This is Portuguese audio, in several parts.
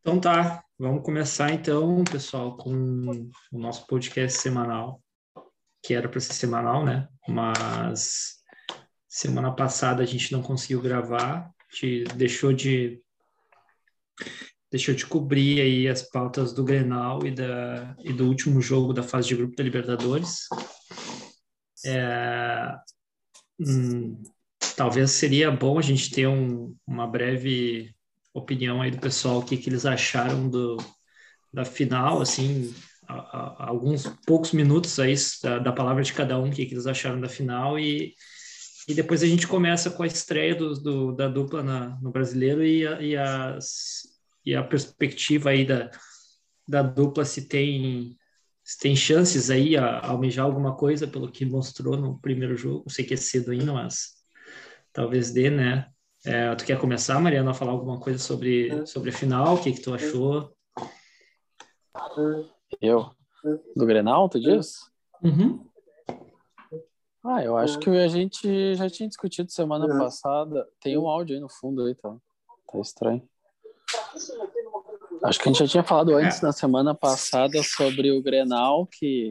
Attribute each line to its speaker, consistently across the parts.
Speaker 1: Então tá, vamos começar então, pessoal, com o nosso podcast semanal, que era para ser semanal, né? Mas semana passada a gente não conseguiu gravar, a gente deixou de deixou de cobrir aí as pautas do Grenal e da e do último jogo da fase de grupo da Libertadores. É, hum, talvez seria bom a gente ter um, uma breve opinião aí do pessoal, o que, que eles acharam do, da final, assim, a, a, alguns poucos minutos aí da, da, palavra de cada um, o que, que eles acharam da final e, e depois a gente começa com a estreia do, do da dupla na, no brasileiro e a, e, as, e a perspectiva aí da, da dupla se tem se tem chances aí a, a almejar alguma coisa pelo que mostrou no primeiro jogo, sei que é cedo ainda, mas talvez dê, né? É, tu quer começar, Mariana, a falar alguma coisa sobre, sobre a final? O que, que tu achou?
Speaker 2: Eu? Do Grenal, tu diz?
Speaker 1: Uhum.
Speaker 2: Ah, eu acho que a gente já tinha discutido semana uhum. passada. Tem um áudio aí no fundo aí, tá? Tá estranho. Acho que a gente já tinha falado antes, na semana passada, sobre o Grenal, que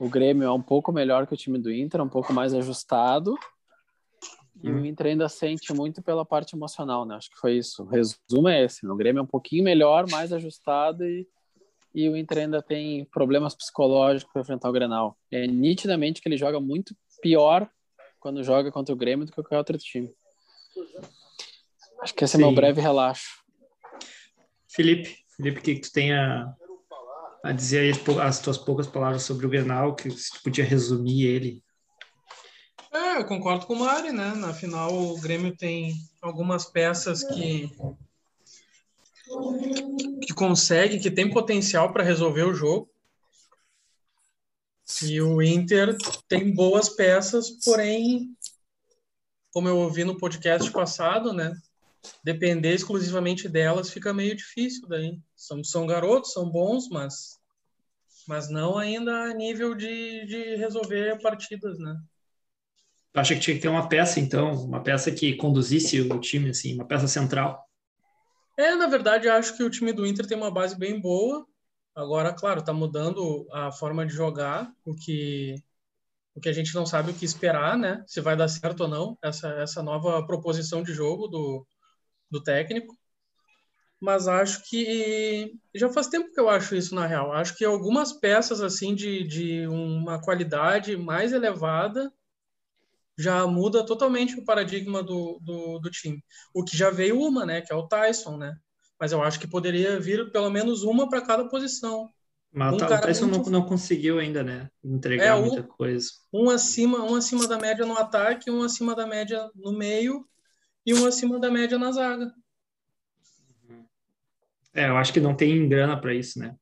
Speaker 2: o Grêmio é um pouco melhor que o time do Inter, um pouco mais ajustado. E o Inter ainda sente muito pela parte emocional, né? Acho que foi isso. O resumo é esse. Né? O Grêmio é um pouquinho melhor, mais ajustado e, e o Inter ainda tem problemas psicológicos para enfrentar o Grenal. É nitidamente que ele joga muito pior quando joga contra o Grêmio do que qualquer outro time. Acho que esse Sim. é meu breve relaxo.
Speaker 1: Felipe, Felipe, o que, que tu tem a, a dizer aí as tuas poucas palavras sobre o Grenal, que se tu podia resumir ele
Speaker 3: é, eu concordo com o Mari, né? Na final, o Grêmio tem algumas peças que, que consegue, que tem potencial para resolver o jogo. E o Inter tem boas peças, porém, como eu ouvi no podcast passado, né? Depender exclusivamente delas fica meio difícil daí. São, são garotos, são bons, mas, mas não ainda a nível de, de resolver partidas, né?
Speaker 1: Tu acha que tinha que ter uma peça, então, uma peça que conduzisse o time, assim, uma peça central?
Speaker 3: É, na verdade, acho que o time do Inter tem uma base bem boa. Agora, claro, está mudando a forma de jogar, o que, o que a gente não sabe o que esperar, né? Se vai dar certo ou não, essa, essa nova proposição de jogo do, do técnico. Mas acho que. Já faz tempo que eu acho isso, na real. Acho que algumas peças, assim, de, de uma qualidade mais elevada já muda totalmente o paradigma do, do, do, time. O que já veio uma, né? Que é o Tyson, né? Mas eu acho que poderia vir pelo menos uma para cada posição.
Speaker 1: Mas um tá, o Tyson muito... não, não conseguiu ainda, né? Entregar é, um, muita coisa.
Speaker 3: Um acima, um acima da média no ataque, um acima da média no meio e um acima da média na zaga.
Speaker 1: É, eu acho que não tem grana para isso, né?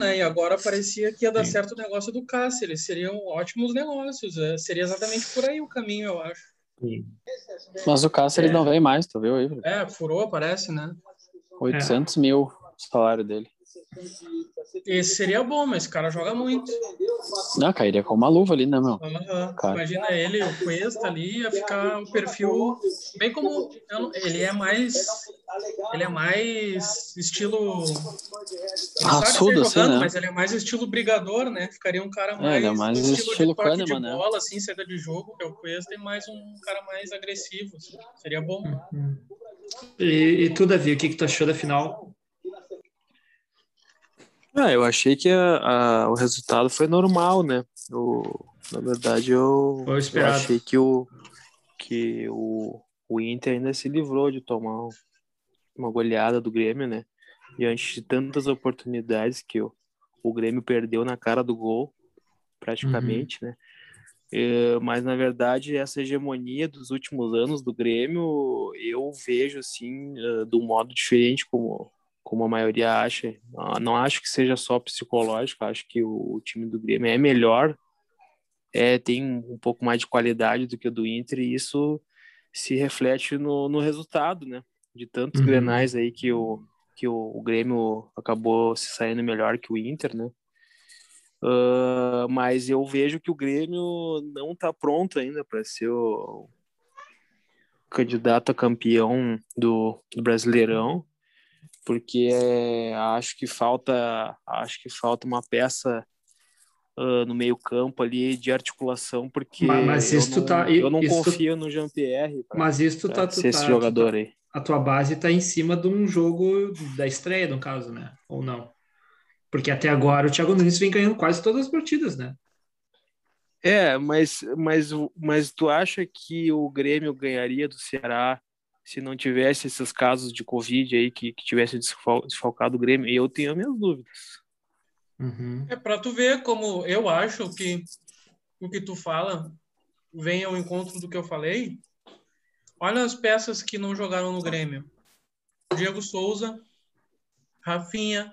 Speaker 3: Né, E agora parecia que ia dar Sim. certo o negócio do Cáceres. Seriam ótimos negócios. É, Seria exatamente por aí o caminho, eu acho.
Speaker 2: Sim. Mas o Cáceres é. não vem mais, tu viu aí?
Speaker 3: É, furou, parece, né?
Speaker 2: 800 é. mil o salário dele.
Speaker 3: Esse seria bom, mas o cara joga muito.
Speaker 2: Não, cairia com uma luva ali, né, meu?
Speaker 3: Uhum. Imagina ele, o Cuesta ali, ia ficar um perfil bem como ele é mais ele é mais estilo tá
Speaker 2: raçudo, assim, né?
Speaker 3: Mas ele é mais estilo brigador, né? Ficaria um cara mais,
Speaker 2: é, é mais estilo, estilo de
Speaker 3: toque de
Speaker 2: né?
Speaker 3: bola, assim, saída de jogo, que é o Cuesta, e mais um cara mais agressivo. Assim. Seria bom. Uhum.
Speaker 1: E, e tu, Davi, o que, que tu achou da final?
Speaker 4: Ah, eu achei que a, a, o resultado foi normal, né? Eu, na verdade, eu, eu, achei que, o, que o, o Inter ainda se livrou de tomar uma goleada do Grêmio, né? Diante de tantas oportunidades que o, o Grêmio perdeu na cara do gol, praticamente, uhum. né? É, mas, na verdade, essa hegemonia dos últimos anos do Grêmio, eu vejo, assim, uh, de um modo diferente como como a maioria acha. Ah, Não acho que seja só psicológico, acho que o time do Grêmio é melhor, é, tem um pouco mais de qualidade do que o do Inter, e isso se reflete no, no resultado, né? De tantos uhum. grenais aí que, o, que o, o, Grêmio acabou se saindo melhor que o Inter, né? Uh, mas tá eu vejo que o Grêmio não está pronto ainda para ser o,
Speaker 2: candidato a campeão do, do Brasileirão, porque é, acho que falta acho que falta uma peça uh, no meio campo ali de articulação, porque
Speaker 1: mas, mas
Speaker 2: eu,
Speaker 1: isso
Speaker 2: não,
Speaker 1: tá,
Speaker 2: eu não
Speaker 1: isso-
Speaker 2: confio no Jean Pierre para
Speaker 1: Mas isso tá, tu
Speaker 2: ser É, esse
Speaker 1: tá-
Speaker 2: jogador aí.
Speaker 1: a tua base está em cima de um jogo da estreia, no caso, né? Ou não? Porque até agora o Thiago Nunes vem ganhando quase todas as partidas, né?
Speaker 2: É, mas, mas, o- mas tu acha que o Grêmio ganharia do Ceará se não tivesse esses casos de Covid aí que, que tivesse desfal- desfalcado o Grêmio? Eu tenho as minhas dúvidas.
Speaker 1: Uhum.
Speaker 3: É para tu ver como eu acho que o que tu fala vem ao encontro do que eu falei. Olha as peças que não jogaram no Grêmio. Diego Souza, Rafinha,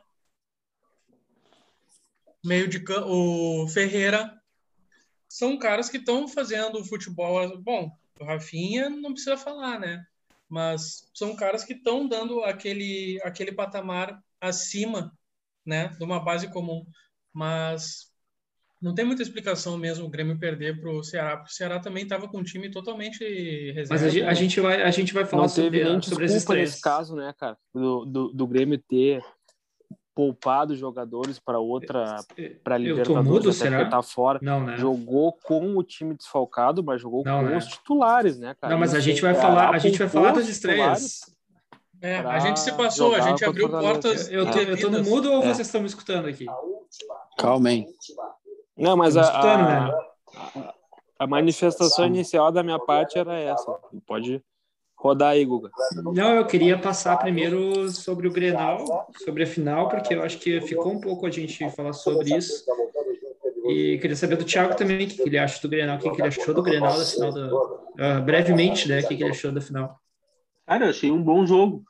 Speaker 3: meio de campo, o Ferreira. São caras que estão fazendo o futebol. Bom, o Rafinha não precisa falar, né? Mas são caras que estão dando aquele, aquele patamar acima, né? De uma base comum mas não tem muita explicação mesmo o Grêmio perder para o Ceará, porque o Ceará também estava com um time totalmente reserva.
Speaker 1: Mas a, gente- a gente vai, a gente vai falar
Speaker 2: É, Não
Speaker 1: sobre,
Speaker 2: teve nem
Speaker 1: a, sobre as
Speaker 2: desculpa
Speaker 1: estreias.
Speaker 2: nesse caso, né, cara? Do, do, do Grêmio ter poupado jogadores para outra, para
Speaker 1: Eu tô
Speaker 2: Libertadores,
Speaker 1: mudo,
Speaker 2: até
Speaker 1: será?
Speaker 2: porque tá fora.
Speaker 1: É, Não, né?
Speaker 2: Jogou com o time desfalcado, mas jogou
Speaker 1: Não,
Speaker 2: com
Speaker 1: né?
Speaker 2: os titulares, né, cara?
Speaker 1: Não, mas
Speaker 2: E
Speaker 1: a
Speaker 2: o
Speaker 1: gente vai
Speaker 2: Ceará
Speaker 1: falar, a gente vai
Speaker 2: poupou
Speaker 1: falar das
Speaker 2: os titulares.
Speaker 1: estreias.
Speaker 3: É, a
Speaker 2: pra
Speaker 3: gente se passou, a
Speaker 2: jogar
Speaker 3: gente abriu
Speaker 2: contra o Fortaleza.
Speaker 3: portas.
Speaker 1: Eu, tô, eu tô no
Speaker 3: indevidas.
Speaker 1: mudo ou
Speaker 2: É.
Speaker 1: vocês estão me escutando aqui?
Speaker 5: Calma aí.
Speaker 2: Não, mas
Speaker 1: Estão
Speaker 2: a,
Speaker 1: me escutando,
Speaker 2: a-
Speaker 1: né?
Speaker 2: A manifestação inicial da minha parte era essa. Pode rodar aí, Guga.
Speaker 1: Não, eu queria passar primeiro sobre o Grenal, sobre a final, porque eu acho que ficou um pouco a gente falar sobre isso. E queria saber do Thiago também, o que que ele acha do Grenal, o que que ele achou do Grenal da final da... ah, brevemente, né, o que que ele achou da final.
Speaker 6: Cara, eu achei um bom jogo.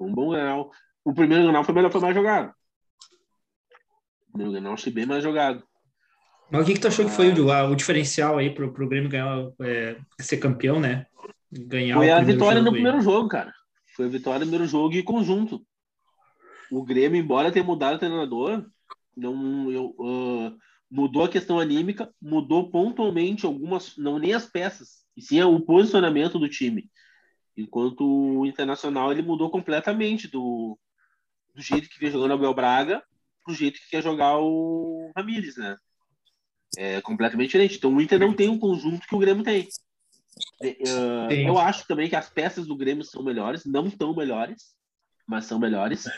Speaker 6: Um bom Grenal. O primeiro Grenal foi melhor, foi mais jogado. O primeiro Grenal eu achei bem mais jogado.
Speaker 1: Mas o que que tu achou que foi o, a- o diferencial aí pro, pro Grêmio ganhar, é, ser campeão, né? Ganhar
Speaker 6: Foi
Speaker 1: o
Speaker 6: a
Speaker 1: primeiro
Speaker 6: vitória
Speaker 1: jogo
Speaker 6: no
Speaker 1: aí.
Speaker 6: primeiro jogo, cara. Foi a vitória no primeiro jogo e conjunto. O Grêmio, embora tenha mudado o treinador, não, eu, ah, mudou a questão anímica, mudou pontualmente algumas, não nem as peças, e sim o posicionamento do time. Enquanto o Internacional, ele mudou completamente do, do jeito que vinha jogando o Abel Braga pro jeito que quer jogar o Ramires, né? É completamente diferente. Então o Inter não tem um conjunto que o Grêmio tem. De- ah,
Speaker 1: Sim.
Speaker 6: eu acho também que as peças do Grêmio são melhores, não tão melhores, mas são melhores.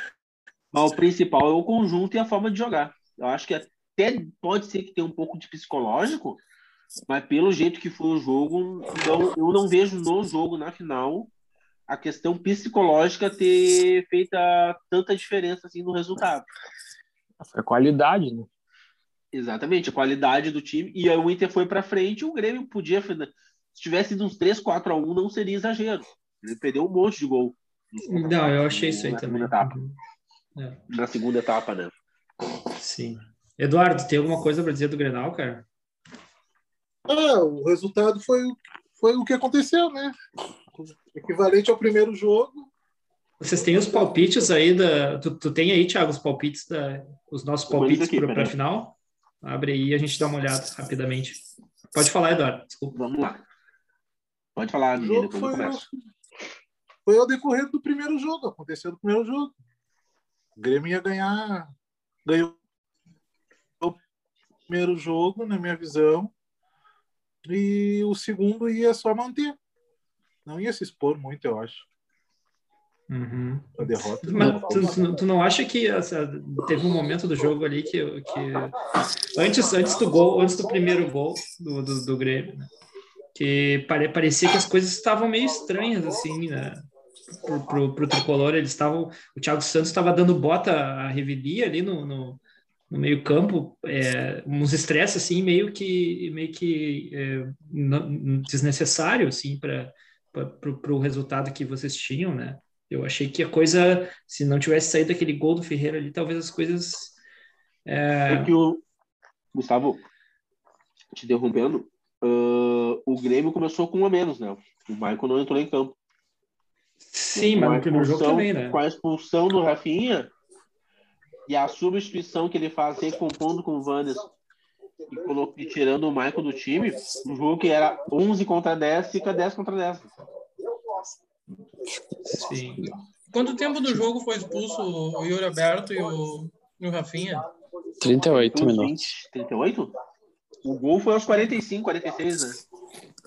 Speaker 6: Mas o principal é o conjunto e a forma de jogar. Eu acho que até pode ser que tenha um pouco de psicológico, mas pelo jeito que foi o jogo, não- eu não vejo no jogo, na final, a questão psicológica ter feita tanta diferença assim no resultado.
Speaker 2: É qualidade, né?
Speaker 6: Exatamente, a qualidade do time. E aí o Inter foi pra frente, o Grêmio podia. fina- Se tivesse ido uns 3, 4 a 1, não seria exagero. Ele perdeu um monte de gol. nos contra-ataques,
Speaker 1: Não, eu achei isso aí
Speaker 6: na
Speaker 1: também.
Speaker 6: Segunda etapa,
Speaker 1: É,
Speaker 6: na segunda etapa, né?
Speaker 1: sim. Eduardo, tem alguma coisa para dizer do Grenal, cara?
Speaker 7: É, o resultado foi, o- foi o que aconteceu, né? Equivalente ao primeiro jogo.
Speaker 1: Vocês têm os palpites aí da. Tu, tu tem aí, Thiago, os palpites da. Os nossos
Speaker 6: Tô com
Speaker 1: palpites
Speaker 6: eles aqui,
Speaker 1: para a
Speaker 6: peraí.
Speaker 1: final? Abre aí e a gente dá uma olhada rapidamente. Pode falar, Eduardo. Desculpa.
Speaker 6: Vamos lá. Pode falar,
Speaker 7: O
Speaker 6: menino,
Speaker 7: jogo
Speaker 6: depois eu
Speaker 7: foi,
Speaker 6: começo.
Speaker 7: o- foi ao decorrer do primeiro jogo. Aconteceu no primeiro jogo. O Grêmio ia ganhar. Ganhou o primeiro jogo, na minha visão. E o segundo ia só manter. Não ia se expor muito, eu acho,
Speaker 1: Uhum.
Speaker 7: a derrota.
Speaker 1: Mas tu, tu não- tu não acha que essa- teve um momento do jogo ali que. que antes, antes do gol, antes do primeiro gol do, do, do Grêmio, né? que pare, parecia que as coisas estavam meio estranhas, assim, né? Pro, pro, pro tricolor, eles estavam. O Thiago Santos estava dando bota a revelia ali no, no, no meio-campo, é, uns estresses, assim, meio que, meio que é, não- desnecessário, assim, para o resultado que vocês tinham, né? Eu achei que a coisa, se não tivesse saído aquele gol do Ferreira ali, talvez as coisas.
Speaker 6: É que o Gustavo, te interrompendo, ah, o Grêmio começou com um a menos, né? O Maicon não entrou em campo.
Speaker 1: Sim,
Speaker 6: Com
Speaker 1: mas
Speaker 6: a
Speaker 1: no primeiro jogo
Speaker 6: expulsão-
Speaker 1: também, né?
Speaker 6: Com a expulsão do Rafinha e a substituição que ele faz, recompondo com o Vandes e, colo- e um tirando o Michael do time, o jogo que era 11 contra 10 fica 10 contra 10.
Speaker 1: Sim.
Speaker 3: Quanto tempo do jogo foi expulso o Yuri Alberto e o, e o Rafinha?
Speaker 2: 38
Speaker 6: Foi Então, uns
Speaker 2: minutos.
Speaker 6: 20, 38? O gol foi aos 45, 46, né? O gol foi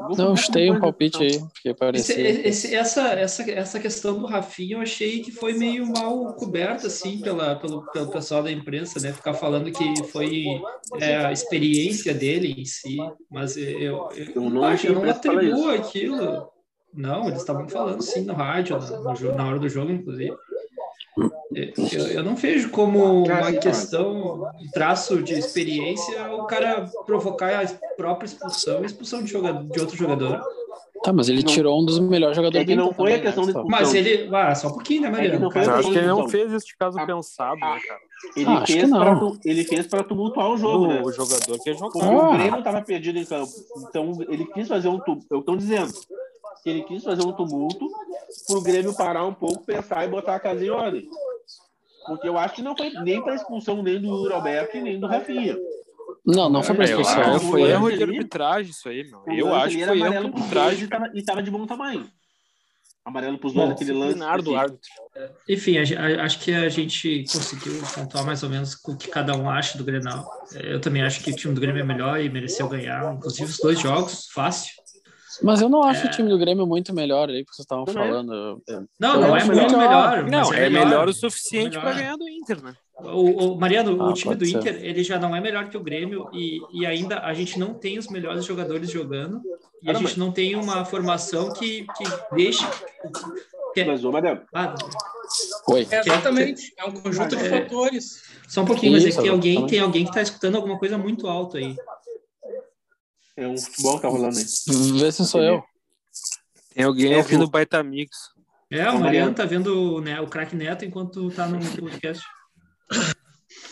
Speaker 2: Não,
Speaker 6: pouco
Speaker 2: chutei um
Speaker 6: depois da
Speaker 2: palpite aí,
Speaker 6: expulsão.
Speaker 2: porque
Speaker 1: Esse-
Speaker 2: parecia.
Speaker 1: esse- essa, essa, essa questão do Rafinha eu achei que foi meio mal coberta, assim, pela, pelo, pelo pessoal da imprensa, né? Ficar falando que foi é, a experiência dele em si, mas eu, eu,
Speaker 6: Eu não
Speaker 1: acho,
Speaker 6: achei
Speaker 1: eu não
Speaker 6: imprensa falar
Speaker 1: atribuo aquilo. Não, eles estavam falando sim no rádio, na, no jo- na hora do jogo, inclusive. É, Eu, eu não vejo como uma questão, um traço de experiência, o cara provocar a própria expulsão, expulsão de, joga- de outro jogador.
Speaker 2: Tá, mas ele
Speaker 6: Não.
Speaker 2: tirou um dos melhores jogadores
Speaker 6: É que
Speaker 2: do
Speaker 6: não
Speaker 2: Inter
Speaker 6: foi
Speaker 2: também,
Speaker 6: a questão
Speaker 2: né,
Speaker 6: de-
Speaker 2: Gustavo?
Speaker 1: Mas
Speaker 6: Então,
Speaker 1: ele. Ah, só um pouquinho, né,
Speaker 6: É que
Speaker 1: Mariano?
Speaker 6: não foi
Speaker 4: Eu
Speaker 6: a
Speaker 4: acho que ele não
Speaker 6: conclusão.
Speaker 4: fez isso de caso pensado, né, cara?
Speaker 6: Ele,
Speaker 2: Ah, acho que
Speaker 6: fez
Speaker 2: não.
Speaker 6: pra, tu- ele fez pra tumultuar o jogo, né?
Speaker 4: O jogador é quer jogar.
Speaker 6: Porque
Speaker 2: Ah.
Speaker 6: o Grêmio tava perdido em campo. Então ele quis fazer um tumulto. Eu tô dizendo que ele quis fazer um tumulto pro Grêmio parar um pouco, pensar e botar a casa em ordem. Porque eu acho que não foi nem pra expulsão nem do Roberto e nem do Rafinha.
Speaker 2: Não, não foi pra
Speaker 4: É, eu
Speaker 2: expulsão.
Speaker 4: acho que foi
Speaker 6: O
Speaker 4: erro de
Speaker 6: lance ali-
Speaker 4: arbitragem isso aí, meu.
Speaker 6: O
Speaker 4: Eu
Speaker 6: lance
Speaker 4: acho
Speaker 6: ali
Speaker 4: que
Speaker 6: era
Speaker 4: foi erro
Speaker 6: amarelo
Speaker 4: de
Speaker 6: pros dois e
Speaker 4: arbitragem.
Speaker 6: tava, e tava de bom tamanho. Amarelo pros dois
Speaker 1: Bom,
Speaker 6: aquele lance.
Speaker 4: Disciplinar do
Speaker 6: assim.
Speaker 4: árbitro.
Speaker 1: Enfim, a gen- a- acho que a gente conseguiu pontuar mais ou menos o que cada um acha do Grenal. Eu também acho que o time do Grêmio é melhor e mereceu ganhar, inclusive os dois jogos, fácil.
Speaker 2: Mas eu não acho
Speaker 1: É.
Speaker 2: o time do Grêmio muito melhor aí, porque vocês estavam
Speaker 6: Não é.
Speaker 2: falando. Eu-
Speaker 1: Não, não é muito melhor. mas
Speaker 4: Não, é melhor o suficiente
Speaker 1: Melhor.
Speaker 4: pra ganhar do Inter, né?
Speaker 1: O, o- Mariano, o
Speaker 2: Ah,
Speaker 1: time do
Speaker 2: pode ser.
Speaker 1: Inter, ele já não é melhor que o Grêmio e, e ainda a gente não tem os melhores jogadores jogando e a
Speaker 6: Ah, não,
Speaker 1: gente
Speaker 6: mas-
Speaker 1: não tem uma formação que, que deixe... que-
Speaker 6: Mas, ô, Madame,
Speaker 1: ah,
Speaker 2: Oi.
Speaker 3: É exatamente, é um conjunto de
Speaker 1: É.
Speaker 3: fatores.
Speaker 1: só um pouquinho, mas é que
Speaker 2: Isso,
Speaker 1: tem alguém,
Speaker 2: exatamente.
Speaker 1: tem alguém que está escutando alguma coisa muito alto aí.
Speaker 6: é um futebol que tá rolando aí.
Speaker 2: Vê se sou eu.
Speaker 4: Tem alguém
Speaker 6: É,
Speaker 4: ouvindo
Speaker 6: o-
Speaker 4: Baita Mix.
Speaker 1: É, o Mariano tá vendo né, o craque Neto enquanto tá no podcast.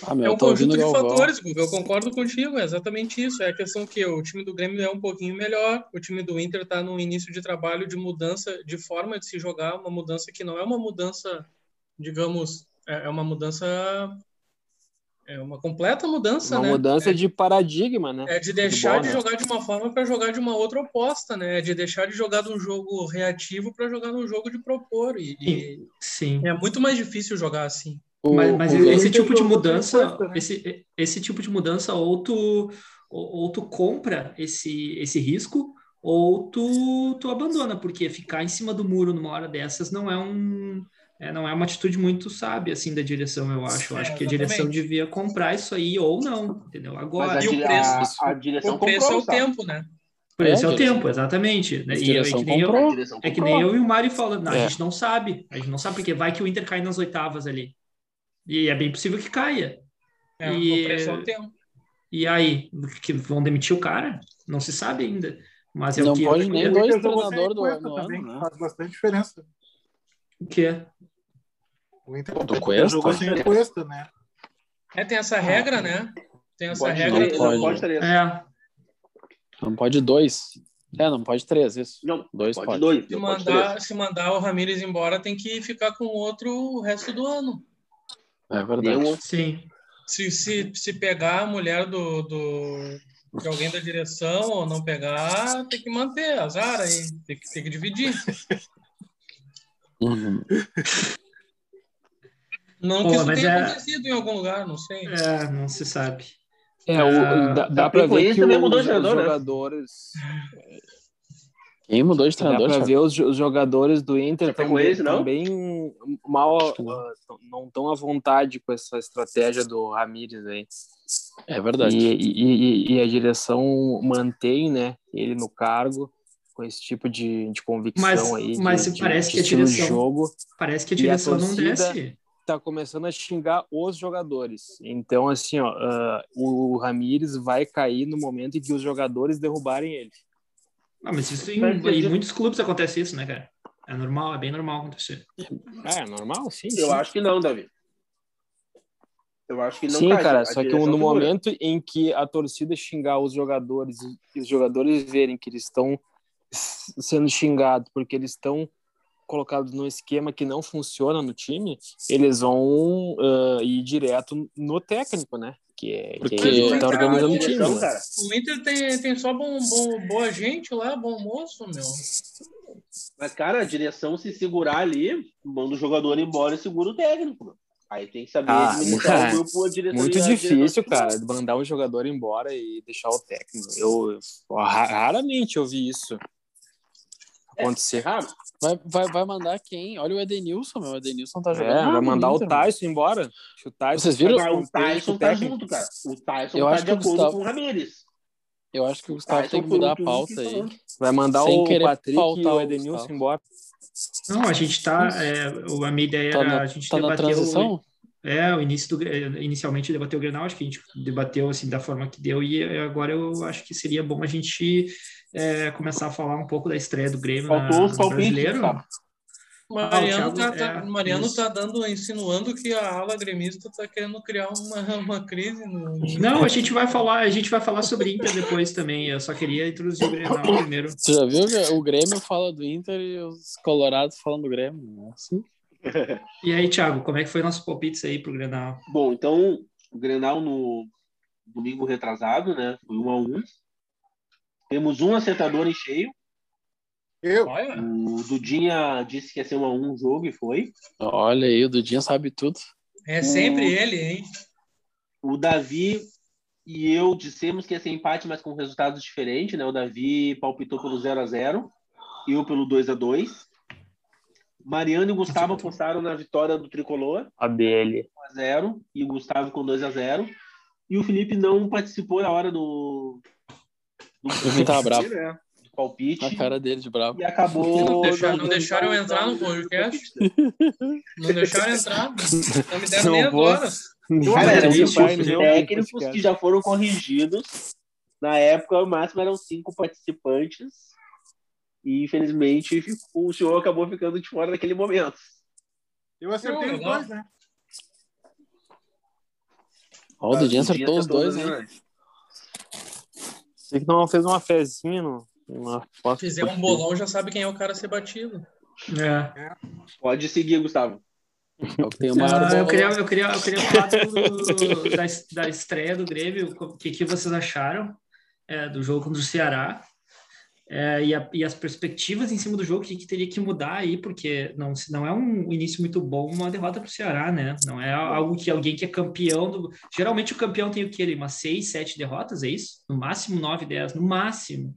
Speaker 2: Ah,
Speaker 3: É
Speaker 2: meu,
Speaker 3: um
Speaker 2: eu tô ouvindo
Speaker 3: conjunto
Speaker 2: o
Speaker 3: de
Speaker 2: Galvão.
Speaker 3: fatores, Guga. Eu concordo contigo, é exatamente isso. É a questão que o time do Grêmio é um pouquinho melhor, o time do Inter está no início de trabalho de mudança de forma de se jogar, uma mudança que não é uma mudança, digamos, é é uma mudança, é uma completa mudança,
Speaker 4: Uma
Speaker 3: né?
Speaker 4: mudança de paradigma,
Speaker 2: Então,
Speaker 4: né?
Speaker 3: É de deixar
Speaker 4: Futebol,
Speaker 3: de
Speaker 4: né?
Speaker 3: jogar de uma forma para jogar de uma outra oposta, né? É de deixar de jogar de um jogo reativo para jogar num jogo de propor. E, e
Speaker 1: Sim.
Speaker 3: é muito mais difícil jogar assim.
Speaker 2: O-
Speaker 1: Mas, mas
Speaker 2: o-
Speaker 1: esse
Speaker 7: Inter
Speaker 1: tipo de
Speaker 7: jogou
Speaker 1: mudança,
Speaker 7: 50, né?
Speaker 1: esse, esse tipo de mudança, ou tu, ou, ou tu compra esse, esse risco, ou tu, tu abandona, porque ficar em cima do muro numa hora dessas não é um. é, não é uma atitude muito sábia, assim, da direção, eu acho. Eu
Speaker 3: É,
Speaker 1: acho que a direção
Speaker 3: exatamente.
Speaker 1: devia comprar isso aí ou não, entendeu? Agora,
Speaker 6: Mas
Speaker 3: E
Speaker 6: a,
Speaker 3: o
Speaker 6: di-
Speaker 3: preço?
Speaker 6: a, a direção
Speaker 3: O preço é
Speaker 6: comprou,
Speaker 3: o
Speaker 6: sabe?
Speaker 3: tempo, né?
Speaker 1: por esse é
Speaker 2: É,
Speaker 1: o
Speaker 2: direção.
Speaker 1: tempo, exatamente. né?
Speaker 2: a
Speaker 1: E eu, é
Speaker 2: direção
Speaker 1: que nem eu,
Speaker 6: A
Speaker 2: comprou.
Speaker 6: direção
Speaker 1: É que
Speaker 6: comprou.
Speaker 1: nem eu e o Mário falando, não, a
Speaker 4: É.
Speaker 1: gente não sabe, a gente não sabe, porque vai que o Inter cai nas oitavas ali. E é bem possível que caia.
Speaker 3: É,
Speaker 1: E-
Speaker 3: O preço é o tempo.
Speaker 1: E aí, que vão demitir o cara? Não se sabe ainda. Mas é
Speaker 2: Não
Speaker 1: o que
Speaker 2: pode nem
Speaker 1: é
Speaker 2: dois
Speaker 7: Inter jogou
Speaker 2: treinador do-
Speaker 7: 50
Speaker 2: do
Speaker 7: também,
Speaker 2: ano, né?
Speaker 7: Faz bastante diferença.
Speaker 1: o que é.
Speaker 7: O Inter,
Speaker 2: Do
Speaker 7: o Inter
Speaker 2: Cuesta?
Speaker 7: jogou sem o Cuesta, né?
Speaker 3: É, tem essa regra, né? Tem essa
Speaker 6: Pode
Speaker 3: regra. né?
Speaker 6: não,
Speaker 2: do-
Speaker 6: não pode três.
Speaker 1: É,
Speaker 2: Não pode dois. É, não pode três, isso.
Speaker 6: Não,
Speaker 2: Dois
Speaker 6: pode,
Speaker 2: pode.
Speaker 6: dois.
Speaker 3: Se
Speaker 6: não pode três.
Speaker 3: mandar, se mandar o Ramires embora, tem que ficar com o outro o resto do ano.
Speaker 2: É verdade.
Speaker 6: Nenhum.
Speaker 1: sim.
Speaker 3: Se, se, se pegar a mulher do, do, de alguém da direção ou não pegar, tem que manter, azar aí. Tem que, tem que dividir.
Speaker 2: Uhum.
Speaker 3: Não
Speaker 1: Pô,
Speaker 3: que isso
Speaker 1: mas
Speaker 3: tenha
Speaker 1: é-
Speaker 3: acontecido em algum lugar, não sei.
Speaker 1: É, não se sabe.
Speaker 2: É, o,
Speaker 1: Ah,
Speaker 2: dá,
Speaker 6: tá,
Speaker 2: dá pra ver
Speaker 6: Picuinha
Speaker 2: que
Speaker 6: também
Speaker 2: os,
Speaker 6: mudou de
Speaker 2: os
Speaker 6: treinador, né?
Speaker 4: jogadores.
Speaker 2: Quem mudou
Speaker 6: Tá,
Speaker 2: de
Speaker 4: Dá
Speaker 2: treinador,
Speaker 4: pra
Speaker 2: Thiago?
Speaker 4: ver os, jo- os jogadores do Inter também,
Speaker 6: Chapecoense, tá não?
Speaker 4: também mal
Speaker 2: que não.
Speaker 4: ah, tão- não estão à vontade com essa estratégia do Ramires aí.
Speaker 2: É
Speaker 4: E,
Speaker 2: verdade.
Speaker 4: e, e- e a direção mantém né, ele no cargo com esse tipo de, de convicção
Speaker 1: Mas-
Speaker 4: aí,
Speaker 1: mas
Speaker 4: de, de-
Speaker 1: parece
Speaker 4: de
Speaker 1: que a
Speaker 4: estilo de
Speaker 1: direção-
Speaker 4: jogo.
Speaker 1: Parece que a
Speaker 4: E a
Speaker 1: direção não
Speaker 4: torcida-
Speaker 1: desce.
Speaker 4: tá começando a xingar os jogadores. Então, assim, ó, ah, o Ramires vai cair no momento em que os jogadores derrubarem ele.
Speaker 1: Não, Ah, mas isso em,
Speaker 6: Parece que a
Speaker 1: em
Speaker 6: dire-
Speaker 1: muitos clubes acontece isso, né, cara? É normal, é bem normal acontecer.
Speaker 4: Ah, é normal, sim.
Speaker 6: Eu
Speaker 4: sim.
Speaker 6: acho que não, Davi. Eu acho que não
Speaker 4: Sim,
Speaker 6: cai.
Speaker 4: cara,
Speaker 6: A
Speaker 4: só que
Speaker 6: direção
Speaker 4: um, no
Speaker 6: segura.
Speaker 4: momento em que a torcida xingar os jogadores e os jogadores verem que eles estão s- sendo xingados porque eles estão colocados num esquema que não funciona no time, eles vão uh, ir direto no técnico, né? Que é
Speaker 3: Porque
Speaker 4: que
Speaker 3: o
Speaker 4: tá
Speaker 3: Inter-
Speaker 4: organizando o
Speaker 3: Ah,
Speaker 4: time.
Speaker 3: direção,
Speaker 4: né?
Speaker 6: cara.
Speaker 3: O Inter tem, tem só bom, bom- boa gente lá, bom moço, meu.
Speaker 6: Mas, cara, a direção se segurar ali, manda o jogador embora e segura o técnico. mano. Aí tem que saber
Speaker 4: Ah,
Speaker 6: administrar
Speaker 4: cara,
Speaker 6: o grupo, a direção
Speaker 4: Muito
Speaker 6: e a
Speaker 4: difícil,
Speaker 6: direção.
Speaker 4: cara, mandar um jogador embora e deixar o técnico. Eu, eu ra- raramente eu vi isso
Speaker 6: É,
Speaker 4: acontecer.
Speaker 6: Errado.
Speaker 2: Vai, vai, vai mandar quem? Olha o Edenilson, meu. O Edenilson tá jogando.
Speaker 4: É,
Speaker 2: nada
Speaker 4: vai
Speaker 2: no
Speaker 4: mandar o
Speaker 2: Inter, mano.
Speaker 4: Tyson embora. Se o Tyson
Speaker 2: Vocês viram?
Speaker 4: ficar
Speaker 6: Agora, o
Speaker 4: contente com
Speaker 6: Tyson tá
Speaker 4: técnico-
Speaker 6: junto, cara. O Tyson
Speaker 2: Eu
Speaker 6: tá
Speaker 2: acho
Speaker 6: de
Speaker 2: que o
Speaker 6: acordo
Speaker 2: Gustavo-
Speaker 6: com o Ramires.
Speaker 2: Eu acho que o
Speaker 4: tá
Speaker 2: Gustavo
Speaker 6: Tyson
Speaker 2: tem que
Speaker 6: foi
Speaker 2: mudar
Speaker 6: um
Speaker 2: a
Speaker 6: dos
Speaker 2: pauta
Speaker 6: que
Speaker 2: aí.
Speaker 6: falou.
Speaker 4: Vai mandar
Speaker 2: Sem
Speaker 4: o
Speaker 2: querer
Speaker 4: Patrick e
Speaker 2: faltar
Speaker 4: o
Speaker 2: o
Speaker 4: Edenilson
Speaker 2: Gustavo.
Speaker 4: embora.
Speaker 1: Não, a gente tá. é, o- a minha ideia
Speaker 2: Tá
Speaker 1: era
Speaker 2: na,
Speaker 1: a gente
Speaker 2: tá na
Speaker 1: debater o,
Speaker 2: transição?
Speaker 1: é, o início do, é, inicialmente debater o Grenal, acho que a gente debateu assim da forma que deu, e é, agora eu acho que seria bom a gente é, começar a falar um pouco da estreia do Grêmio na,
Speaker 6: Faltou um os
Speaker 1: no
Speaker 6: palpites,
Speaker 1: brasileiro.
Speaker 6: Gustavo.
Speaker 1: Ah, o
Speaker 3: Mariano, tá,
Speaker 1: Thiago-
Speaker 3: tá-
Speaker 1: é,
Speaker 3: Mariano
Speaker 1: isso.
Speaker 3: tá dando, insinuando que a ala gremista tá querendo criar uma, uma crise no.
Speaker 1: Não, a gente vai falar, a gente vai falar sobre Inter depois também. Eu só queria introduzir o Grenal primeiro.
Speaker 2: Tu já viu? que O Grêmio fala do Inter e os Colorados falam do Grêmio. É assim?
Speaker 1: E aí, Thiago, como é que foi nosso palpites aí pro Grenal?
Speaker 6: Bom, então, o Grenal no domingo retrasado, né? Foi um a um. Temos um acertador em cheio.
Speaker 7: Eu?
Speaker 3: Olha,
Speaker 6: O Dudinha disse que ia ser um a um o jogo e foi.
Speaker 2: Olha aí, o Dudinha sabe tudo.
Speaker 3: é sempre ele, hein?
Speaker 6: O Davi e eu dissemos que ia ser empate, mas com resultados diferentes, né? O Davi palpitou pelo 0 a 0 eu pelo 2 a 2 Mariano e Gustavo apostaram na vitória do Tricolor,
Speaker 4: A dele.
Speaker 6: 1 a 0 e o Gustavo com 2 a 0 E o Felipe não participou na hora do, do,
Speaker 2: O Vini tava bravo.
Speaker 6: né? do palpite.
Speaker 2: A cara dele de bravo.
Speaker 6: E acabou.
Speaker 3: Não deixaram- não deixaram eu
Speaker 6: dando-
Speaker 3: entrar no podcast. Não deixaram entrar, não me deram
Speaker 4: Não
Speaker 3: nem
Speaker 4: vou.
Speaker 3: agora.
Speaker 6: Cara,
Speaker 1: Não,
Speaker 6: eram
Speaker 1: isso
Speaker 6: cinco
Speaker 1: vai,
Speaker 4: né?
Speaker 6: técnicos que já foram corrigidos. Na época, o máximo eram cinco participantes. E, infelizmente, ficou- o senhor acabou ficando de fora naquele momento.
Speaker 7: Eu acertei
Speaker 3: Não,
Speaker 7: os
Speaker 3: não.
Speaker 7: dois, né?
Speaker 2: Ó, o Dudinha
Speaker 6: Ah, Dudinha
Speaker 3: tá
Speaker 2: acertou os
Speaker 6: acertou
Speaker 2: dois,
Speaker 6: os
Speaker 2: hein?
Speaker 4: Sei que não fez uma fezinha no. Uma aposta
Speaker 3: Fizer um
Speaker 4: esportiva.
Speaker 3: bolão, já sabe quem é o cara a ser batido.
Speaker 1: É.
Speaker 6: Pode seguir, Gustavo.
Speaker 2: É o que tem o maior
Speaker 1: Ah, eu,
Speaker 2: bolão.
Speaker 1: queria, eu, queria, eu queria falar do- da, es- da estreia do Grêmio, o que, que vocês acharam é, do jogo contra o Ceará É, e, a- e as perspectivas em cima do jogo, o que, que teria que mudar aí, porque não, se- não é um início muito bom uma derrota para o Ceará, né? Não é algo que alguém que é campeão do. Geralmente o campeão tem o quê? ali? Umas seis, sete derrotas, é isso? No máximo nove, dez, no máximo.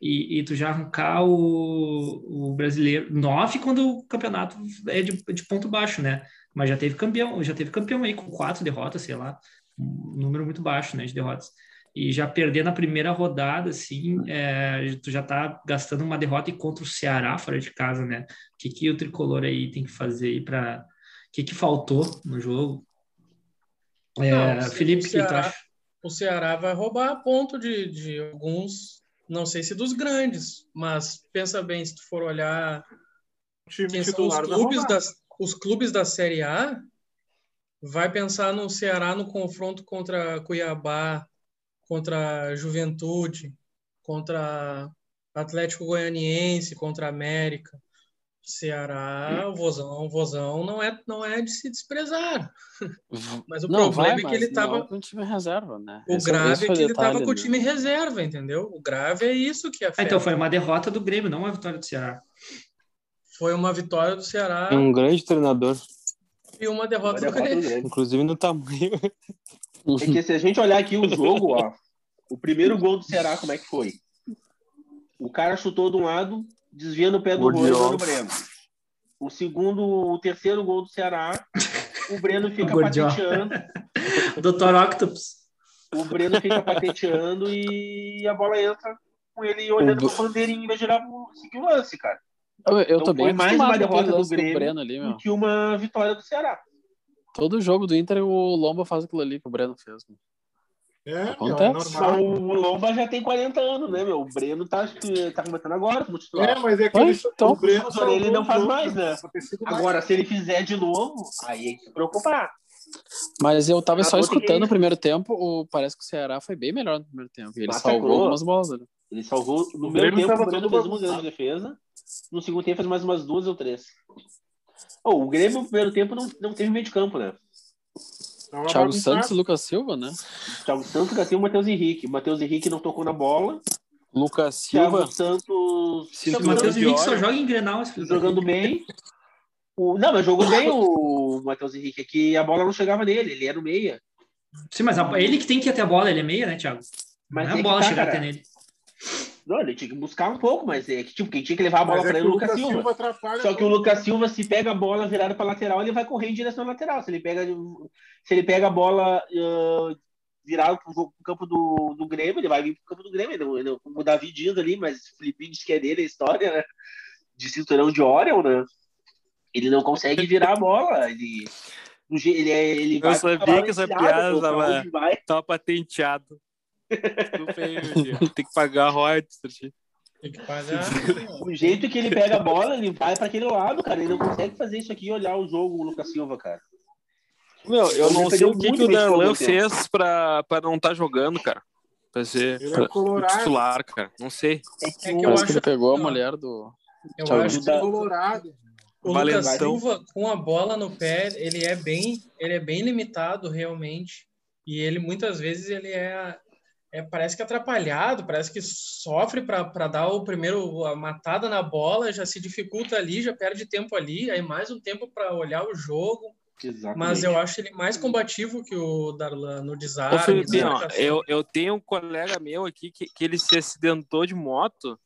Speaker 1: E, e tu já arrancar o, o brasileiro nove quando o campeonato é de, de ponto baixo, né? mas já teve campeão, já teve campeão aí com quatro derrotas, sei lá, um número muito baixo, né, de derrotas. E já perder na primeira rodada, assim, é, tu já tá gastando uma derrota e contra o Ceará fora de casa, né? O que que o tricolor aí tem que fazer aí para o que que faltou no jogo? É,
Speaker 3: Não, se-
Speaker 1: Felipe, o
Speaker 3: o
Speaker 1: que tu
Speaker 3: Ceará- tá
Speaker 1: acha?
Speaker 3: o Ceará vai roubar a ponto de, de alguns, não sei se dos grandes, mas pensa bem, se tu for olhar
Speaker 7: O time
Speaker 3: quem são os
Speaker 7: titular vai
Speaker 3: clubes,
Speaker 7: roubar.
Speaker 3: das, os clubes da Série A, vai pensar no Ceará no confronto contra Cuiabá, contra Juventude, contra Atlético Goianiense, contra América. Ceará, o Vozão, o Vozão não é, não é de se desprezar. Mas o
Speaker 2: Não,
Speaker 3: problema
Speaker 2: vai,
Speaker 3: é
Speaker 2: mas
Speaker 3: que ele
Speaker 2: não
Speaker 3: estava
Speaker 2: é com o time reserva, né?
Speaker 3: o
Speaker 2: Esse-
Speaker 3: grave
Speaker 2: esse
Speaker 3: é
Speaker 2: foi
Speaker 3: que ele
Speaker 2: detalhe,
Speaker 3: tava com o
Speaker 2: né?
Speaker 3: time reserva, entendeu? O grave é isso que
Speaker 1: Ah,
Speaker 3: afeta.
Speaker 1: então foi uma derrota do Grêmio, não uma vitória do Ceará.
Speaker 3: Foi uma vitória do Ceará
Speaker 4: É um grande treinador,
Speaker 3: e uma derrota
Speaker 6: Olha a
Speaker 3: do
Speaker 6: foto do
Speaker 3: Grêmio.
Speaker 6: Grêmio.
Speaker 4: inclusive no tamanho.
Speaker 6: É que se a gente olhar aqui o jogo, ó, o primeiro gol do Ceará, como é que foi? O cara chutou de um lado, desvia no pé do
Speaker 4: Gol de
Speaker 6: Rony, vai no
Speaker 4: off.
Speaker 6: Breno. O segundo, o terceiro gol do Ceará, o Breno fica
Speaker 1: Gordiola.
Speaker 6: pateando.
Speaker 1: Doutor Octopus.
Speaker 6: O Breno fica pateteando e a bola entra com ele olhando
Speaker 2: O-
Speaker 6: pro bandeirinho em vez de olhar pro seguir o lance, cara.
Speaker 2: Eu, eu tô
Speaker 6: Então
Speaker 2: bem
Speaker 6: foi mais uma
Speaker 2: acostumado com
Speaker 6: derrota
Speaker 2: aquele
Speaker 6: do
Speaker 2: lance do
Speaker 6: Grêmio.
Speaker 2: Breno ali,
Speaker 6: Do
Speaker 2: meu.
Speaker 6: que uma vitória do Ceará.
Speaker 2: Todo jogo do Inter, o Lomba faz aquilo ali que o Breno fez. né? meu.
Speaker 7: É, meu, é
Speaker 2: Acontece.
Speaker 6: Só
Speaker 7: normal.
Speaker 6: o Lomba já tem 40 anos, né, meu? O Breno tá, acho que tá começando agora como
Speaker 7: É,
Speaker 6: titular.
Speaker 7: mas é que
Speaker 2: Ué,
Speaker 7: ele,
Speaker 2: então.
Speaker 7: o Breno
Speaker 6: Agora ele
Speaker 7: salvou
Speaker 6: não
Speaker 7: o
Speaker 6: faz
Speaker 7: jogo,
Speaker 6: mais, né?
Speaker 7: pra ter sido mais.
Speaker 6: Agora, se ele fizer de novo, aí tem que se preocupar.
Speaker 2: Mas eu tava só
Speaker 6: Acabou que-
Speaker 2: escutando o primeiro tempo, o... parece que o Ceará foi bem melhor no primeiro tempo. e Ele
Speaker 6: Massacrou.
Speaker 2: salvou algumas bolas né? ali.
Speaker 6: Ele salvou no
Speaker 7: O
Speaker 6: meu
Speaker 7: Grêmio
Speaker 6: tempo,
Speaker 7: tava
Speaker 6: o Grêmio
Speaker 7: todo
Speaker 6: fez uma
Speaker 7: bagunçado.
Speaker 6: grande defesa. No segundo tempo fez mais umas duas ou três. Oh, o Grêmio no primeiro tempo não, não teve meio de campo, né?
Speaker 7: Tava
Speaker 2: Thiago
Speaker 7: bagunçado.
Speaker 2: Santos e Lucas Silva, né?
Speaker 6: Thiago Santos Gateu o Matheus Henrique. Matheus Henrique não tocou na bola.
Speaker 2: Lucas
Speaker 6: Thiago
Speaker 2: Silva.
Speaker 6: Santos
Speaker 3: Tá
Speaker 4: Sinto
Speaker 6: Thiago
Speaker 1: O Matheus
Speaker 6: Santos
Speaker 1: Henrique
Speaker 4: pior.
Speaker 1: só joga em Grenal. esse filho da
Speaker 6: jogando bem. O... Não, mas jogou bem o Matheus Henrique aqui. A bola não chegava nele, ele era o meia.
Speaker 1: puta. Sim, mas a- ele que tem que ir até a bola, ele é meia, né, Thiago?
Speaker 6: Mas
Speaker 1: não é
Speaker 6: é
Speaker 1: a
Speaker 6: que
Speaker 1: bola
Speaker 6: tá,
Speaker 1: chegar
Speaker 6: cara.
Speaker 1: até nele.
Speaker 6: Não, ele tinha que buscar um pouco, mas é que tipo, quem tinha que levar a bola
Speaker 7: Mas é
Speaker 6: pra
Speaker 7: que
Speaker 6: ele é o Lucas Silva.
Speaker 7: atrapalha.
Speaker 6: Só que o Lucas Silva, se pega a bola virada para lateral, ele vai correr em direção à lateral. Se ele pega, se ele pega a bola ah, virada para o campo do, do Grêmio, ele vai vir para o campo do Grêmio. Ele, não- ele, não- como o Davi diz ali, mas o Felipe diz que é dele a história, né? De cinturão de Orion, né? Ele não consegue virar a bola. Ele, do je- ele, é- ele vai
Speaker 4: sabia
Speaker 6: pra bola
Speaker 4: que essa
Speaker 6: enfiada,
Speaker 4: piada
Speaker 6: pô, pra
Speaker 4: tava-
Speaker 6: onde então vai.
Speaker 4: Tava Tá patenteado. Desculpa aí, meu dia. Tem que pagar a royalties. Serginho.
Speaker 3: Tem que pagar. É
Speaker 6: O jeito que ele pega a bola, ele vai para aquele lado, cara. Ele não consegue fazer isso aqui e olhar o jogo, o Lucas Silva, cara.
Speaker 4: Meu, eu
Speaker 6: Ele
Speaker 4: não sei
Speaker 6: perdeu
Speaker 4: o que,
Speaker 6: muito
Speaker 4: que o
Speaker 6: bem de todo
Speaker 4: Darlan
Speaker 6: o tempo.
Speaker 4: fez pra, pra não estar jogando, cara. Pra ser
Speaker 7: Ele é
Speaker 4: pra-
Speaker 7: colorado.
Speaker 4: titular, cara. Não sei.
Speaker 3: É que eu
Speaker 2: Parece que
Speaker 3: acho,
Speaker 2: ele pegou a
Speaker 3: ó,
Speaker 2: mulher do.
Speaker 3: eu
Speaker 2: Thiago
Speaker 3: acho que
Speaker 6: Santos.
Speaker 3: o-
Speaker 7: é Colorado.
Speaker 3: O Lucas
Speaker 4: Valentão.
Speaker 3: Silva com a bola no pé, ele é bem, ele é bem limitado realmente. E ele muitas vezes ele é, é- parece que atrapalhado, parece que sofre para dar o primeiro a matada na bola, já se dificulta ali, já perde tempo ali, aí mais um tempo para olhar o jogo.
Speaker 6: Exatamente.
Speaker 3: Mas eu acho ele mais combativo que o Darlan no
Speaker 4: Ô,
Speaker 3: desarme.
Speaker 4: Felipe,
Speaker 3: na
Speaker 4: ó,
Speaker 3: marcação.
Speaker 4: eu, eu tenho um colega meu aqui que, que ele se acidentou de moto.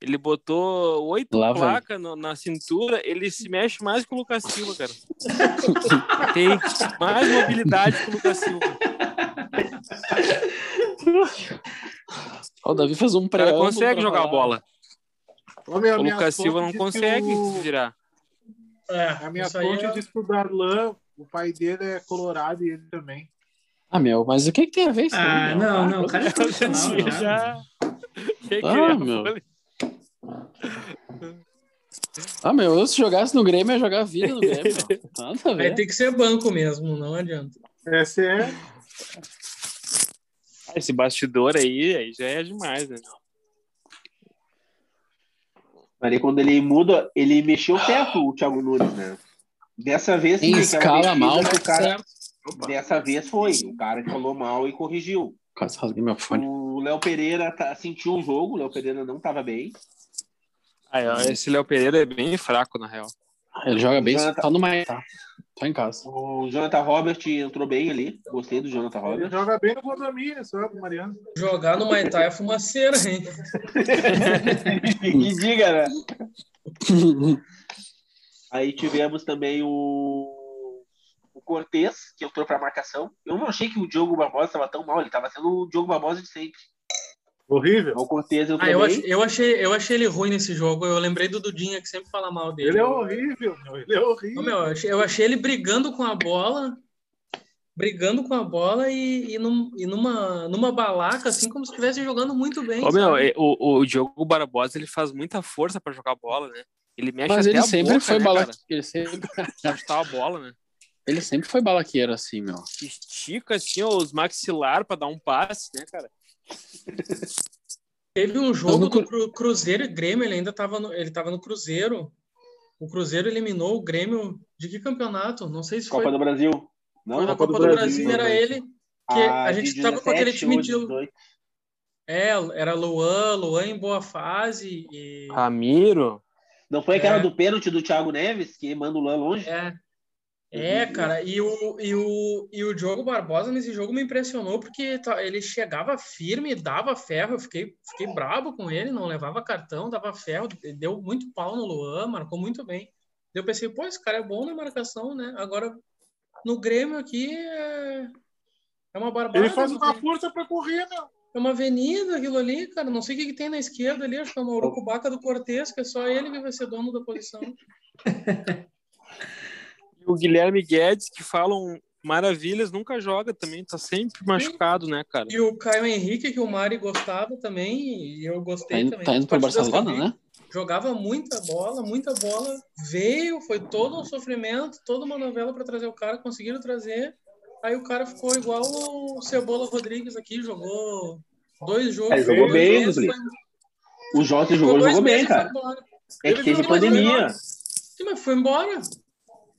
Speaker 4: Ele botou oito
Speaker 2: Lá vai.
Speaker 4: placas no- na cintura. Ele se mexe mais que o Lucas Silva, cara. Tem mais mobilidade que o Lucas Silva.
Speaker 2: Ó, o Davi fez um
Speaker 4: O cara
Speaker 2: pré
Speaker 4: consegue jogar a bola.
Speaker 7: Ô, meu,
Speaker 4: O
Speaker 7: minhas
Speaker 4: Lucas Silva não
Speaker 7: fontes diz que
Speaker 4: consegue
Speaker 7: o-
Speaker 4: se virar.
Speaker 3: É,
Speaker 7: A minha
Speaker 3: isso aí
Speaker 7: fonte
Speaker 3: é-
Speaker 7: diz que o Darlan, o pai dele é colorado e ele também.
Speaker 2: Ah, meu, mas o que, que tem a ver isso? aí,
Speaker 1: Ah,
Speaker 2: meu?
Speaker 1: não, não, o
Speaker 2: coisa
Speaker 1: cara é
Speaker 7: Ah,
Speaker 1: profissional já.
Speaker 2: assim,
Speaker 4: Já. Já
Speaker 2: Ah,
Speaker 4: queria,
Speaker 2: meu.
Speaker 4: falei.
Speaker 2: Ah, meu, eu se jogasse no Grêmio, eu ia jogar a vida no Grêmio. meu. Nada a
Speaker 3: aí
Speaker 2: ver.
Speaker 3: tem que ser banco mesmo, não adianta.
Speaker 7: Essa é.
Speaker 4: Ah, Esse bastidor aí, aí já é demais, né?
Speaker 6: Mas aí quando ele muda, ele mexeu o teto, o Thiago Nunes, né? Dessa vez
Speaker 2: Em
Speaker 6: aquela
Speaker 2: escala
Speaker 6: pesquisa
Speaker 2: mal,
Speaker 6: que
Speaker 2: tá
Speaker 6: o cara.
Speaker 2: certo.
Speaker 6: Dessa vez foi. O cara falou mal e corrigiu.
Speaker 2: Quase rasguei meu fone.
Speaker 6: O Léo Pereira tá- sentiu o jogo, o Léo Pereira não tava bem.
Speaker 4: Ah, ó, esse Léo Pereira é bem fraco, na real.
Speaker 2: Ah, Ele joga bem,
Speaker 6: Jonathan-
Speaker 2: só no Maitá. Só em casa.
Speaker 6: O Jonathan Robert entrou bem ali. Gostei do Jonathan
Speaker 7: Ele
Speaker 6: Robert.
Speaker 7: joga bem no condomínio, sabe, Mariano?
Speaker 3: Jogar no Maitá é fumaceira, hein?
Speaker 6: que diga, né? Aí tivemos também o, o Cortez, que entrou pra marcação. Eu não achei que o Diogo Barbosa estava tão mal, ele tava sendo o Diogo Barbosa de sempre.
Speaker 7: Horrível.
Speaker 6: O Cortez entrou
Speaker 3: Ah, eu,
Speaker 6: bem.
Speaker 3: ach- eu achei, eu achei ele ruim nesse jogo. Eu lembrei do Dudinha que sempre fala mal dele.
Speaker 7: Ele é horrível, meu. Ele é
Speaker 3: Não,
Speaker 7: horrível.
Speaker 3: meu, eu, achei, eu achei ele brigando com a bola, brigando com a bola e, e, num- e numa, numa balaca, assim, como se estivesse jogando muito bem.
Speaker 4: Ô, meu,
Speaker 3: sabe?
Speaker 4: é- o, o Diogo Barbosa ele faz muita força pra jogar bola, né? Ele mexe
Speaker 2: Mas
Speaker 4: até
Speaker 2: ele
Speaker 4: a
Speaker 2: sempre
Speaker 4: boca,
Speaker 2: foi
Speaker 4: né,
Speaker 2: bala...
Speaker 4: cara?
Speaker 2: ele, sempre...
Speaker 4: Pra Ajustar a bola, né?
Speaker 2: ele sempre foi balaqueiro, assim, meu.
Speaker 4: Estica assim ó, os maxilar pra dar um passe, né, cara?
Speaker 3: Teve um jogo
Speaker 2: no Cru-
Speaker 3: do Cru- Cruzeiro e Grêmio, ele ainda estava no, ele tava no Cruzeiro. O Cruzeiro eliminou o Grêmio de que campeonato? Não sei se foi,
Speaker 6: Copa do Brasil. Não, Ah,
Speaker 3: foi na Copa, do Brasil, era ele. Que a, gente
Speaker 6: de
Speaker 3: tava com aquele
Speaker 6: 17
Speaker 3: time
Speaker 6: ou
Speaker 3: de.
Speaker 6: 18.
Speaker 3: É, era Luan, Luan em boa fase. E...
Speaker 4: Ramiro.
Speaker 6: Não foi aquela
Speaker 3: É.
Speaker 6: do pênalti do Thiago Neves, que manda o Lan longe?
Speaker 3: É. É, cara, e o, e, o, e o Diogo Barbosa nesse jogo me impressionou porque ta- ele chegava firme, dava ferro, eu fiquei, fiquei brabo com ele, não levava cartão, dava ferro, deu muito pau no Luan, marcou muito bem. Eu pensei, pô, esse cara é bom na marcação, né? Agora, no Grêmio aqui, é, é uma barbada,
Speaker 7: Ele faz
Speaker 3: não
Speaker 7: uma
Speaker 3: tem-
Speaker 7: força pra correr, meu.
Speaker 3: é uma avenida aquilo ali, cara, não sei o que, que tem na esquerda ali, acho que é uma urucubaca do Cortez, que é só ele que vai ser dono da posição.
Speaker 4: E o Guilherme Guedes, que falam maravilhas, nunca joga também, tá sempre machucado, né, cara?
Speaker 3: E o Caio Henrique, que o Mari gostava também, e eu
Speaker 2: Tá
Speaker 3: gostei
Speaker 2: indo,
Speaker 3: também.
Speaker 2: tá indo pro
Speaker 3: Partidas
Speaker 2: Barcelona,
Speaker 3: que
Speaker 2: né?
Speaker 3: vi, Jogava muita bola, muita bola. Veio, foi todo um sofrimento, toda uma novela para trazer o cara, conseguiram trazer. Aí o cara ficou igual o Cebola Rodrigues aqui, jogou dois jogos.
Speaker 6: É, jogou
Speaker 3: dois
Speaker 6: bem,
Speaker 3: meses,
Speaker 6: Dublin.
Speaker 3: foi,
Speaker 6: O Jota jogou, jogou, jogou bem, cara. É que teve pandemia.
Speaker 3: Sim, mas foi embora.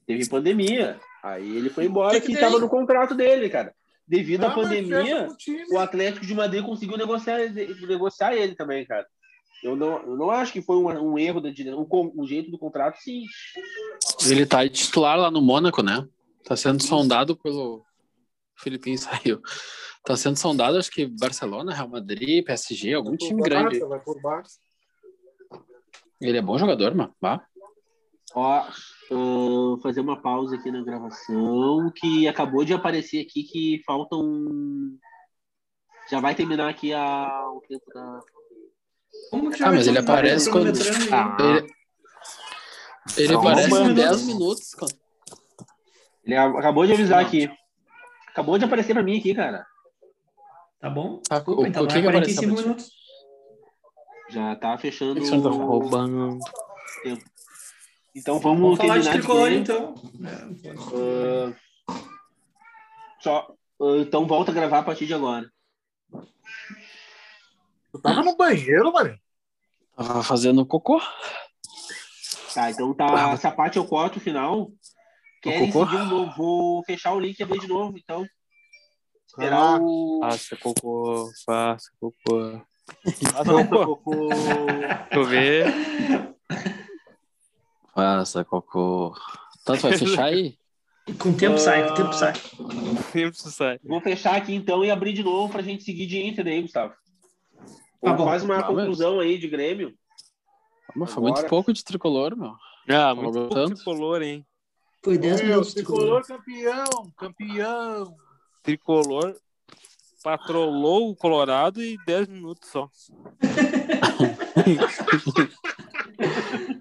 Speaker 6: Teve pandemia. Aí ele foi embora
Speaker 3: Que
Speaker 6: que,
Speaker 3: que
Speaker 6: tava
Speaker 3: tem?
Speaker 6: no contrato dele, cara. Devido
Speaker 7: Ah,
Speaker 6: à
Speaker 7: mas fecha
Speaker 6: pandemia,
Speaker 7: com o time.
Speaker 6: o Atlético de Madrid conseguiu negociar, negociar ele também, cara. Eu não, eu não acho que foi um, um erro da direção. O, con- o jeito do contrato, sim.
Speaker 2: Ele tá titular lá no Mônaco, né? Tá sendo sondado pelo. O Filipinho saiu. Tá sendo sondado, acho que Barcelona, Real Madrid, PSG, algum
Speaker 1: é um
Speaker 2: time
Speaker 7: Vai por
Speaker 2: grande.
Speaker 7: Barça, vai por Barça.
Speaker 2: Ele é bom jogador, mano. Bah.
Speaker 6: Ó, ahn, vou fazer uma pausa aqui na gravação, que acabou de aparecer aqui que falta um. Já vai terminar aqui a... o tempo da.
Speaker 3: Como que
Speaker 2: Ah, mas ele
Speaker 3: vai terminar
Speaker 2: aparece
Speaker 3: esse
Speaker 2: quando.
Speaker 3: cronometrando aí?
Speaker 2: Ah. Ele, ele
Speaker 4: Calma,
Speaker 2: aparece
Speaker 6: mano.
Speaker 2: em 10 minutos. cara.
Speaker 6: Ele a- acabou de avisar aqui. Acabou de aparecer pra mim aqui, cara.
Speaker 1: Tá bom?
Speaker 2: Tá, o,
Speaker 1: Então
Speaker 2: o
Speaker 1: não
Speaker 2: que
Speaker 1: é
Speaker 2: que apareceu?
Speaker 1: 45
Speaker 2: pra ti?
Speaker 1: minutos.
Speaker 6: Já tá fechando.
Speaker 2: Esse ano tá
Speaker 4: Roubando.
Speaker 6: Então vamos,
Speaker 1: Vamos falar de
Speaker 6: terminar
Speaker 1: tricolor,
Speaker 6: aqui.
Speaker 1: então.
Speaker 6: Ah, só, ah, então volta a gravar a partir de agora.
Speaker 7: Tu tava no banheiro, mano.
Speaker 2: Tava fazendo cocô.
Speaker 6: Tá, então tá. Essa parte eu corto o final. Querem
Speaker 2: cocô?
Speaker 6: seguir, eu vou fechar o link e abrir de novo, então.
Speaker 7: Ah.
Speaker 6: Esperar o.
Speaker 4: Faça cocô, faça cocô.
Speaker 7: Nossa, cocô.
Speaker 4: Deixa eu ver.
Speaker 2: Faça cocô. Tá, tu vai fechar aí?
Speaker 1: É, Com o tempo sai, com o tempo sai.
Speaker 4: Sempre sai.
Speaker 6: Vou fechar aqui então e abrir de novo pra gente seguir de Inter aí, Gustavo.
Speaker 1: Tá
Speaker 6: Ou
Speaker 1: bom.
Speaker 6: Faz
Speaker 4: Ah,
Speaker 6: uma
Speaker 2: Tá
Speaker 6: conclusão aí de Grêmio.
Speaker 2: Mas foi muito
Speaker 6: Agora.
Speaker 2: pouco de tricolor, meu.
Speaker 4: Ah,
Speaker 2: Falou
Speaker 4: muito pouco
Speaker 2: tanto.
Speaker 4: tricolor, hein?
Speaker 1: Foi 10
Speaker 7: Meu,
Speaker 1: minutos. tricolor.
Speaker 7: É, tricolor campeão, campeão.
Speaker 4: Tricolor patrolou o Colorado e 10 minutos só.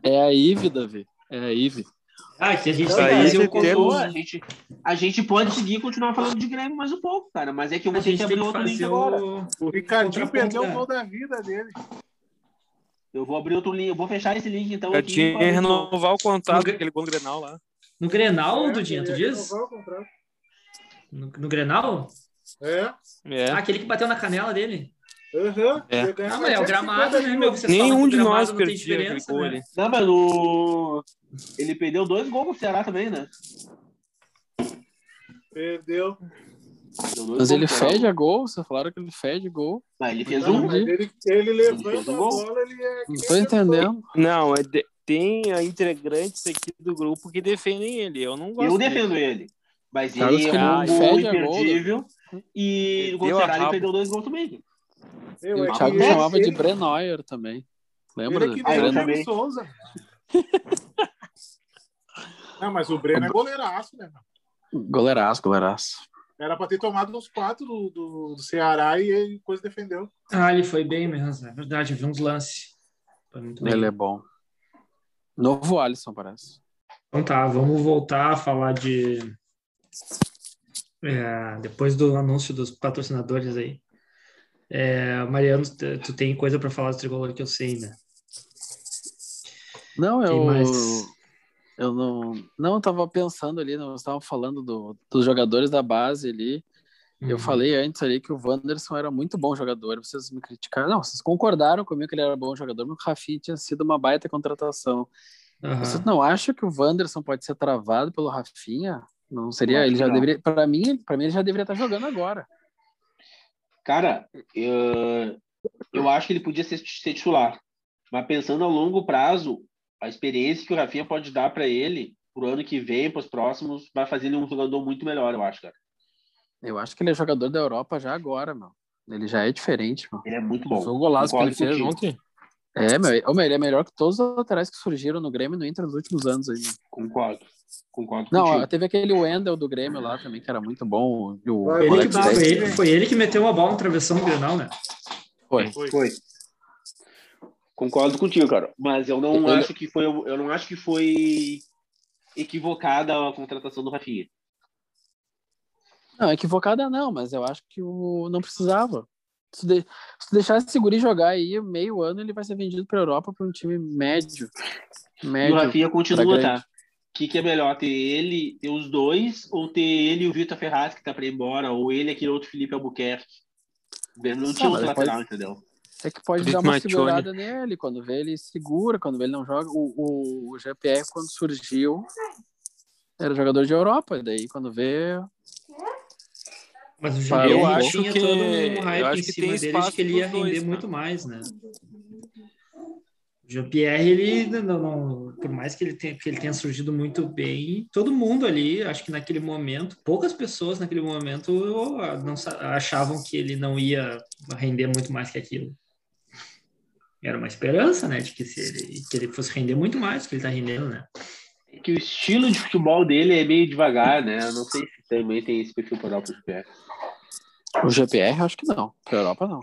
Speaker 2: É a Ive, Davi. É a Ive.
Speaker 1: Ah, que a gente
Speaker 6: Não,
Speaker 1: tem
Speaker 4: Aí
Speaker 1: que
Speaker 6: cara,
Speaker 1: fazer
Speaker 6: esse
Speaker 1: um
Speaker 4: você tem
Speaker 6: cocô,
Speaker 1: concurso.
Speaker 6: a, gente, a gente pode seguir e continuar falando de Grêmio mais um pouco, cara. Mas é que eu
Speaker 1: A
Speaker 6: vou ter que
Speaker 1: gente tem
Speaker 6: abrir
Speaker 1: que
Speaker 6: outro link
Speaker 1: fazer
Speaker 6: agora.
Speaker 1: o...
Speaker 7: O Ricardinho
Speaker 1: Contraponto,
Speaker 7: perdeu o
Speaker 1: né?
Speaker 7: gol da vida dele.
Speaker 6: Eu vou abrir outro link. Eu vou fechar esse link então.
Speaker 4: Eu
Speaker 6: aqui
Speaker 4: tinha
Speaker 6: pra
Speaker 4: que
Speaker 6: abrir de novo.
Speaker 4: renovar o contato
Speaker 1: No-
Speaker 4: daquele gol do Grenal lá.
Speaker 1: No Grenal,
Speaker 7: É,
Speaker 1: Dudinho, tu
Speaker 7: queria
Speaker 1: diz?
Speaker 7: renovar o contrato.
Speaker 1: No, no Grenal?
Speaker 7: É,
Speaker 1: Ah,
Speaker 4: É.
Speaker 1: aquele que bateu na canela dele.
Speaker 7: aham.
Speaker 4: É.
Speaker 7: Ia ganhar
Speaker 1: Ah, mas é o
Speaker 7: 750
Speaker 1: gramado, né,
Speaker 7: mil.
Speaker 1: meu? Vocês falam que
Speaker 4: Nenhum
Speaker 1: o
Speaker 4: de
Speaker 1: gramado
Speaker 4: nós
Speaker 1: não tem
Speaker 4: perdia aquele
Speaker 1: diferença,
Speaker 4: gol
Speaker 1: né?
Speaker 4: ali.
Speaker 6: Não, mas o... ele perdeu dois gols pro Ceará também, né?
Speaker 7: Perdeu.
Speaker 6: Perdeu dois
Speaker 2: Mas
Speaker 6: gols
Speaker 2: ele
Speaker 6: pro Ceará.
Speaker 2: fede a gol? Vocês falaram que ele fede gol?
Speaker 6: Não, ele fez
Speaker 7: Não,
Speaker 6: um.
Speaker 7: mas ele, ele
Speaker 6: fez
Speaker 7: levanta
Speaker 6: um
Speaker 7: a
Speaker 6: gol.
Speaker 7: bola, ele é.
Speaker 2: Não tô entendendo.
Speaker 4: Não, é de- tem a integrantes aqui do grupo que defendem ele. Eu não gosto.
Speaker 6: Eu defendo ele. Mas
Speaker 2: Cara,
Speaker 6: ele
Speaker 2: os
Speaker 6: é
Speaker 2: que
Speaker 4: não
Speaker 6: um gol
Speaker 2: fede é gol,
Speaker 6: imperdível. E contra
Speaker 4: Deu
Speaker 6: o
Speaker 4: a
Speaker 6: Ceará ele
Speaker 4: rabo.
Speaker 6: perdeu dois gols também.
Speaker 7: Meu,
Speaker 2: O
Speaker 7: é que
Speaker 2: Thiago
Speaker 7: ele-
Speaker 2: chamava de
Speaker 7: ele-
Speaker 2: Brenoyer também. Lembra?
Speaker 7: Ele é que
Speaker 6: Ah,
Speaker 7: nem
Speaker 6: eu
Speaker 2: Breno-
Speaker 7: o
Speaker 6: também.
Speaker 7: Diego Souza. Não, mas o Breno é goleiraço, né? meu?
Speaker 2: Goleiraço, goleiraço.
Speaker 7: Era pra ter tomado uns quatro do, do, do Ceará e ele coisa defendeu.
Speaker 1: Ah, ele foi bem mesmo, é verdade. Eu vi uns lances. Foi muito bem.
Speaker 2: Ele é bom. Novo Alisson, parece.
Speaker 1: Então tá, vamos voltar a falar de. é, depois do anúncio dos patrocinadores aí. É, Mariano, tu tu tem coisa para falar do tricolor que eu sei ainda.
Speaker 2: Não,
Speaker 1: Tem
Speaker 2: eu.
Speaker 1: mais?
Speaker 2: Eu não. Não, eu tava pensando ali, nós estávamos falando do- dos jogadores da base ali. Eu
Speaker 1: Uhum.
Speaker 2: falei antes ali que o Wanderson era muito bom jogador. Vocês me criticaram. Não, vocês concordaram comigo que ele era bom jogador, mas o Rafinha tinha sido uma baita contratação.
Speaker 1: Aham.
Speaker 6: Ah.
Speaker 2: Vocês não acham que o Wanderson pode ser travado pelo Rafinha? Não
Speaker 6: Eu
Speaker 2: seria.
Speaker 6: acho
Speaker 2: Ele
Speaker 6: que
Speaker 2: já
Speaker 6: não.
Speaker 2: deveria. Para mim, para mim, ele já deveria estar jogando agora.
Speaker 6: Cara, eu, eu acho que ele podia ser, ser titular. Mas pensando a longo prazo, a experiência que o Rafinha pode dar pra ele pro ano que vem, pros próximos, vai fazer ele um jogador muito melhor, eu acho, cara.
Speaker 2: Eu acho que ele é jogador da Europa já agora, mano. Ele já é diferente, mano.
Speaker 6: Ele é muito bom.
Speaker 2: Foi o golaço que
Speaker 6: Concordo
Speaker 2: ele fez
Speaker 6: contigo.
Speaker 2: ontem. É, meu, ô, meu, ele é melhor que todos os laterais que surgiram no Grêmio e no Inter nos últimos anos aí. meu.
Speaker 6: Concordo. Concordo
Speaker 2: Não, ó,
Speaker 6: contigo.
Speaker 2: teve aquele Wendel do Grêmio lá também, que era muito bom. e O
Speaker 7: Vai,
Speaker 1: Ele
Speaker 2: moleque
Speaker 1: que-
Speaker 7: Alex
Speaker 1: foi,
Speaker 2: dez-
Speaker 1: ele, foi ele que meteu uma bola no travessão do Grenal, né?
Speaker 2: foi.
Speaker 7: Foi.
Speaker 6: Foi. Concordo contigo, cara. Mas eu não
Speaker 2: Ele-
Speaker 6: acho que foi, eu não acho que foi equivocada a contratação do Rafinha.
Speaker 2: Não, equivocada não, mas eu acho que o... não precisava. Se, de... Se tu deixasse esse guri jogar aí meio ano, ele vai ser vendido pra Europa pra um time médio.
Speaker 6: E o
Speaker 2: Médio.
Speaker 6: Rafinha continua,
Speaker 2: grande.
Speaker 6: tá? O que, que é melhor, ter ele, ter os dois, ou ter ele e o Vitor Ferraz, que tá pra ir embora, ou ele e aquele outro Felipe Albuquerque? O Grêmio não
Speaker 2: Ah,
Speaker 6: tinha
Speaker 2: mas
Speaker 6: outro
Speaker 2: pode-
Speaker 6: lateral, entendeu?
Speaker 2: É que pode
Speaker 4: Felipe
Speaker 2: dar uma
Speaker 4: Mattioni.
Speaker 2: segurada nele, quando vê ele segura, quando vê ele não joga. O, o, o GPR, quando surgiu, era jogador de Europa, e daí quando vê.
Speaker 1: Mas o
Speaker 2: Pá, eu
Speaker 1: Javier ele
Speaker 4: acho
Speaker 1: tinha
Speaker 4: que-
Speaker 1: todo um hype
Speaker 4: eu acho
Speaker 1: em cima
Speaker 4: que tem
Speaker 1: dele de
Speaker 4: espaço
Speaker 1: que ele ia
Speaker 4: pros dois,
Speaker 1: render
Speaker 4: né?
Speaker 1: muito mais, né? O Jean-Pierre, ele, não- não- não- por mais que ele, tenha, que ele tenha surgido muito bem, todo mundo ali, acho que naquele momento, poucas pessoas naquele momento ó, não sa- achavam que ele não ia render muito mais que aquilo. Era uma esperança, né, de que, se ele, que ele fosse render muito mais do que ele está rendendo, né?
Speaker 6: Que o estilo de futebol dele é meio devagar, né? Eu não sei se também tem esse perfil para dar pro pé.
Speaker 2: O GPR, acho que não. Pra Europa, não.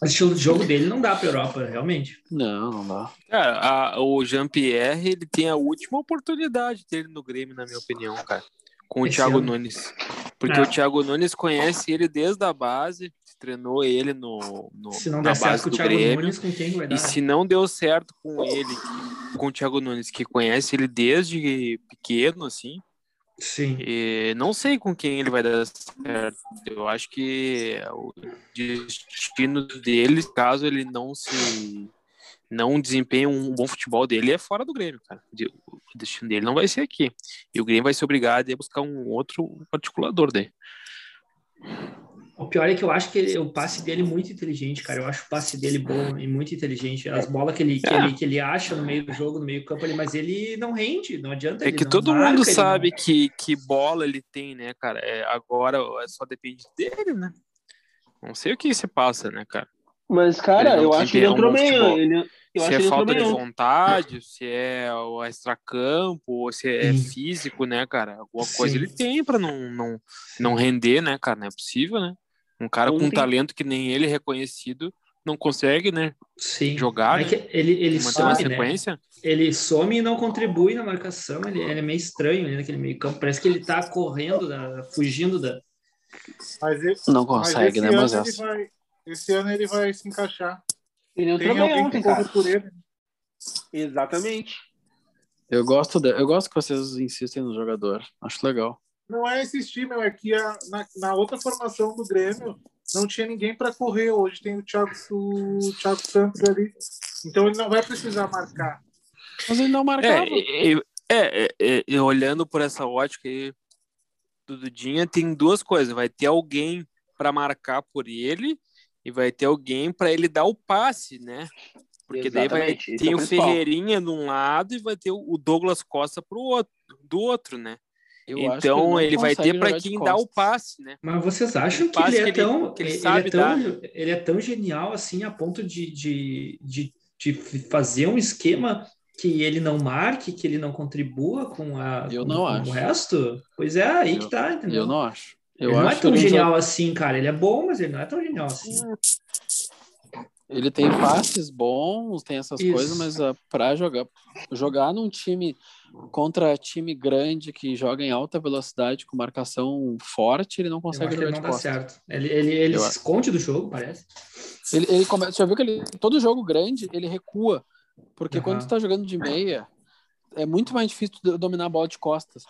Speaker 1: O estilo de jogo dele não dá para Europa, realmente.
Speaker 2: Não, não dá.
Speaker 4: Cara, a- o Jean-Pierre, ele tem a última oportunidade dele no Grêmio, na minha opinião, cara. Com o
Speaker 1: Esse
Speaker 4: Thiago
Speaker 1: ano.
Speaker 4: Nunes. Porque
Speaker 1: É.
Speaker 4: o Thiago Nunes conhece ele desde a base, treinou ele no, no-
Speaker 1: Se não
Speaker 4: na
Speaker 1: der certo com
Speaker 4: base
Speaker 1: o
Speaker 4: do
Speaker 1: Thiago
Speaker 4: Grêmio.
Speaker 1: Nunes, com quem vai dar?
Speaker 4: E se não deu certo com ele, com o Thiago Nunes, que conhece ele desde pequeno, assim,
Speaker 1: Sim.
Speaker 4: e não sei com quem ele vai dar certo. Eu acho que o destino dele, caso ele não se não desempenhe um bom futebol dele, é fora do Grêmio, cara. De- O destino dele não vai ser aqui. E o Grêmio vai ser obrigado a buscar um outro articulador daí.
Speaker 1: O pior é que eu acho que ele- o passe dele é muito inteligente, cara. Eu acho o passe dele bom e muito inteligente. As bolas que ele, que
Speaker 4: É.
Speaker 1: ele, que ele acha no meio do jogo, no meio do campo, ele, mas ele não rende, não adianta.
Speaker 4: É
Speaker 1: ele
Speaker 4: que
Speaker 1: não
Speaker 4: todo
Speaker 1: marca,
Speaker 4: mundo
Speaker 1: ele
Speaker 4: sabe que, que bola ele tem, né, cara? É, agora é, só depende dele, né? Não sei o que se passa, né, cara?
Speaker 6: Mas, cara,
Speaker 4: Ele não
Speaker 6: eu
Speaker 4: tem
Speaker 6: acho que ele
Speaker 4: um
Speaker 6: entrou
Speaker 4: bom
Speaker 6: bem.
Speaker 4: futebol.
Speaker 6: Ele, eu acho
Speaker 4: se
Speaker 6: que
Speaker 4: é
Speaker 6: ele entrou
Speaker 4: falta de
Speaker 6: bem.
Speaker 4: vontade, se é o extracampo, ou se é
Speaker 1: Sim.
Speaker 4: físico, né, cara? Alguma
Speaker 1: Sim.
Speaker 4: coisa ele tem pra não, não, não render, né, cara? Não é possível, né? Um cara com um
Speaker 6: Ontem-
Speaker 4: talento que nem ele reconhecido não consegue, né?
Speaker 1: Sim.
Speaker 4: jogar,
Speaker 1: É
Speaker 4: né?
Speaker 1: que ele, ele
Speaker 4: manter uma
Speaker 1: some, né?
Speaker 4: sequência.
Speaker 1: Ele some e não contribui na marcação. Ele, ele é meio estranho ali naquele meio campo. Parece que ele tá correndo, da- fugindo da.
Speaker 7: Mas ele, mas
Speaker 2: Não consegue,
Speaker 7: esse
Speaker 2: né?
Speaker 7: ano
Speaker 2: Mas
Speaker 7: ele
Speaker 2: essa.
Speaker 7: vai, esse ano ele vai se encaixar.
Speaker 6: Ele entrou
Speaker 7: Tem
Speaker 6: bem
Speaker 7: alguém
Speaker 6: ontem,
Speaker 7: que
Speaker 6: cara.
Speaker 7: corre por ele.
Speaker 6: Exatamente.
Speaker 2: Eu gosto, da- eu gosto que vocês insistem no jogador. Acho legal.
Speaker 7: Não é insistir, meu, é que a- na, na outra formação do Grêmio não tinha ninguém para correr. Hoje tem o Thiago, o Thiago Santos ali. Então ele não vai precisar marcar.
Speaker 2: Mas ele não
Speaker 4: É,
Speaker 2: marcava.
Speaker 4: eu- é, é, é, eu olhando por essa ótica aí do Dudinha, tem duas coisas. Vai ter alguém pra marcar por ele e vai ter alguém pra ele dar o passe, né? Porque daí vai
Speaker 6: Exatamente, esse
Speaker 4: ter
Speaker 6: é o
Speaker 4: o
Speaker 6: principal.
Speaker 4: Ferreirinha de um lado e vai ter o Douglas Costa pro outro, do outro, né?
Speaker 2: Eu acho que
Speaker 4: então
Speaker 2: não
Speaker 4: ele vai
Speaker 2: consegue
Speaker 4: ter pra
Speaker 2: jogar de
Speaker 4: quem dá o
Speaker 2: costas.
Speaker 4: passe, né?
Speaker 1: Mas vocês acham que
Speaker 4: passe
Speaker 1: ele é
Speaker 4: que ele-
Speaker 1: tão.
Speaker 4: que ele
Speaker 1: ele é
Speaker 4: sabe
Speaker 1: tão- ele é tão genial assim a ponto de, de, de, de fazer um esquema que ele não marque, que ele não contribua com, a,
Speaker 2: Eu
Speaker 1: com-
Speaker 2: não
Speaker 1: com
Speaker 2: acho.
Speaker 1: o resto? Pois é, aí
Speaker 2: Eu-
Speaker 1: que tá, entendeu?
Speaker 2: Eu
Speaker 4: né?
Speaker 2: não acho. Eu
Speaker 1: ele não
Speaker 2: acho
Speaker 1: é
Speaker 2: que
Speaker 1: tão
Speaker 2: ele
Speaker 1: genial assim, cara. Ele é bom, mas ele não é tão genial assim.
Speaker 2: Ele tem passes bons, tem essas
Speaker 1: Isso.
Speaker 2: coisas, mas ah, pra jogar jogar num time contra time grande que joga em alta velocidade com marcação forte, ele não
Speaker 1: Eu acho
Speaker 2: consegue
Speaker 1: que ele
Speaker 2: jogar
Speaker 1: não
Speaker 2: de
Speaker 1: dá
Speaker 2: costas.
Speaker 1: certo. Ele, ele, ele
Speaker 2: Eu
Speaker 1: se
Speaker 2: acho.
Speaker 1: esconde do jogo, parece.
Speaker 2: Ele, ele começa, já viu que ele todo jogo grande, ele recua, porque
Speaker 1: Aham.
Speaker 2: quando tu tá jogando de meia, é muito mais difícil tu dominar a bola de costas.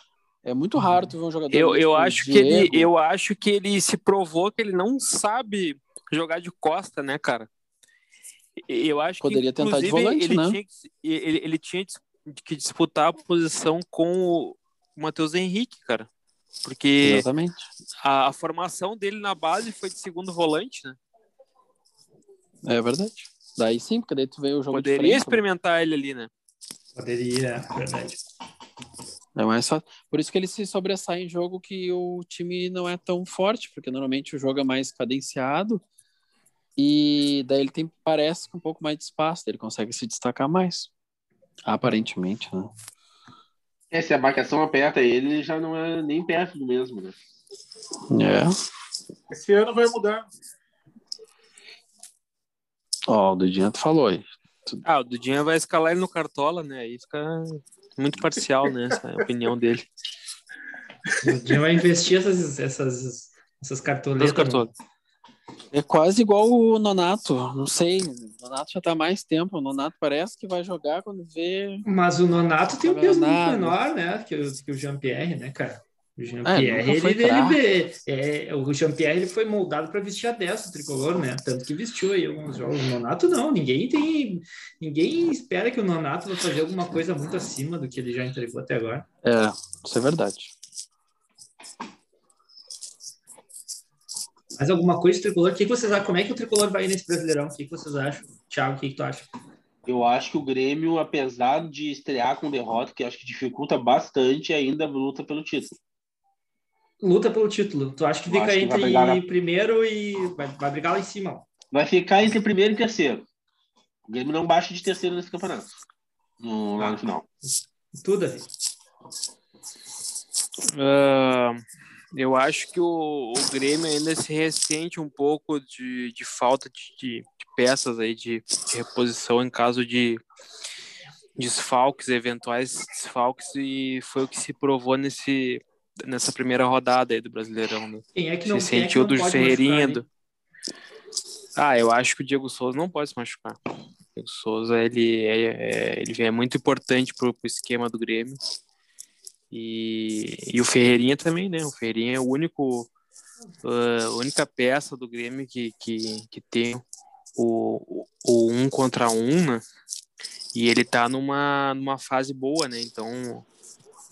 Speaker 2: É muito raro tu ver um jogador
Speaker 4: Eu,
Speaker 2: ali,
Speaker 4: eu
Speaker 2: tipo,
Speaker 4: acho que ele,
Speaker 2: Diego.
Speaker 4: eu acho que ele se provou que ele não sabe jogar de costa, né, cara? E- Eu acho
Speaker 2: Poderia
Speaker 4: que
Speaker 2: tentar de
Speaker 4: inclusive,
Speaker 2: volante,
Speaker 4: ele
Speaker 2: né?
Speaker 4: tinha que, se- ele, ele tinha dis- que disputar a posição com o Matheus Henrique, cara. Porque
Speaker 2: Exatamente.
Speaker 4: a, a formação dele na base foi de segundo volante, né?
Speaker 2: É verdade. Daí sim, porque daí tu vê o jogo né? de
Speaker 4: Poderia
Speaker 2: frente,
Speaker 4: experimentar ele ali, né?
Speaker 1: Poderia, é verdade.
Speaker 2: É mais fácil. Por isso que ele se sobressai em jogo que o time não é tão forte, porque normalmente o jogo é mais cadenciado e daí ele tem, parece, com um pouco mais de espaço, daí ele consegue se destacar mais. Aparentemente, né?
Speaker 6: É, se a marcação aperta ele, ele já não é nem perto do mesmo, né?
Speaker 2: É.
Speaker 7: Esse ano vai mudar.
Speaker 2: Ó, o Dudinho tu falou aí.
Speaker 4: Ah, o Dudinha vai escalar ele no Cartola, né? Aí fica muito parcial, né? Essa opinião dele.
Speaker 1: O Dinho vai investir essas, essas, essas cartoletas.
Speaker 4: Dois cartolas.
Speaker 2: É quase igual o Nonato, não sei. O Nonato já tá há mais tempo. O Nonato parece que vai jogar quando vê.
Speaker 1: Mas o Nonato tem um peso muito
Speaker 2: Nonato.
Speaker 1: menor, né? Que o, que o Jean-Pierre, né, cara? O Jean-Pierre, é, ele, ele, ele, é, o Jean-Pierre ele foi moldado para vestir a 10 do tricolor, né? Tanto que vestiu aí alguns jogos. O Nonato não, ninguém tem. Ninguém espera que o Nonato vai fazer alguma coisa muito acima do que ele já entregou até agora.
Speaker 4: É, isso é verdade.
Speaker 1: Mais alguma coisa do tricolor? O que, que vocês acham? Como é que o tricolor vai nesse brasileirão? O que, que vocês acham? Thiago, o que, que tu acha?
Speaker 6: Eu acho que o Grêmio, apesar de estrear com derrota, que acho que dificulta bastante, ainda luta pelo título.
Speaker 1: Luta pelo título. Tu acha que fica acho entre que na... primeiro e. Vai, vai, brigar lá em cima.
Speaker 6: Vai ficar entre primeiro e terceiro. O Grêmio não baixa de terceiro nesse campeonato. No, lá no final.
Speaker 1: Tudo, Davi.
Speaker 4: Uh, eu acho que o, o, Grêmio ainda se ressente um pouco de, de falta de, de, de peças aí de, de, reposição em caso de desfalques, eventuais desfalques, e foi o que se provou nesse, nessa primeira rodada aí do Brasileirão. Né?
Speaker 1: Quem é que não, né?
Speaker 4: se sentiu é do Ferreirinha. Do... Ah, eu acho que o Diego Souza não pode se machucar. O Diego Souza ele é, é ele é muito importante para o esquema do Grêmio. E, e, o Ferreirinha também, né? O Ferreirinha é o único, a uh, única peça do Grêmio que, que, que tem o, o, o, um contra um, né? E ele tá numa, numa fase boa, né? Então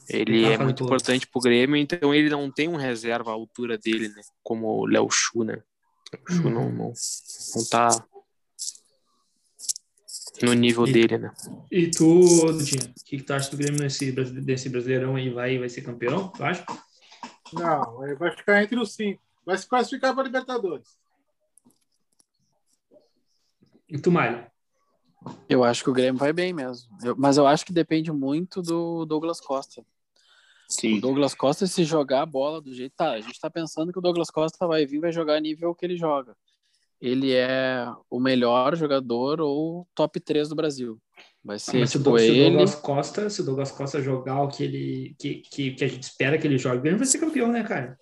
Speaker 4: ele ah, é muito boa. importante pro Grêmio, então ele não tem um reserva à altura dele, né? Como o Léo Chu, né? O Chu hum. não, não, não tá no nível
Speaker 1: e,
Speaker 4: dele, né?
Speaker 1: E tu, Dinho, o que, que tu acha do Grêmio nesse, nesse brasileirão aí? Vai, vai ser campeão, tu acha?
Speaker 7: Não, é, vai ficar entre os cinco. Vai se classificar para Libertadores.
Speaker 1: E tu, Mário?
Speaker 2: Eu acho que o Grêmio vai bem mesmo. Eu, mas eu acho que depende muito do Douglas Costa. Sim. O Douglas Costa, se jogar a bola do jeito. Tá, a gente tá pensando que o Douglas Costa vai vir vai jogar nível que ele joga ele é o melhor jogador ou top 3 do Brasil. Vai ser ah,
Speaker 1: se,
Speaker 2: tipo,
Speaker 1: se
Speaker 2: ele...
Speaker 1: Douglas Costa, se o Douglas Costa jogar o que ele que, que, que a gente espera que ele jogue, o Grêmio vai ser campeão, né, cara?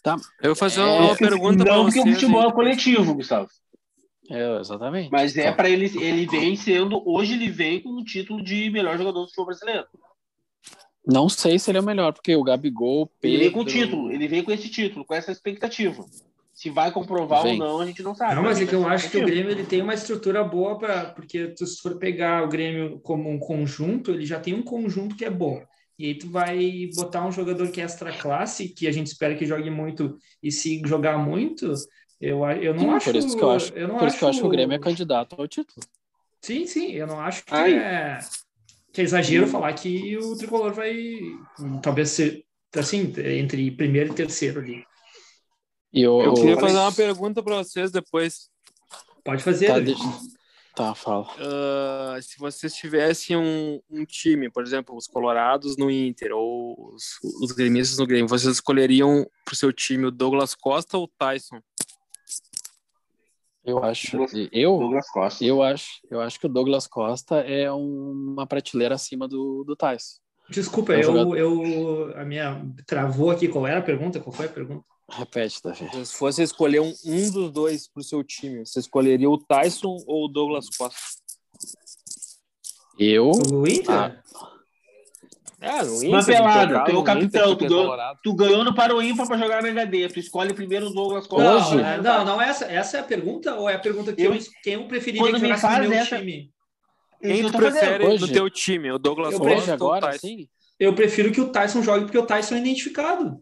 Speaker 4: Tá. Eu vou fazer é, uma pergunta
Speaker 6: Não, porque o futebol é coletivo, Gustavo.
Speaker 2: É, exatamente.
Speaker 6: Mas é tá. para ele, ele vem sendo, hoje ele vem com o título de melhor jogador do futebol brasileiro.
Speaker 2: Não sei se ele é o melhor, porque o Gabigol, Pedro...
Speaker 6: Ele vem com o título, ele vem com esse título, com essa expectativa. Se vai comprovar Gente. ou não, a gente não sabe.
Speaker 1: Não, mas é que eu acho que o Grêmio ele tem uma estrutura boa para, porque tu, se for pegar o Grêmio como um conjunto, ele já tem um conjunto que é bom. E aí tu vai botar um jogador que é extra classe, que a gente espera que jogue muito e se jogar muito, eu, eu não sim, acho.
Speaker 2: Por isso que eu acho. Eu não por acho, isso que eu acho que o Grêmio é candidato ao título.
Speaker 1: Sim, sim, eu não acho que, é, que é, exagero sim. falar que o Tricolor vai hum, talvez ser assim entre primeiro e terceiro ali.
Speaker 4: Eu,
Speaker 2: é
Speaker 4: eu, queria fazer uma pergunta para vocês depois.
Speaker 1: Pode fazer.
Speaker 2: Tá, deixa... tá fala.
Speaker 4: Uh, se vocês tivessem um, um, time, por exemplo, os Colorados no Inter ou os, os gremistas no Grêmio, vocês escolheriam para o seu time o Douglas Costa ou o Tyson?
Speaker 2: Eu acho, eu,
Speaker 6: Douglas Costa.
Speaker 2: eu acho, eu acho que o Douglas Costa é uma prateleira acima do, do Tyson.
Speaker 1: Desculpa, é um eu, eu, a minha travou aqui. Qual era a pergunta? Qual foi a pergunta?
Speaker 2: Repete, Davi.
Speaker 4: Se fosse escolher um, um dos dois para o seu time, você escolheria o Tyson ou o Douglas Costa?
Speaker 2: Eu?
Speaker 1: O Inter? Ah.
Speaker 6: É, no Inter. Uma pelada, tem o capitão. Tu, do, tu ganhou no Paroímpa para jogar na HD. Tu escolhe primeiro o Douglas Costa.
Speaker 1: Não, Hoje? É, não, não essa, essa é a pergunta ou é a pergunta que eu, eu quem eu preferiria que jogasse no meu essa... time?
Speaker 4: Quem tu prefere Hoje? no teu time? O Douglas Costa ou o Tyson? Sim.
Speaker 1: Eu prefiro que o Tyson jogue porque o Tyson é identificado.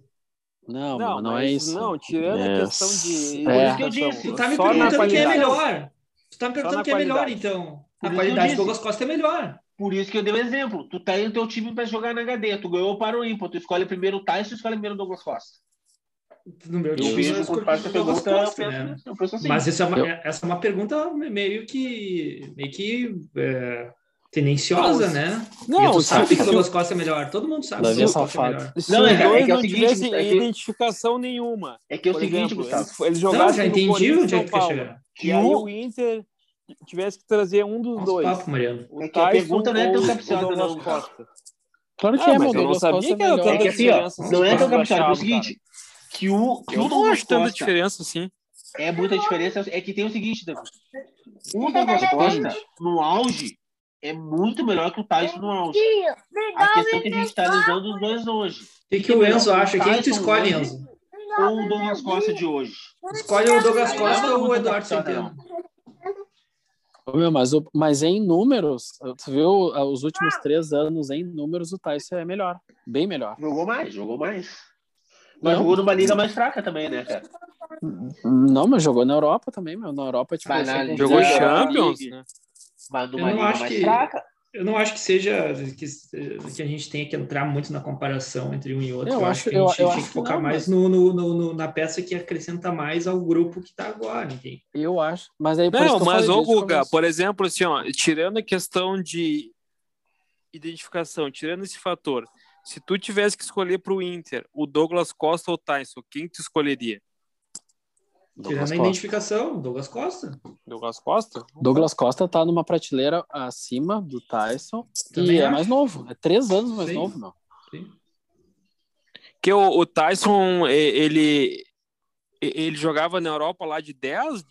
Speaker 2: Não, não, mano, não é isso.
Speaker 4: Não, tirando é. a questão de.
Speaker 1: É. Por que eu disse. Tu tá me Só perguntando quem é melhor. Tu tá me perguntando quem é melhor, então. A qualidade do Douglas Costa é melhor.
Speaker 6: Por isso que eu dei o um exemplo. Tu tá aí no teu time pra jogar na HD. Tu ganhou para o ímpar. Tu escolhe primeiro o Tyson, tu escolhe primeiro o Douglas Costa. assim,
Speaker 1: No meu time, eu vejo eu escolhi essa pergunta. Costa, né? eu penso assim. Mas essa é, uma, eu... essa é uma pergunta meio que. meio que. É tendenciosa, né? Não, sabe que o Douglas Costa é melhor. Todo mundo sabe
Speaker 2: Davi que o Douglas Costa é melhor.
Speaker 4: Não, é, é, é que é o seguinte, é que... identificação nenhuma.
Speaker 6: É que é o seguinte, Gustavo.
Speaker 4: Eles jogaram não,
Speaker 1: já entendi onde é que quer chegar.
Speaker 4: E aí o Inter tivesse que trazer um dos dois.
Speaker 1: Papo, Mariano.
Speaker 6: O é que a pergunta não é tão capciosa, não, Costa.
Speaker 2: Claro
Speaker 4: Ah,
Speaker 2: que é, mas eu não sabia
Speaker 6: que era tanta
Speaker 4: assim,
Speaker 6: diferença. Não é tão capciosa, é o seguinte, que o
Speaker 4: Eu não acho tanta diferença, assim. sim.
Speaker 6: É muita diferença. É que tem o seguinte, Davi. O Douglas Costa, no auge, é muito melhor que o Tyson no auge. A questão é que a gente está analisando os dois hoje.
Speaker 1: O que, o Enzo acha? Quem tu escolhe, Enzo?
Speaker 6: Ou o Douglas Costa de hoje?
Speaker 1: Escolhe o Douglas Costa ou o Eduardo Centeno?
Speaker 2: Meu, mas, o, mas é em números, tu viu ah, os últimos três anos, em números, o Tyson é melhor. Bem melhor.
Speaker 6: Jogou mais, jogou mais. Mas jogou numa liga mais fraca também, né, cara?
Speaker 2: Não, mas jogou na Europa também, meu. Na Europa, tipo,
Speaker 4: mas, na, jogou da, Champions, né?
Speaker 6: Mas numa liga mais que... fraca.
Speaker 1: Eu não acho que seja que, que a gente tenha que entrar muito na comparação entre um e outro.
Speaker 2: Eu,
Speaker 1: eu
Speaker 2: acho,
Speaker 1: que
Speaker 2: eu,
Speaker 1: a gente
Speaker 2: eu
Speaker 1: tem que focar não, mais no, no, no, na peça que acrescenta mais ao grupo que está agora. Entende?
Speaker 2: Eu acho. Mas aí
Speaker 4: Não, mas ô Guga, começo. por exemplo, assim, ó, tirando a questão de identificação, tirando esse fator, se tu tivesse que escolher para o Inter o Douglas Costa ou o Tyson, quem tu escolheria?
Speaker 1: Douglas Tirando Costa. a identificação, Douglas Costa.
Speaker 4: Douglas Costa?
Speaker 2: Douglas Costa tá numa prateleira acima do Tyson Também e
Speaker 1: um
Speaker 2: acho. é mais novo. É três anos mais Sim. novo, não. Sim.
Speaker 4: Que o, o, Tyson, ele, ele jogava na Europa lá de 10,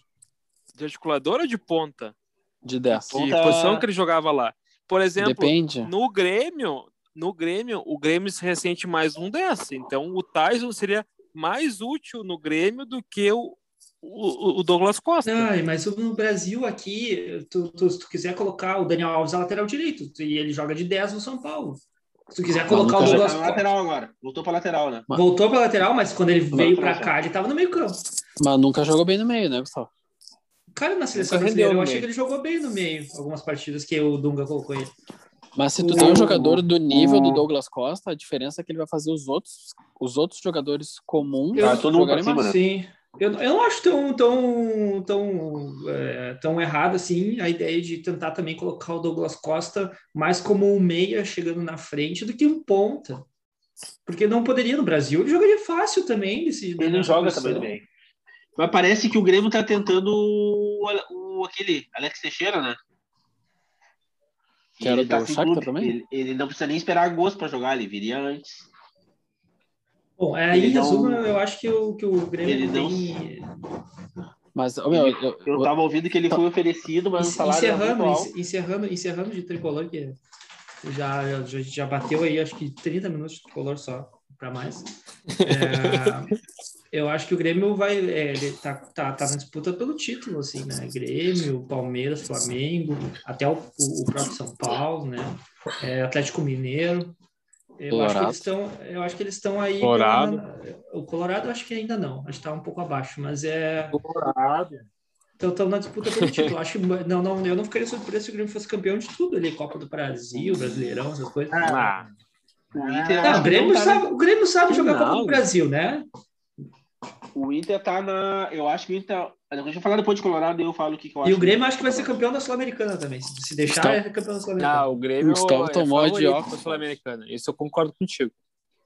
Speaker 4: de articuladora ou de ponta?
Speaker 2: De 10.
Speaker 4: De ponta... posição que ele jogava lá. Por exemplo,
Speaker 2: Depende.
Speaker 4: no Grêmio, no Grêmio, o Grêmio se ressente mais um dessa. Então, o Tyson seria mais útil no Grêmio do que o, o, o Douglas Costa.
Speaker 1: Ai, mas no Brasil aqui, tu, tu, se tu quiser colocar o Daniel Alves a lateral direito, tu, e ele joga de 10 no São Paulo. Se tu quiser colocar o Douglas
Speaker 6: Costa... Tá lateral agora. Voltou para lateral, né?
Speaker 1: Mas... Voltou para lateral, mas quando ele veio para cá, ele estava no meio campo.
Speaker 2: Mas nunca jogou bem no meio, né, Gustavo?
Speaker 1: Cara, na seleção brasileira, eu achei que ele jogou bem no meio, algumas partidas que o Dunga colocou ele.
Speaker 2: Mas se tu tem um jogador do nível do Douglas Costa, a diferença é que ele vai fazer os outros, os outros jogadores comuns
Speaker 1: eu, jogarem mais. Né? Sim. Eu, eu não acho tão, tão, tão, é, tão errado assim a ideia de tentar também colocar o Douglas Costa mais como um meia chegando na frente do que um ponta. Porque não poderia no Brasil, ele jogaria fácil também. Desse,
Speaker 6: ele não joga também bem. Mas parece que o Grêmio tá tentando o, o aquele Alex Teixeira, né?
Speaker 2: Que era tá do Shakhtar também?
Speaker 6: Ele, ele, não precisa nem esperar agosto para jogar, ele viria antes.
Speaker 1: Bom, é, aí, em resumo, não... eu acho que o, que o Grêmio ele tem...
Speaker 2: Não... Mas, oh, meu,
Speaker 6: eu, eu, eu tava ouvindo que ele tá... foi oferecido, mas o salário
Speaker 1: encerrando, é encerrando, encerrando de tricolor, que já, já, já bateu aí, acho que 30 minutos de tricolor só, para mais. É, eu acho que o Grêmio vai... É, tá, tá, tá na disputa pelo título, assim, né? Grêmio, Palmeiras, Flamengo, até o, o próprio São Paulo, né? É, Atlético Mineiro, eu Colorado. acho que eles estão, eu acho que eles estão aí.
Speaker 4: Colorado.
Speaker 1: Na, o Colorado acho que ainda não, acho que está um pouco abaixo, mas é.
Speaker 7: Colorado.
Speaker 1: Então estão na disputa pelo título. acho que, não, não, eu não ficaria surpreso se o Grêmio fosse campeão de tudo ali, Copa do Brasil, Brasileirão, essas coisas.
Speaker 4: Ah.
Speaker 1: O, Inter, não, o, Grêmio tá sabe, na... o Grêmio sabe jogar não. Copa do Brasil, né?
Speaker 6: O Inter tá na. Eu acho que o Inter. Deixa eu falar depois de Colorado e eu falo o que, que eu
Speaker 1: acho. E o Grêmio acho que vai ser campeão da Sul-Americana também. Se deixar, Gustavo... é campeão da Sul-Americana. Ah,
Speaker 4: o Grêmio
Speaker 2: Gustavo é tomou
Speaker 4: de óculos Sul-Americana. Isso eu concordo contigo.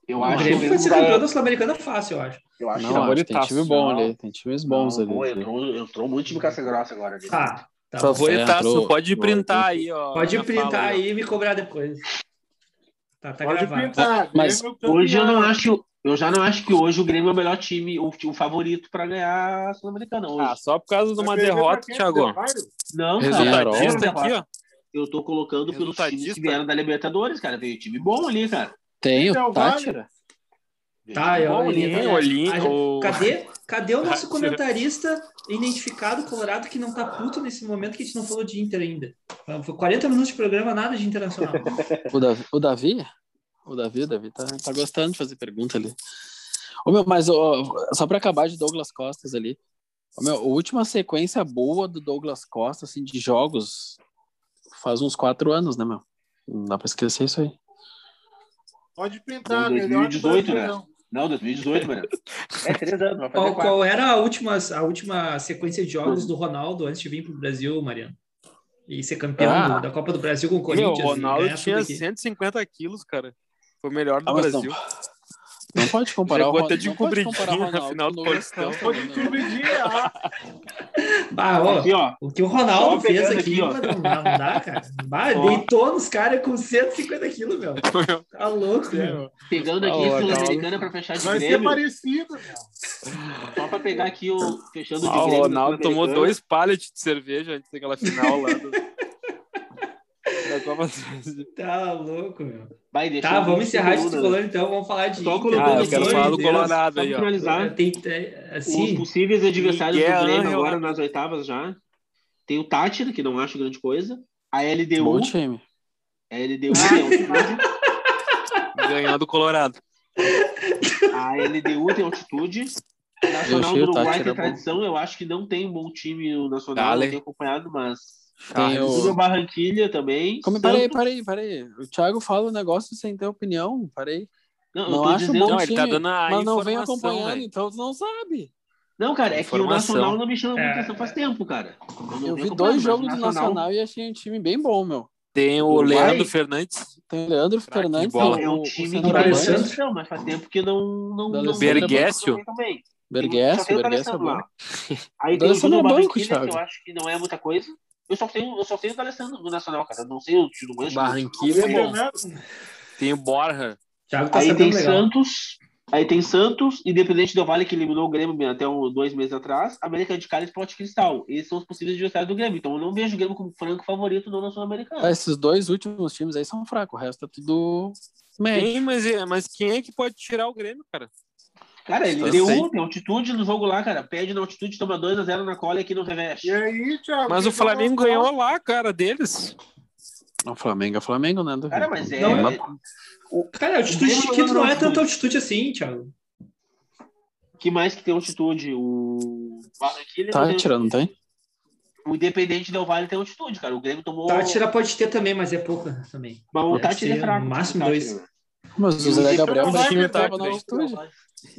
Speaker 1: Eu o acho Grêmio que vai ser
Speaker 6: tá,
Speaker 1: campeão da Sul-Americana fácil, eu acho.
Speaker 2: Eu acho não, acho, tem time bom ali. Tem times
Speaker 6: é
Speaker 2: bons não,
Speaker 6: ali. tá. Entrou, entrou muito time Caça Grossa agora. Ali.
Speaker 1: Tá. tá
Speaker 4: Favoritaço, é, pode printar não, aí, ó.
Speaker 1: Pode printar fala, aí e me cobrar depois. Tá, tá
Speaker 7: pode
Speaker 1: gravado.
Speaker 7: Pintar,
Speaker 6: mas hoje eu não acho. Eu já não acho que hoje o Grêmio é o melhor time, o, o favorito para ganhar a Sul-Americana. Ah,
Speaker 4: só por causa de uma derrota,
Speaker 7: é
Speaker 4: Thiago.
Speaker 6: Não,
Speaker 1: tá
Speaker 4: Resultadista cara, tá aqui, ó.
Speaker 6: Eu tô colocando pelos times que vieram da Libertadores, cara. Veio time bom ali, cara.
Speaker 2: Tem o Tátira.
Speaker 1: Tá, eu
Speaker 4: um olhinho, olhinho.
Speaker 1: Cadê, cadê o nosso comentarista identificado colorado que não tá puto nesse momento que a gente não falou de Inter ainda? Então, Foi 40 minutos de programa, nada de internacional.
Speaker 2: o Davi? O Davi? O Davi, o Davi tá, tá gostando de fazer pergunta ali. Ô, meu, mas ó, só para acabar de Douglas Costas ali. Ô, meu, a última sequência boa do Douglas Costa, assim, de jogos, faz uns quatro anos, né, meu? Não dá para esquecer isso aí.
Speaker 7: Pode pintar,
Speaker 6: não, 2018, né? Não. não, 2018, mano. É três anos.
Speaker 1: Qual, qual, era a última, a última sequência de jogos do Ronaldo antes de vir pro Brasil, Mariano? E ser campeão ah. da Copa do Brasil com o Corinthians. Meu,
Speaker 4: o Ronaldo tinha 150 quilos, cara. Foi o melhor do ah, Brasil.
Speaker 2: Não. não. pode comparar Chegou
Speaker 4: o até de não pode comparar Ronaldo na final do Paulistão.
Speaker 2: né,
Speaker 7: Foi de cobridinha.
Speaker 1: Bah, ó, aqui, ó. O que o Ronaldo fez aqui, aqui ó. Não, dá, cara. Bah, ó. deitou nos caras com 150 quilos, meu. Tá louco, meu.
Speaker 6: Pegando aqui a Sul-Americana pra fechar de
Speaker 7: Vai
Speaker 6: É Grêmio.
Speaker 7: ser parecido, né? meu.
Speaker 6: Só pra pegar aqui o... Fechando né,
Speaker 4: ah, o Ronaldo tomou dois pallets de cerveja antes daquela final lá do... Copa
Speaker 1: Tá louco, meu.
Speaker 6: Vai, deixa
Speaker 1: Tá,
Speaker 6: eu-
Speaker 1: vamos encerrar esse colando então, vamos falar de.
Speaker 6: Só
Speaker 1: Inter,
Speaker 6: colocando
Speaker 4: Ah, eu
Speaker 1: Palmeiras,
Speaker 4: quero falar do
Speaker 6: dois dedos,
Speaker 4: Colorado
Speaker 6: só
Speaker 4: aí, ó.
Speaker 6: finalizar.
Speaker 1: Tem, tem-
Speaker 6: Os
Speaker 1: assim,
Speaker 6: possíveis adversários
Speaker 4: Miguel
Speaker 6: do Grêmio
Speaker 4: Angel
Speaker 6: agora
Speaker 4: Ramírez.
Speaker 6: nas oitavas já. Tem o Tátira, que não acho grande coisa. A LDU.
Speaker 2: Bom time.
Speaker 6: A LDU tem altitude.
Speaker 4: Ganhar do Colorado.
Speaker 6: A LDU tem altitude. O Nacional
Speaker 2: achei
Speaker 6: do
Speaker 2: o
Speaker 6: Uruguai
Speaker 2: Tátira
Speaker 6: tem
Speaker 2: bom.
Speaker 6: tradição. Eu acho que não tem um bom time o Nacional,
Speaker 4: Dale.
Speaker 6: não tenho acompanhado, mas.
Speaker 2: Tem
Speaker 4: Charles.
Speaker 6: Tudo
Speaker 2: o...
Speaker 6: Barranquilha também.
Speaker 2: Como,
Speaker 6: Santos-
Speaker 2: peraí, peraí, peraí. O Thiago fala um negócio sem ter opinião. Peraí.
Speaker 6: Não, eu
Speaker 2: Não
Speaker 6: tô
Speaker 2: acho
Speaker 6: dizendo-
Speaker 2: bom
Speaker 4: Não, ele tá
Speaker 2: time,
Speaker 4: dando a
Speaker 2: Mas não vem
Speaker 4: informação,
Speaker 2: acompanhando,
Speaker 4: velho.
Speaker 2: então tu não sabe.
Speaker 6: Não, cara, é que o
Speaker 4: Informação.
Speaker 6: Nacional não me chama muita
Speaker 1: É.
Speaker 6: atenção faz tempo, cara. não
Speaker 2: Eu
Speaker 6: venho
Speaker 2: vi
Speaker 6: acompanhando,
Speaker 2: dois
Speaker 6: mas
Speaker 2: jogos
Speaker 6: o
Speaker 2: do Nacional e achei um time bem bom, meu.
Speaker 4: Tem o
Speaker 6: Uruguai.
Speaker 4: Leandro Fernandes.
Speaker 2: Tem o Leandro
Speaker 4: Craque de
Speaker 2: Fernandes,
Speaker 4: bola.
Speaker 6: É
Speaker 2: o,
Speaker 6: um
Speaker 2: o
Speaker 6: time que
Speaker 2: centroavante.
Speaker 6: parece tradição, mas faz tempo que não. não, não
Speaker 2: D'Alessandro
Speaker 6: não-
Speaker 4: Bergessio.
Speaker 6: também. Só
Speaker 2: Bergess,
Speaker 6: tem
Speaker 2: Bergess
Speaker 6: o
Speaker 2: é
Speaker 6: D'Alessandro
Speaker 2: bom.
Speaker 6: lá. Aí tem o
Speaker 2: D'Alessandro
Speaker 6: Júnior
Speaker 2: é banco,
Speaker 6: Barranquilla, que
Speaker 2: Thiago.
Speaker 6: eu acho que não é muita coisa. Eu só tenho, eu só tenho o D'Alessandro do Nacional, cara. Eu não sei o time do Manchester.
Speaker 4: Barranquilla é bom. Tem o Borja.
Speaker 1: Thiago tá
Speaker 6: Aí
Speaker 1: sabendo
Speaker 6: tem
Speaker 1: legal.
Speaker 6: Santos. Aí tem Santos, Independente do Vale, que eliminou o Grêmio até um, dois meses atrás, América de Cali e Sport Cristal. Esses são os possíveis adversários do Grêmio. Então eu não vejo o Grêmio como franco favorito do nacional americano.
Speaker 2: Tá, esses dois últimos times aí são fracos, o resto é tudo médio.
Speaker 4: Quem, mas, mas quem é que pode tirar o Grêmio, cara?
Speaker 6: Cara, ele
Speaker 4: Eu
Speaker 6: deu
Speaker 4: sei.
Speaker 6: um, tem altitude no jogo lá, cara. Perde na altitude, toma 2x0 na cola e aqui no reveste.
Speaker 7: E aí, Thiago?
Speaker 4: Mas o
Speaker 7: quem vai
Speaker 4: Flamengo
Speaker 7: lançar?
Speaker 4: ganhou lá, cara, deles.
Speaker 2: O Flamengo é Flamengo, né? Do
Speaker 6: Cara,
Speaker 2: Rio.
Speaker 6: mas é.
Speaker 1: Não,
Speaker 6: é-
Speaker 1: mas- Cara, a altitude de Quito não é tanta altitude assim, Thiago.
Speaker 6: Que mais que tem altitude? O. Barranquilla não
Speaker 2: Tá
Speaker 6: tem-
Speaker 2: tirando, não tem?
Speaker 6: O Independente Del Vale tem altitude, cara. O Grêmio tomou.
Speaker 1: Tátira pode ter também, mas é pouca também.
Speaker 6: Mas o
Speaker 1: Deve
Speaker 6: Tátira é
Speaker 1: ser
Speaker 6: fraco.
Speaker 1: no máximo
Speaker 6: o né? Tátira.
Speaker 1: dois.
Speaker 2: Mas o Zé Gabriel
Speaker 4: Mas
Speaker 2: já
Speaker 4: o time tá
Speaker 2: tava na
Speaker 4: bem.
Speaker 2: altitude.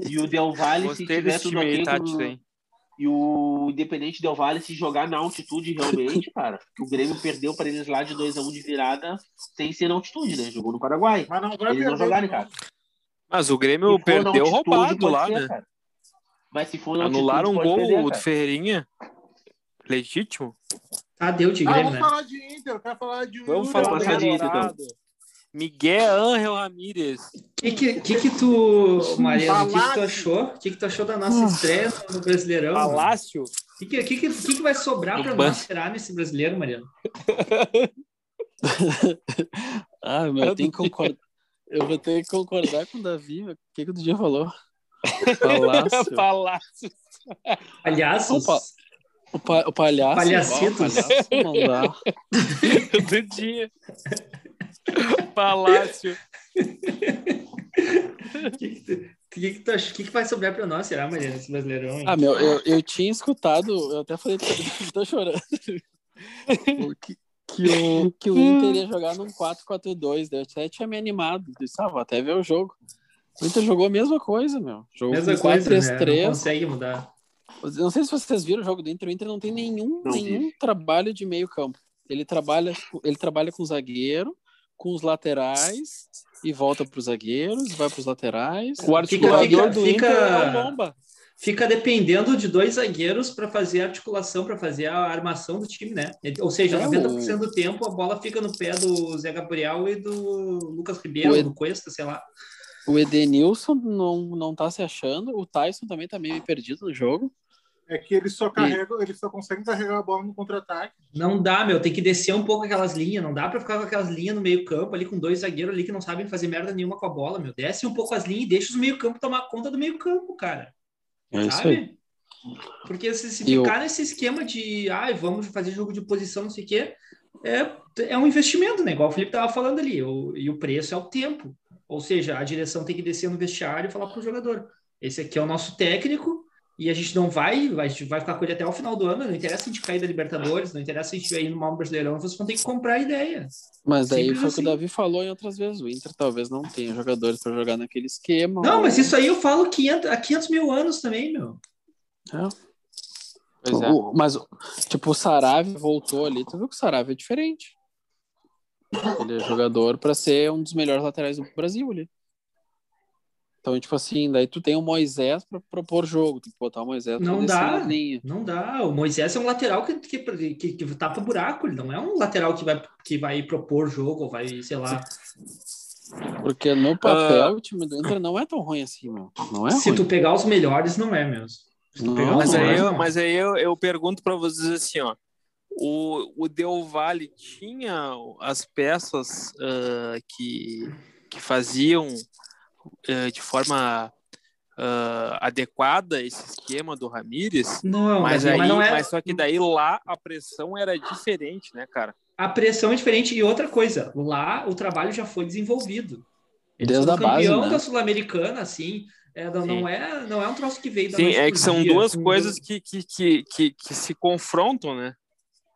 Speaker 6: E o Del Valle, se
Speaker 4: Gostei
Speaker 6: tiver
Speaker 4: desse
Speaker 6: tudo
Speaker 4: time aí,
Speaker 6: ok. com-
Speaker 4: Tati, hein?
Speaker 6: E o Independente Del Valle, se jogar na altitude realmente, cara. Que o Grêmio perdeu pra eles lá de 2x1 de virada, sem ser na altitude, né? Jogou no Paraguai.
Speaker 7: Mas não vai
Speaker 6: Eles não
Speaker 7: perder,
Speaker 6: jogaram,
Speaker 7: não.
Speaker 6: cara.
Speaker 4: Mas o Grêmio
Speaker 6: Se for na
Speaker 4: perdeu
Speaker 6: altitude,
Speaker 4: roubado
Speaker 6: pode
Speaker 4: lá,
Speaker 6: ser,
Speaker 4: né?
Speaker 6: cara. Mas se for na
Speaker 4: Anularam um
Speaker 6: altitude,
Speaker 4: gol
Speaker 6: pode perder,
Speaker 4: do
Speaker 6: cara.
Speaker 4: Ferreirinha. Legítimo.
Speaker 1: Ah, deu de
Speaker 7: Ah,
Speaker 1: Grêmio,
Speaker 7: vamos
Speaker 1: né?
Speaker 7: falar de Inter, eu quero falar de né?
Speaker 4: Vamos
Speaker 7: Yuri
Speaker 4: falar
Speaker 6: Vamos
Speaker 4: do
Speaker 6: passar
Speaker 7: Alberto.
Speaker 6: de Inter,
Speaker 4: Colorado. Miguel Ángel Ramírez.
Speaker 1: Que que, que que tu, Mariano, o que, que tu
Speaker 7: Palácio.
Speaker 1: achou? que, que tu achou da nossa estreia no Brasileirão? O
Speaker 4: Palácio.
Speaker 1: que, que, que, que, que que vai sobrar
Speaker 4: No
Speaker 1: para
Speaker 4: banco.
Speaker 1: nós será nesse brasileiro, Mariano?
Speaker 2: Ah, meu, eu tenho que concordar. Eu vou ter que concordar com o Davi, meu. O que, que o Dudinho falou? Palácio.
Speaker 4: Palácio.
Speaker 1: Palhaços?
Speaker 2: Opa. O, pa- o palhaço.
Speaker 1: Palhacitos.
Speaker 2: Ó, o palhaço não dá.
Speaker 4: do dia. Palácio.
Speaker 1: Que que tu- que que tu ach- que que vai sobrar para nós será, Mariano, nesse brasileirão? hein?
Speaker 2: Ah, meu, eu, eu tinha escutado, eu até falei, tô chorando. O que, que, o, que o Inter ia jogar num 4-4-2, daí eu até tinha me é animado. Disse, ah, vou até ver o jogo. O Inter jogou a mesma coisa, meu. Jogou
Speaker 1: Mesma
Speaker 2: com
Speaker 1: coisa, né? Não
Speaker 2: 4-3-3.
Speaker 1: consegue mudar.
Speaker 2: Não sei se vocês viram o jogo do Inter. O Inter não tem nenhum,
Speaker 6: Não vi.
Speaker 2: nenhum trabalho de meio campo. Ele trabalha, ele trabalha com o zagueiro, com os laterais, e volta para os zagueiros, vai para os laterais.
Speaker 4: O
Speaker 1: Fica,
Speaker 4: articulador
Speaker 1: fica,
Speaker 4: do
Speaker 2: é
Speaker 1: fica,
Speaker 2: Lomba.
Speaker 1: fica dependendo de dois zagueiros para fazer a articulação, para fazer a armação do time, né? Ele- Ou seja,
Speaker 2: É,
Speaker 1: 90% do tempo a bola fica no pé do Zé Gabriel e do Lucas
Speaker 2: O
Speaker 1: Ribeiro,
Speaker 2: Ed-
Speaker 1: do Cuesta, sei lá.
Speaker 2: O Edenilson não, não tá se achando. O Tyson também tá meio perdido no jogo.
Speaker 7: É que eles só carregam, eles só conseguem carregar a bola no contra-ataque.
Speaker 1: Não dá, meu, tem que descer um pouco aquelas linhas, não dá para ficar com aquelas linhas no meio-campo ali com dois zagueiros ali que não sabem fazer merda nenhuma com a bola, meu. Desce um pouco as linhas e deixa os meio-campo tomar conta do meio-campo, cara.
Speaker 2: É
Speaker 1: sabe? Porque se, se
Speaker 2: E o-
Speaker 1: ficar nesse esquema de ai, vamos fazer jogo de posição, não sei o quê, é, é um investimento, né? Igual o Felipe tava falando ali, o, e o preço é o tempo. Ou seja, a direção tem que descer no vestiário e falar pro jogador: esse aqui é o nosso técnico, e a gente não vai, a gente vai ficar com ele até o final do ano. Não interessa a gente cair da Libertadores, não interessa a gente ir no mal brasileirão, vocês vão ter que comprar a ideia.
Speaker 2: Mas daí
Speaker 1: Simples
Speaker 2: foi o
Speaker 1: assim.
Speaker 2: que o Davi falou em outras vezes. O Inter talvez não tenha jogadores para jogar naquele esquema.
Speaker 1: Não,
Speaker 2: ou-
Speaker 1: mas isso aí eu falo 500, há 500 mil anos também, meu.
Speaker 4: Pois é.
Speaker 2: O- mas, tipo, o Sarave voltou ali. Tu viu que o Sarave é diferente. Ele é jogador para ser um dos melhores laterais do Brasil ali. Então, tipo assim, daí tu tem o Moisés para propor jogo. Tem que botar o Moisés pra
Speaker 1: Não
Speaker 2: descer
Speaker 1: dá.
Speaker 2: na linha.
Speaker 1: Não dá. O Moisés é um lateral que, que, que, que tapa buraco. Ele não é um lateral que vai, que vai propor jogo, ou vai, sei lá.
Speaker 2: Porque no papel o time do Inter não é tão ruim assim, meu. Não é
Speaker 1: Ah. Se
Speaker 2: ruim.
Speaker 1: tu pegar os melhores, não é mesmo. Se tu
Speaker 2: Não,
Speaker 1: pegar os
Speaker 4: Mas
Speaker 2: não
Speaker 4: aí,
Speaker 1: melhores,
Speaker 4: eu,
Speaker 1: não.
Speaker 4: mas aí eu, eu pergunto pra vocês assim, ó. O, o Del Valle tinha as peças uh, que, que faziam uh, de forma uh, adequada esse esquema do Ramires,
Speaker 2: um
Speaker 1: não,
Speaker 4: mas,
Speaker 1: Davi,
Speaker 4: aí,
Speaker 1: mas não é-
Speaker 4: mas só que daí lá a pressão era diferente, né, cara?
Speaker 1: A pressão é diferente. E outra coisa, lá o trabalho já foi desenvolvido.
Speaker 2: Desde
Speaker 1: São
Speaker 2: a base,
Speaker 1: campeão da
Speaker 2: né?
Speaker 1: Sul-Americana, assim. é, não,
Speaker 4: Sim.
Speaker 1: não é, não é um troço que veio da
Speaker 4: Sim,
Speaker 1: noite
Speaker 4: é
Speaker 1: pro
Speaker 4: que são
Speaker 1: dia.
Speaker 4: duas
Speaker 1: né?
Speaker 4: coisas que, que, que, que, que se confrontam, né?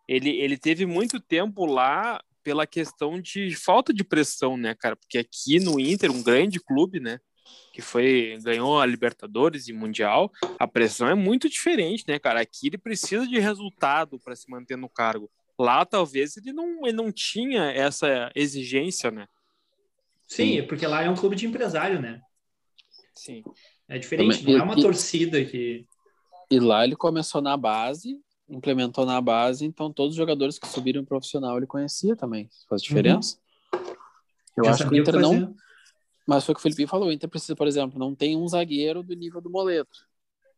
Speaker 4: Ele, ele teve muito tempo lá pela questão de falta de pressão, né, cara? Porque aqui no Inter, um grande clube, né? Que foi, ganhou a Libertadores e Mundial, a pressão é muito diferente, né, cara? Aqui ele precisa de resultado para se manter no cargo. Lá, talvez, ele não, ele não tinha essa exigência, né?
Speaker 1: Sim, é porque lá é um clube de empresário, né?
Speaker 4: Sim.
Speaker 1: É diferente,
Speaker 2: Também-
Speaker 1: não é uma
Speaker 2: e- e-
Speaker 1: torcida que.
Speaker 2: E lá ele começou na base, implementou na base, então todos os jogadores que subiram profissional ele conhecia também. Isso faz diferença. Eu
Speaker 1: Uhum. já
Speaker 2: acho que o
Speaker 1: sabia
Speaker 2: Inter
Speaker 1: fazer.
Speaker 2: não. Mas foi o que o Felipe falou: o Inter precisa, por exemplo, não tem um zagueiro do nível do Moleto.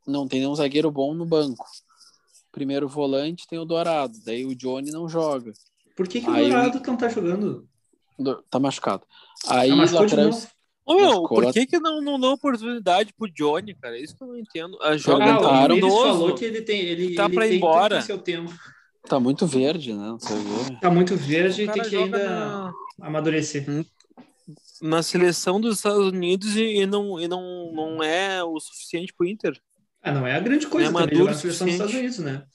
Speaker 2: Não tem nenhum zagueiro bom no banco. Primeiro volante tem o Dourado, daí o Johnny não joga,
Speaker 1: Por que, que o
Speaker 2: Aí o-
Speaker 1: Dourado não tá jogando?
Speaker 2: do- tá machucado. Aí
Speaker 1: Ah, machucou de
Speaker 2: lateral,
Speaker 1: novo?
Speaker 4: Ô, meu,
Speaker 2: Mas
Speaker 4: por
Speaker 2: coloca-
Speaker 4: que, que não, não dá oportunidade pro Johnny, cara? Isso que eu não entendo. Ah,
Speaker 1: Ah,
Speaker 4: joga
Speaker 1: o
Speaker 2: Perguntaram-
Speaker 4: tão
Speaker 1: Ramires
Speaker 4: novo.
Speaker 1: falou que ele tem. Ele,
Speaker 4: Tá
Speaker 1: ele
Speaker 4: pra ir
Speaker 1: tem
Speaker 4: embora.
Speaker 1: todo o seu tempo.
Speaker 2: tá muito verde, né? Não sei ver.
Speaker 1: Tá muito
Speaker 4: O
Speaker 1: verde e
Speaker 4: cara
Speaker 1: tem que
Speaker 4: joga
Speaker 1: ainda
Speaker 4: na,
Speaker 1: amadurecer.
Speaker 4: na seleção dos Estados Unidos e, e não, e não, não é o suficiente pro Inter.
Speaker 1: Ah, não é a grande coisa
Speaker 4: Não é
Speaker 1: também jogar na
Speaker 4: maduro o
Speaker 1: seleção dos Estados
Speaker 4: suficiente.
Speaker 1: Unidos, né?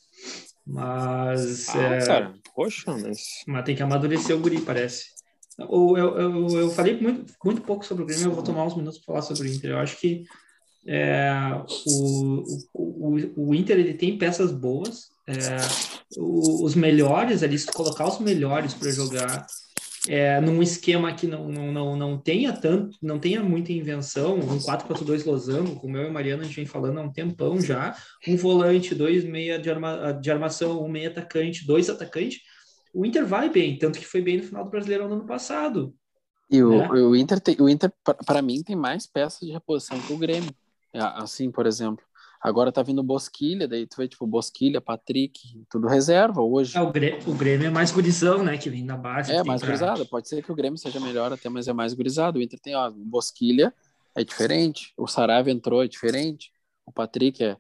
Speaker 1: Mas.
Speaker 4: Ah,
Speaker 1: é,
Speaker 4: cara, poxa, mas...
Speaker 1: Mas tem que amadurecer o guri, parece. Ou eu, eu, eu falei muito, muito pouco sobre o Grêmio, eu vou tomar uns minutos para falar sobre o Inter. Eu acho que é, o, o, o, o Inter ele tem peças boas. é, o- os melhores ali, se tu colocar os melhores para jogar é, num esquema que não, não, não, não tenha tanto, não tenha muita invenção, um 4-4-2 losango, como eu e a Mariana a gente vem falando há um tempão já, um volante, dois meia de, arma, de armação, um meia atacante, dois atacantes, o Inter vai bem, tanto que foi bem no final do Brasileirão no ano passado.
Speaker 2: E o,
Speaker 1: Né?
Speaker 2: o Inter, tem, o Inter para mim, tem mais peças de reposição que o Grêmio. É, Assim, por exemplo. Agora tá vindo Bosquilha, daí tu vê, tipo, Bosquilha, Patrick, tudo reserva hoje.
Speaker 1: É, o, Grê- o Grêmio é mais gurizão, né, que vem da base.
Speaker 2: É,
Speaker 1: tem
Speaker 2: mais
Speaker 1: pra-
Speaker 2: gurizada. Pode ser que o Grêmio seja melhor até, mas é mais gurizado. O Inter tem, ó, Bosquilha é diferente. O Saraiva entrou, é diferente. O Patrick é.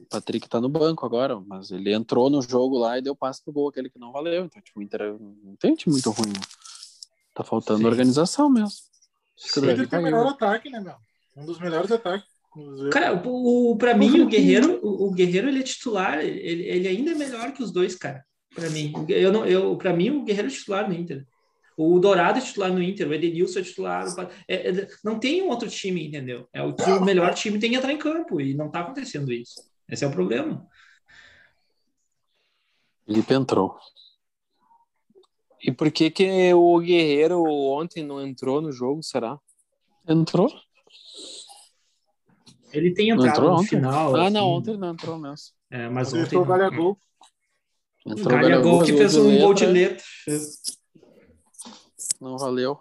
Speaker 2: O Patrick tá no banco agora, mas ele entrou no jogo lá e deu passe pro gol, aquele que não valeu. Então, tipo, o Inter não tem um time muito ruim. Tá faltando
Speaker 1: Sim.
Speaker 2: organização mesmo. Acho que o
Speaker 7: O
Speaker 2: Davi
Speaker 7: Inter tem o
Speaker 2: caiu.
Speaker 7: melhor ataque, né, meu? Um dos melhores ataques. Vamos ver.
Speaker 1: Cara, o, o, pra mim, o Guerreiro, o, o Guerreiro, ele é titular, ele, ele ainda é melhor que os dois, cara. Pra mim, eu não, eu, pra mim, o Guerreiro é titular no Inter. O Dourado é titular no Inter, o Edenilson é titular. o Pa- é- é- não tem um outro time, entendeu? É o, que o melhor time tem que entrar em campo e não tá acontecendo isso. Esse é o problema.
Speaker 2: Felipe entrou.
Speaker 4: E por que que o Guerreiro ontem não entrou no jogo, será?
Speaker 2: Entrou?
Speaker 1: Ele tem
Speaker 2: Não
Speaker 1: entrado
Speaker 2: entrou
Speaker 1: no
Speaker 2: ontem?
Speaker 1: final.
Speaker 2: Ah,
Speaker 1: assim,
Speaker 2: não, ontem não entrou mesmo.
Speaker 1: é, mas
Speaker 7: Ele
Speaker 1: ontem.
Speaker 7: entrou o
Speaker 1: não.
Speaker 7: Galhardo.
Speaker 2: Entrou o
Speaker 1: Galha Gol que
Speaker 2: Gabigol,
Speaker 1: fez
Speaker 2: de
Speaker 1: um gol de
Speaker 2: letra,
Speaker 1: letra.
Speaker 2: Não valeu.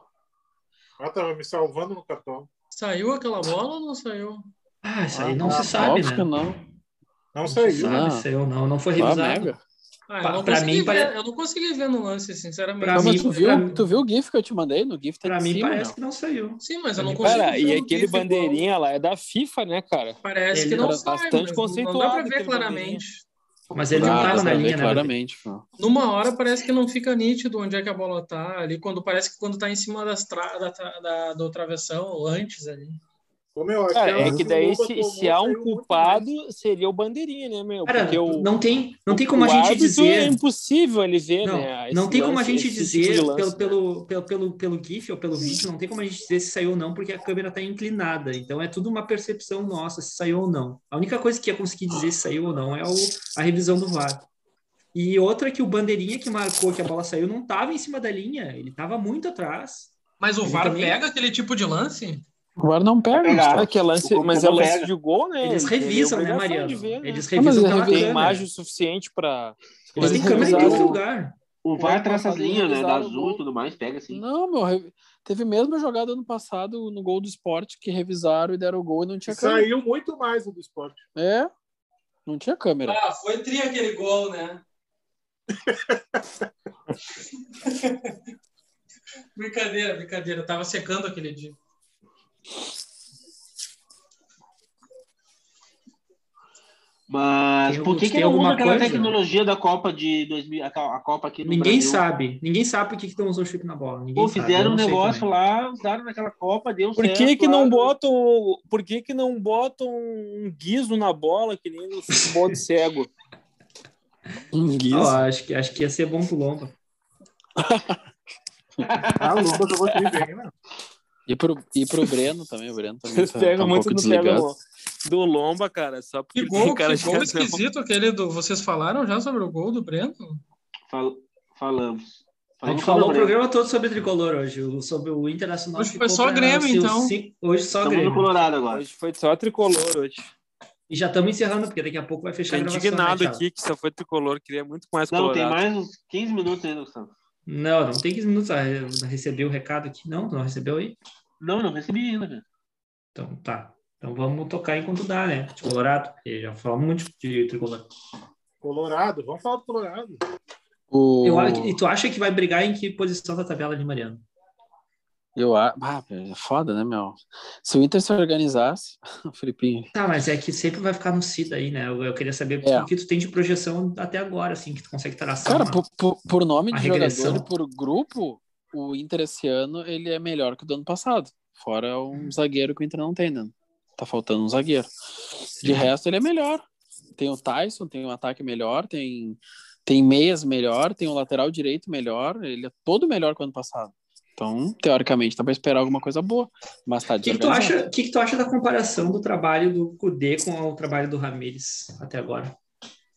Speaker 7: Ah, tava me salvando no cartão.
Speaker 3: Saiu aquela bola ou não saiu?
Speaker 1: Ah, isso aí
Speaker 2: Ah,
Speaker 1: não
Speaker 2: tá.
Speaker 1: se sabe,
Speaker 2: Óbvio
Speaker 1: né?
Speaker 2: que
Speaker 1: Não
Speaker 2: não.
Speaker 7: Não
Speaker 1: se
Speaker 7: saiu.
Speaker 1: sabe
Speaker 2: Ah.
Speaker 1: se saiu ou não. Não foi
Speaker 2: Ah,
Speaker 1: revisado.
Speaker 2: mega.
Speaker 3: Ah,
Speaker 1: Pa-
Speaker 3: eu, não
Speaker 1: pra
Speaker 3: consegui
Speaker 1: mim,
Speaker 3: ver,
Speaker 1: pare-
Speaker 3: eu não consegui ver no lance, sinceramente.
Speaker 1: Pra
Speaker 2: Não,
Speaker 1: mim-
Speaker 2: mas tu
Speaker 1: pra
Speaker 2: viu,
Speaker 1: mim-
Speaker 2: tu viu o GIF que eu te mandei? No GIF tá
Speaker 1: Pra
Speaker 2: de
Speaker 1: mim
Speaker 2: cima,
Speaker 1: parece
Speaker 2: meu.
Speaker 1: que é não saiu.
Speaker 3: Sim, mas eu
Speaker 1: Pra
Speaker 3: não
Speaker 1: mim,
Speaker 3: consigo
Speaker 4: Cara,
Speaker 3: ver
Speaker 4: e
Speaker 1: um
Speaker 3: no
Speaker 4: aquele
Speaker 3: GIF igual.
Speaker 4: bandeirinha lá é da FIFA, né, cara?
Speaker 3: Parece
Speaker 1: Ele
Speaker 3: que não
Speaker 2: era
Speaker 3: sai,
Speaker 4: bastante
Speaker 3: mas não dá pra
Speaker 4: conceituado
Speaker 3: ver
Speaker 4: aquele
Speaker 3: claramente.
Speaker 1: Mas ele não
Speaker 2: Ah,
Speaker 1: tava
Speaker 2: dá
Speaker 1: na
Speaker 2: pra ver
Speaker 1: linha, né? Beto?
Speaker 2: claramente, meu.
Speaker 3: Numa hora parece que não fica nítido onde é que a bola tá ali, quando parece que quando tá em cima das tra- da, tra- da- do travessão ou antes ali.
Speaker 7: Como eu acho
Speaker 4: Cara, é
Speaker 7: o
Speaker 4: que daí
Speaker 7: Luba
Speaker 4: se,
Speaker 7: tomou,
Speaker 4: se há um
Speaker 7: saiu muito
Speaker 4: culpado, seria o bandeirinha, né, meu?
Speaker 1: Cara,
Speaker 4: Porque o,
Speaker 1: não tem, não tem
Speaker 4: o
Speaker 1: como a gente
Speaker 4: árbitro é
Speaker 1: dizer.
Speaker 4: impossível ele ver, né?
Speaker 1: Não,
Speaker 4: esse
Speaker 1: não tem como a
Speaker 4: lance,
Speaker 1: gente
Speaker 4: esse tipo de
Speaker 1: dizer pelo,
Speaker 4: lance.
Speaker 1: pelo, pelo, pelo, pelo GIF ou pelo vídeo, não tem como a gente dizer se saiu ou não, porque a câmera tá inclinada. Então é tudo uma percepção nossa, se saiu ou não. A única coisa que ia conseguir dizer se saiu ou não é o, a revisão do VAR. E outra que o bandeirinha que marcou que a bola saiu não tava em cima da linha, ele tava muito atrás.
Speaker 3: Mas o
Speaker 1: Ele
Speaker 3: VAR
Speaker 1: também-
Speaker 3: pega aquele tipo de lance?
Speaker 2: O VAR não pega,
Speaker 6: Pegar.
Speaker 2: Gustavo.
Speaker 4: Ah, que é lance,
Speaker 6: O-
Speaker 4: mas
Speaker 6: o-
Speaker 4: é
Speaker 6: o-
Speaker 4: lance
Speaker 6: pega.
Speaker 4: de gol, né?
Speaker 1: Eles
Speaker 4: Ele tem
Speaker 1: revisam, né,
Speaker 4: obrigação
Speaker 1: Mariano?
Speaker 4: de ver, né?
Speaker 1: Eles
Speaker 2: Ah, mas
Speaker 1: revisam pela
Speaker 2: ele
Speaker 4: Tem
Speaker 1: câmera.
Speaker 4: imagem suficiente para
Speaker 1: Eles têm
Speaker 2: Eles
Speaker 1: câmera em todo
Speaker 2: revisaram-
Speaker 1: lugar.
Speaker 6: O
Speaker 2: Ano
Speaker 6: VAR traça as
Speaker 4: um
Speaker 2: passado
Speaker 6: linhas, né? Da
Speaker 2: revisaram o
Speaker 6: azul
Speaker 2: gol.
Speaker 6: e tudo mais, pega assim.
Speaker 2: Não, meu. re- Teve mesmo a jogada ano passado no gol do esporte que revisaram e deram o gol e não tinha câmera.
Speaker 7: Saiu muito mais o do esporte.
Speaker 2: É, não tinha câmera.
Speaker 3: Ah, foi tri aquele gol, né? brincadeira, brincadeira. Eu tava secando aquele dia.
Speaker 6: Mas
Speaker 1: Tem-
Speaker 6: por que,
Speaker 1: tem
Speaker 6: que não
Speaker 1: alguma
Speaker 6: usa aquela
Speaker 1: coisa?
Speaker 6: tecnologia da Copa de 2000, aquela- a Copa aqui no
Speaker 1: Ninguém
Speaker 6: Brasil?
Speaker 1: sabe. Ninguém sabe por que, que não usou chip na bola. Ninguém
Speaker 6: Pô,
Speaker 1: sabe,
Speaker 6: fizeram
Speaker 1: eu
Speaker 6: um
Speaker 1: não sei
Speaker 6: negócio
Speaker 1: também.
Speaker 6: lá, usaram naquela Copa, deu
Speaker 4: Por
Speaker 6: certo.
Speaker 4: que, que
Speaker 6: lá.
Speaker 4: não botam. Por que, que não botam um guiso na bola, que nem no futebol de cego?
Speaker 1: Ó,
Speaker 2: Isso.
Speaker 1: acho, que, acho que ia ser bom pro Lomba.
Speaker 7: Ah, o Lomba jogou time bem, né?
Speaker 2: E pro, e pro Breno também, o Breno também
Speaker 4: Eles
Speaker 2: tá,
Speaker 4: pegam
Speaker 2: tá um
Speaker 4: muito
Speaker 2: pouco
Speaker 4: no pega
Speaker 2: desligado.
Speaker 4: do- do Lomba, cara. Só porque
Speaker 3: Que
Speaker 4: tem
Speaker 3: gol,
Speaker 4: cara
Speaker 3: que
Speaker 4: de
Speaker 3: gol
Speaker 4: casal.
Speaker 3: esquisito aquele do. Vocês falaram já sobre o gol do Breno?
Speaker 6: Fal- falamos.
Speaker 1: A gente
Speaker 6: Falamos
Speaker 1: falou o
Speaker 6: sobre Grêmio.
Speaker 1: programa todo sobre tricolor hoje, o- sobre o Internacional.
Speaker 3: Hoje
Speaker 1: ficou
Speaker 3: foi só
Speaker 1: pra
Speaker 3: Grêmio,
Speaker 1: ser o
Speaker 3: então.
Speaker 1: cinco- hoje só
Speaker 6: Estamos no
Speaker 1: Grêmio.
Speaker 6: Colorado agora.
Speaker 4: Hoje foi só tricolor hoje.
Speaker 1: E já estamos encerrando, porque daqui a pouco vai fechar
Speaker 4: Tô
Speaker 1: a gravação. né,
Speaker 4: indignado
Speaker 1: Thiago?
Speaker 4: aqui que só foi tricolor, queria muito mais
Speaker 6: Não, tem
Speaker 4: colorado.
Speaker 6: mais uns 15 minutos ainda, Gustavo.
Speaker 1: Não, não tem 15 minutos. Ah, eu recebi o recado aqui. Não, não recebeu aí?
Speaker 6: Não, não recebi ainda, cara.
Speaker 1: Então tá. Então vamos tocar enquanto dá, né? De Colorado. porque já falamos muito de tricolor.
Speaker 7: Colorado, vamos falar do Colorado.
Speaker 2: O...
Speaker 1: Eu acho que- e tu acha que vai brigar em que posição da tabela de Mariano?
Speaker 2: Eu a- ah, velho, é foda, né, meu? Se o Inter se organizasse, o Felipinho.
Speaker 1: Tá, mas é que sempre vai ficar no CID aí, né? Eu, eu queria saber
Speaker 2: É.
Speaker 1: o que tu tem de projeção até agora, assim, que tu consegue traçar.
Speaker 2: Cara,
Speaker 1: uma-
Speaker 2: por, por- por nome
Speaker 1: a
Speaker 2: de
Speaker 1: regressão.
Speaker 2: jogador e por grupo, o Inter esse ano ele é melhor que o do ano passado. Fora
Speaker 1: Hum.
Speaker 2: um zagueiro que o Inter não tem, né? Tá faltando um zagueiro. De resto, ele é melhor. Tem o Tyson, tem um ataque melhor, tem, tem meias melhor, tem o lateral direito melhor. Ele é todo melhor que o ano passado. Então, teoricamente, dá pra esperar alguma coisa boa. Mas tá
Speaker 1: O que, que tu
Speaker 2: desorganizado.
Speaker 1: acha, o que, que tu acha da comparação do trabalho do Kudê com o trabalho do Ramires até agora?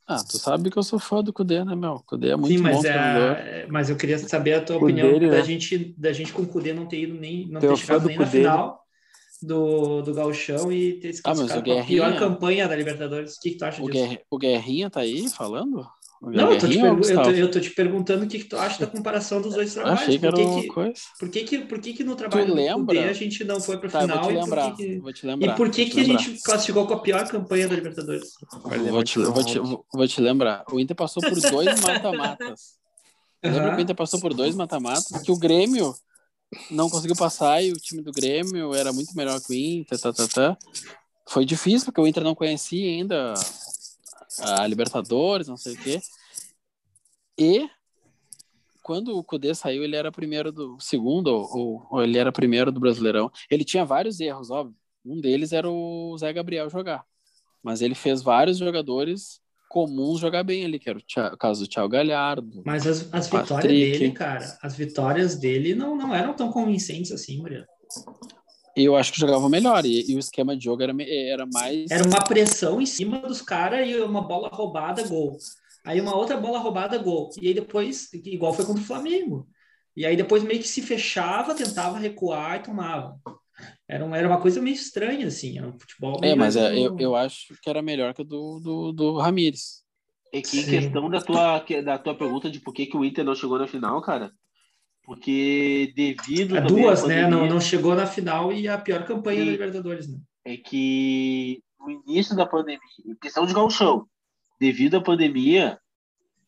Speaker 2: Ah, tu sabe que eu sou fã do Kudê, né, meu? Kudê é muito
Speaker 1: Sim, mas,
Speaker 2: bom né?
Speaker 1: é-
Speaker 2: treinador.
Speaker 1: mas eu queria saber a tua
Speaker 4: Kudê,
Speaker 1: opinião
Speaker 4: ele,
Speaker 1: da,
Speaker 2: é
Speaker 4: né?
Speaker 1: gente, da gente com o Kudê não ter ido nem não
Speaker 4: Teu
Speaker 1: ter
Speaker 4: fã
Speaker 1: chegado
Speaker 4: do
Speaker 1: nem na
Speaker 2: né?
Speaker 4: Kudê,
Speaker 1: final do, do Gauchão e ter se
Speaker 2: Ah, mas o
Speaker 1: classificado com a pior
Speaker 2: Guerrinha-
Speaker 1: campanha da Libertadores. O que, que tu acha
Speaker 2: O,
Speaker 1: disso?
Speaker 2: Guerri- o Guerrinha tá aí falando? O
Speaker 1: Não, eu tô, te
Speaker 2: Guerrinha ou o
Speaker 1: pergu- eu, tô,
Speaker 2: Gustavo?
Speaker 1: eu tô te perguntando o que, que tu acha da comparação dos dois
Speaker 2: Eu
Speaker 1: trabalhos.
Speaker 2: achei que
Speaker 1: por
Speaker 2: era
Speaker 1: que,
Speaker 2: uma
Speaker 1: que,
Speaker 2: coisa.
Speaker 1: por que, que, por que, que no trabalho do
Speaker 2: lembra?
Speaker 1: Kudê a gente não foi para
Speaker 2: Tá, eu vou
Speaker 1: final?
Speaker 2: te
Speaker 1: e por que
Speaker 2: lembrar.
Speaker 1: que-
Speaker 2: Vou te
Speaker 1: E
Speaker 2: lembrar.
Speaker 1: por que,
Speaker 2: vou te
Speaker 1: que a
Speaker 2: lembrar.
Speaker 1: gente classificou com a pior campanha da Libertadores?
Speaker 2: Vou te, vou, te, vou te lembrar. O Inter passou por dois mata-matas. Lembra
Speaker 1: Aham.
Speaker 2: que o Inter passou por dois mata-matas que o Grêmio não conseguiu passar e o time do Grêmio era muito melhor que o Inter, tá, tá, tá. Foi difícil porque o Inter não conhecia ainda a Libertadores, não sei o quê. E quando o Cudê saiu, ele era primeiro do segundo ou- ou, ou ele era primeiro do Brasileirão. Ele tinha vários erros, óbvio. Um deles era o Zé Gabriel jogar. Mas ele fez vários jogadores comuns jogar bem ali, que era o, Thi- o caso do Thiago Galhardo.
Speaker 1: Mas as, as vitórias
Speaker 2: Patrick.
Speaker 1: dele, cara, as vitórias dele não, não eram tão convincentes assim, Murilo.
Speaker 2: E eu acho que jogava melhor. E, e o esquema de jogo era, me- era mais.
Speaker 1: Era um uma pressão em cima dos caras e uma bola roubada, gol. Aí uma outra bola roubada, gol. E aí depois, igual foi contra o Flamengo. E aí depois meio que se fechava, tentava recuar e tomava. Era, um- era uma coisa meio estranha, assim. Era um futebol
Speaker 2: É,
Speaker 1: meio-
Speaker 2: mas é, eu, eu acho que era melhor que o do, do, do Ramires.
Speaker 6: É que em
Speaker 1: Sim.
Speaker 6: questão da tua, que- da tua pergunta de por que, que o Inter não chegou na final, cara, porque devido.
Speaker 1: É
Speaker 6: também à
Speaker 1: duas, né? Não,
Speaker 6: pandemia-
Speaker 1: não chegou na final e a pior campanha
Speaker 6: Sim.
Speaker 1: da Libertadores, né?
Speaker 6: é que no início da pandemia, em questão de gauchão, devido à pandemia,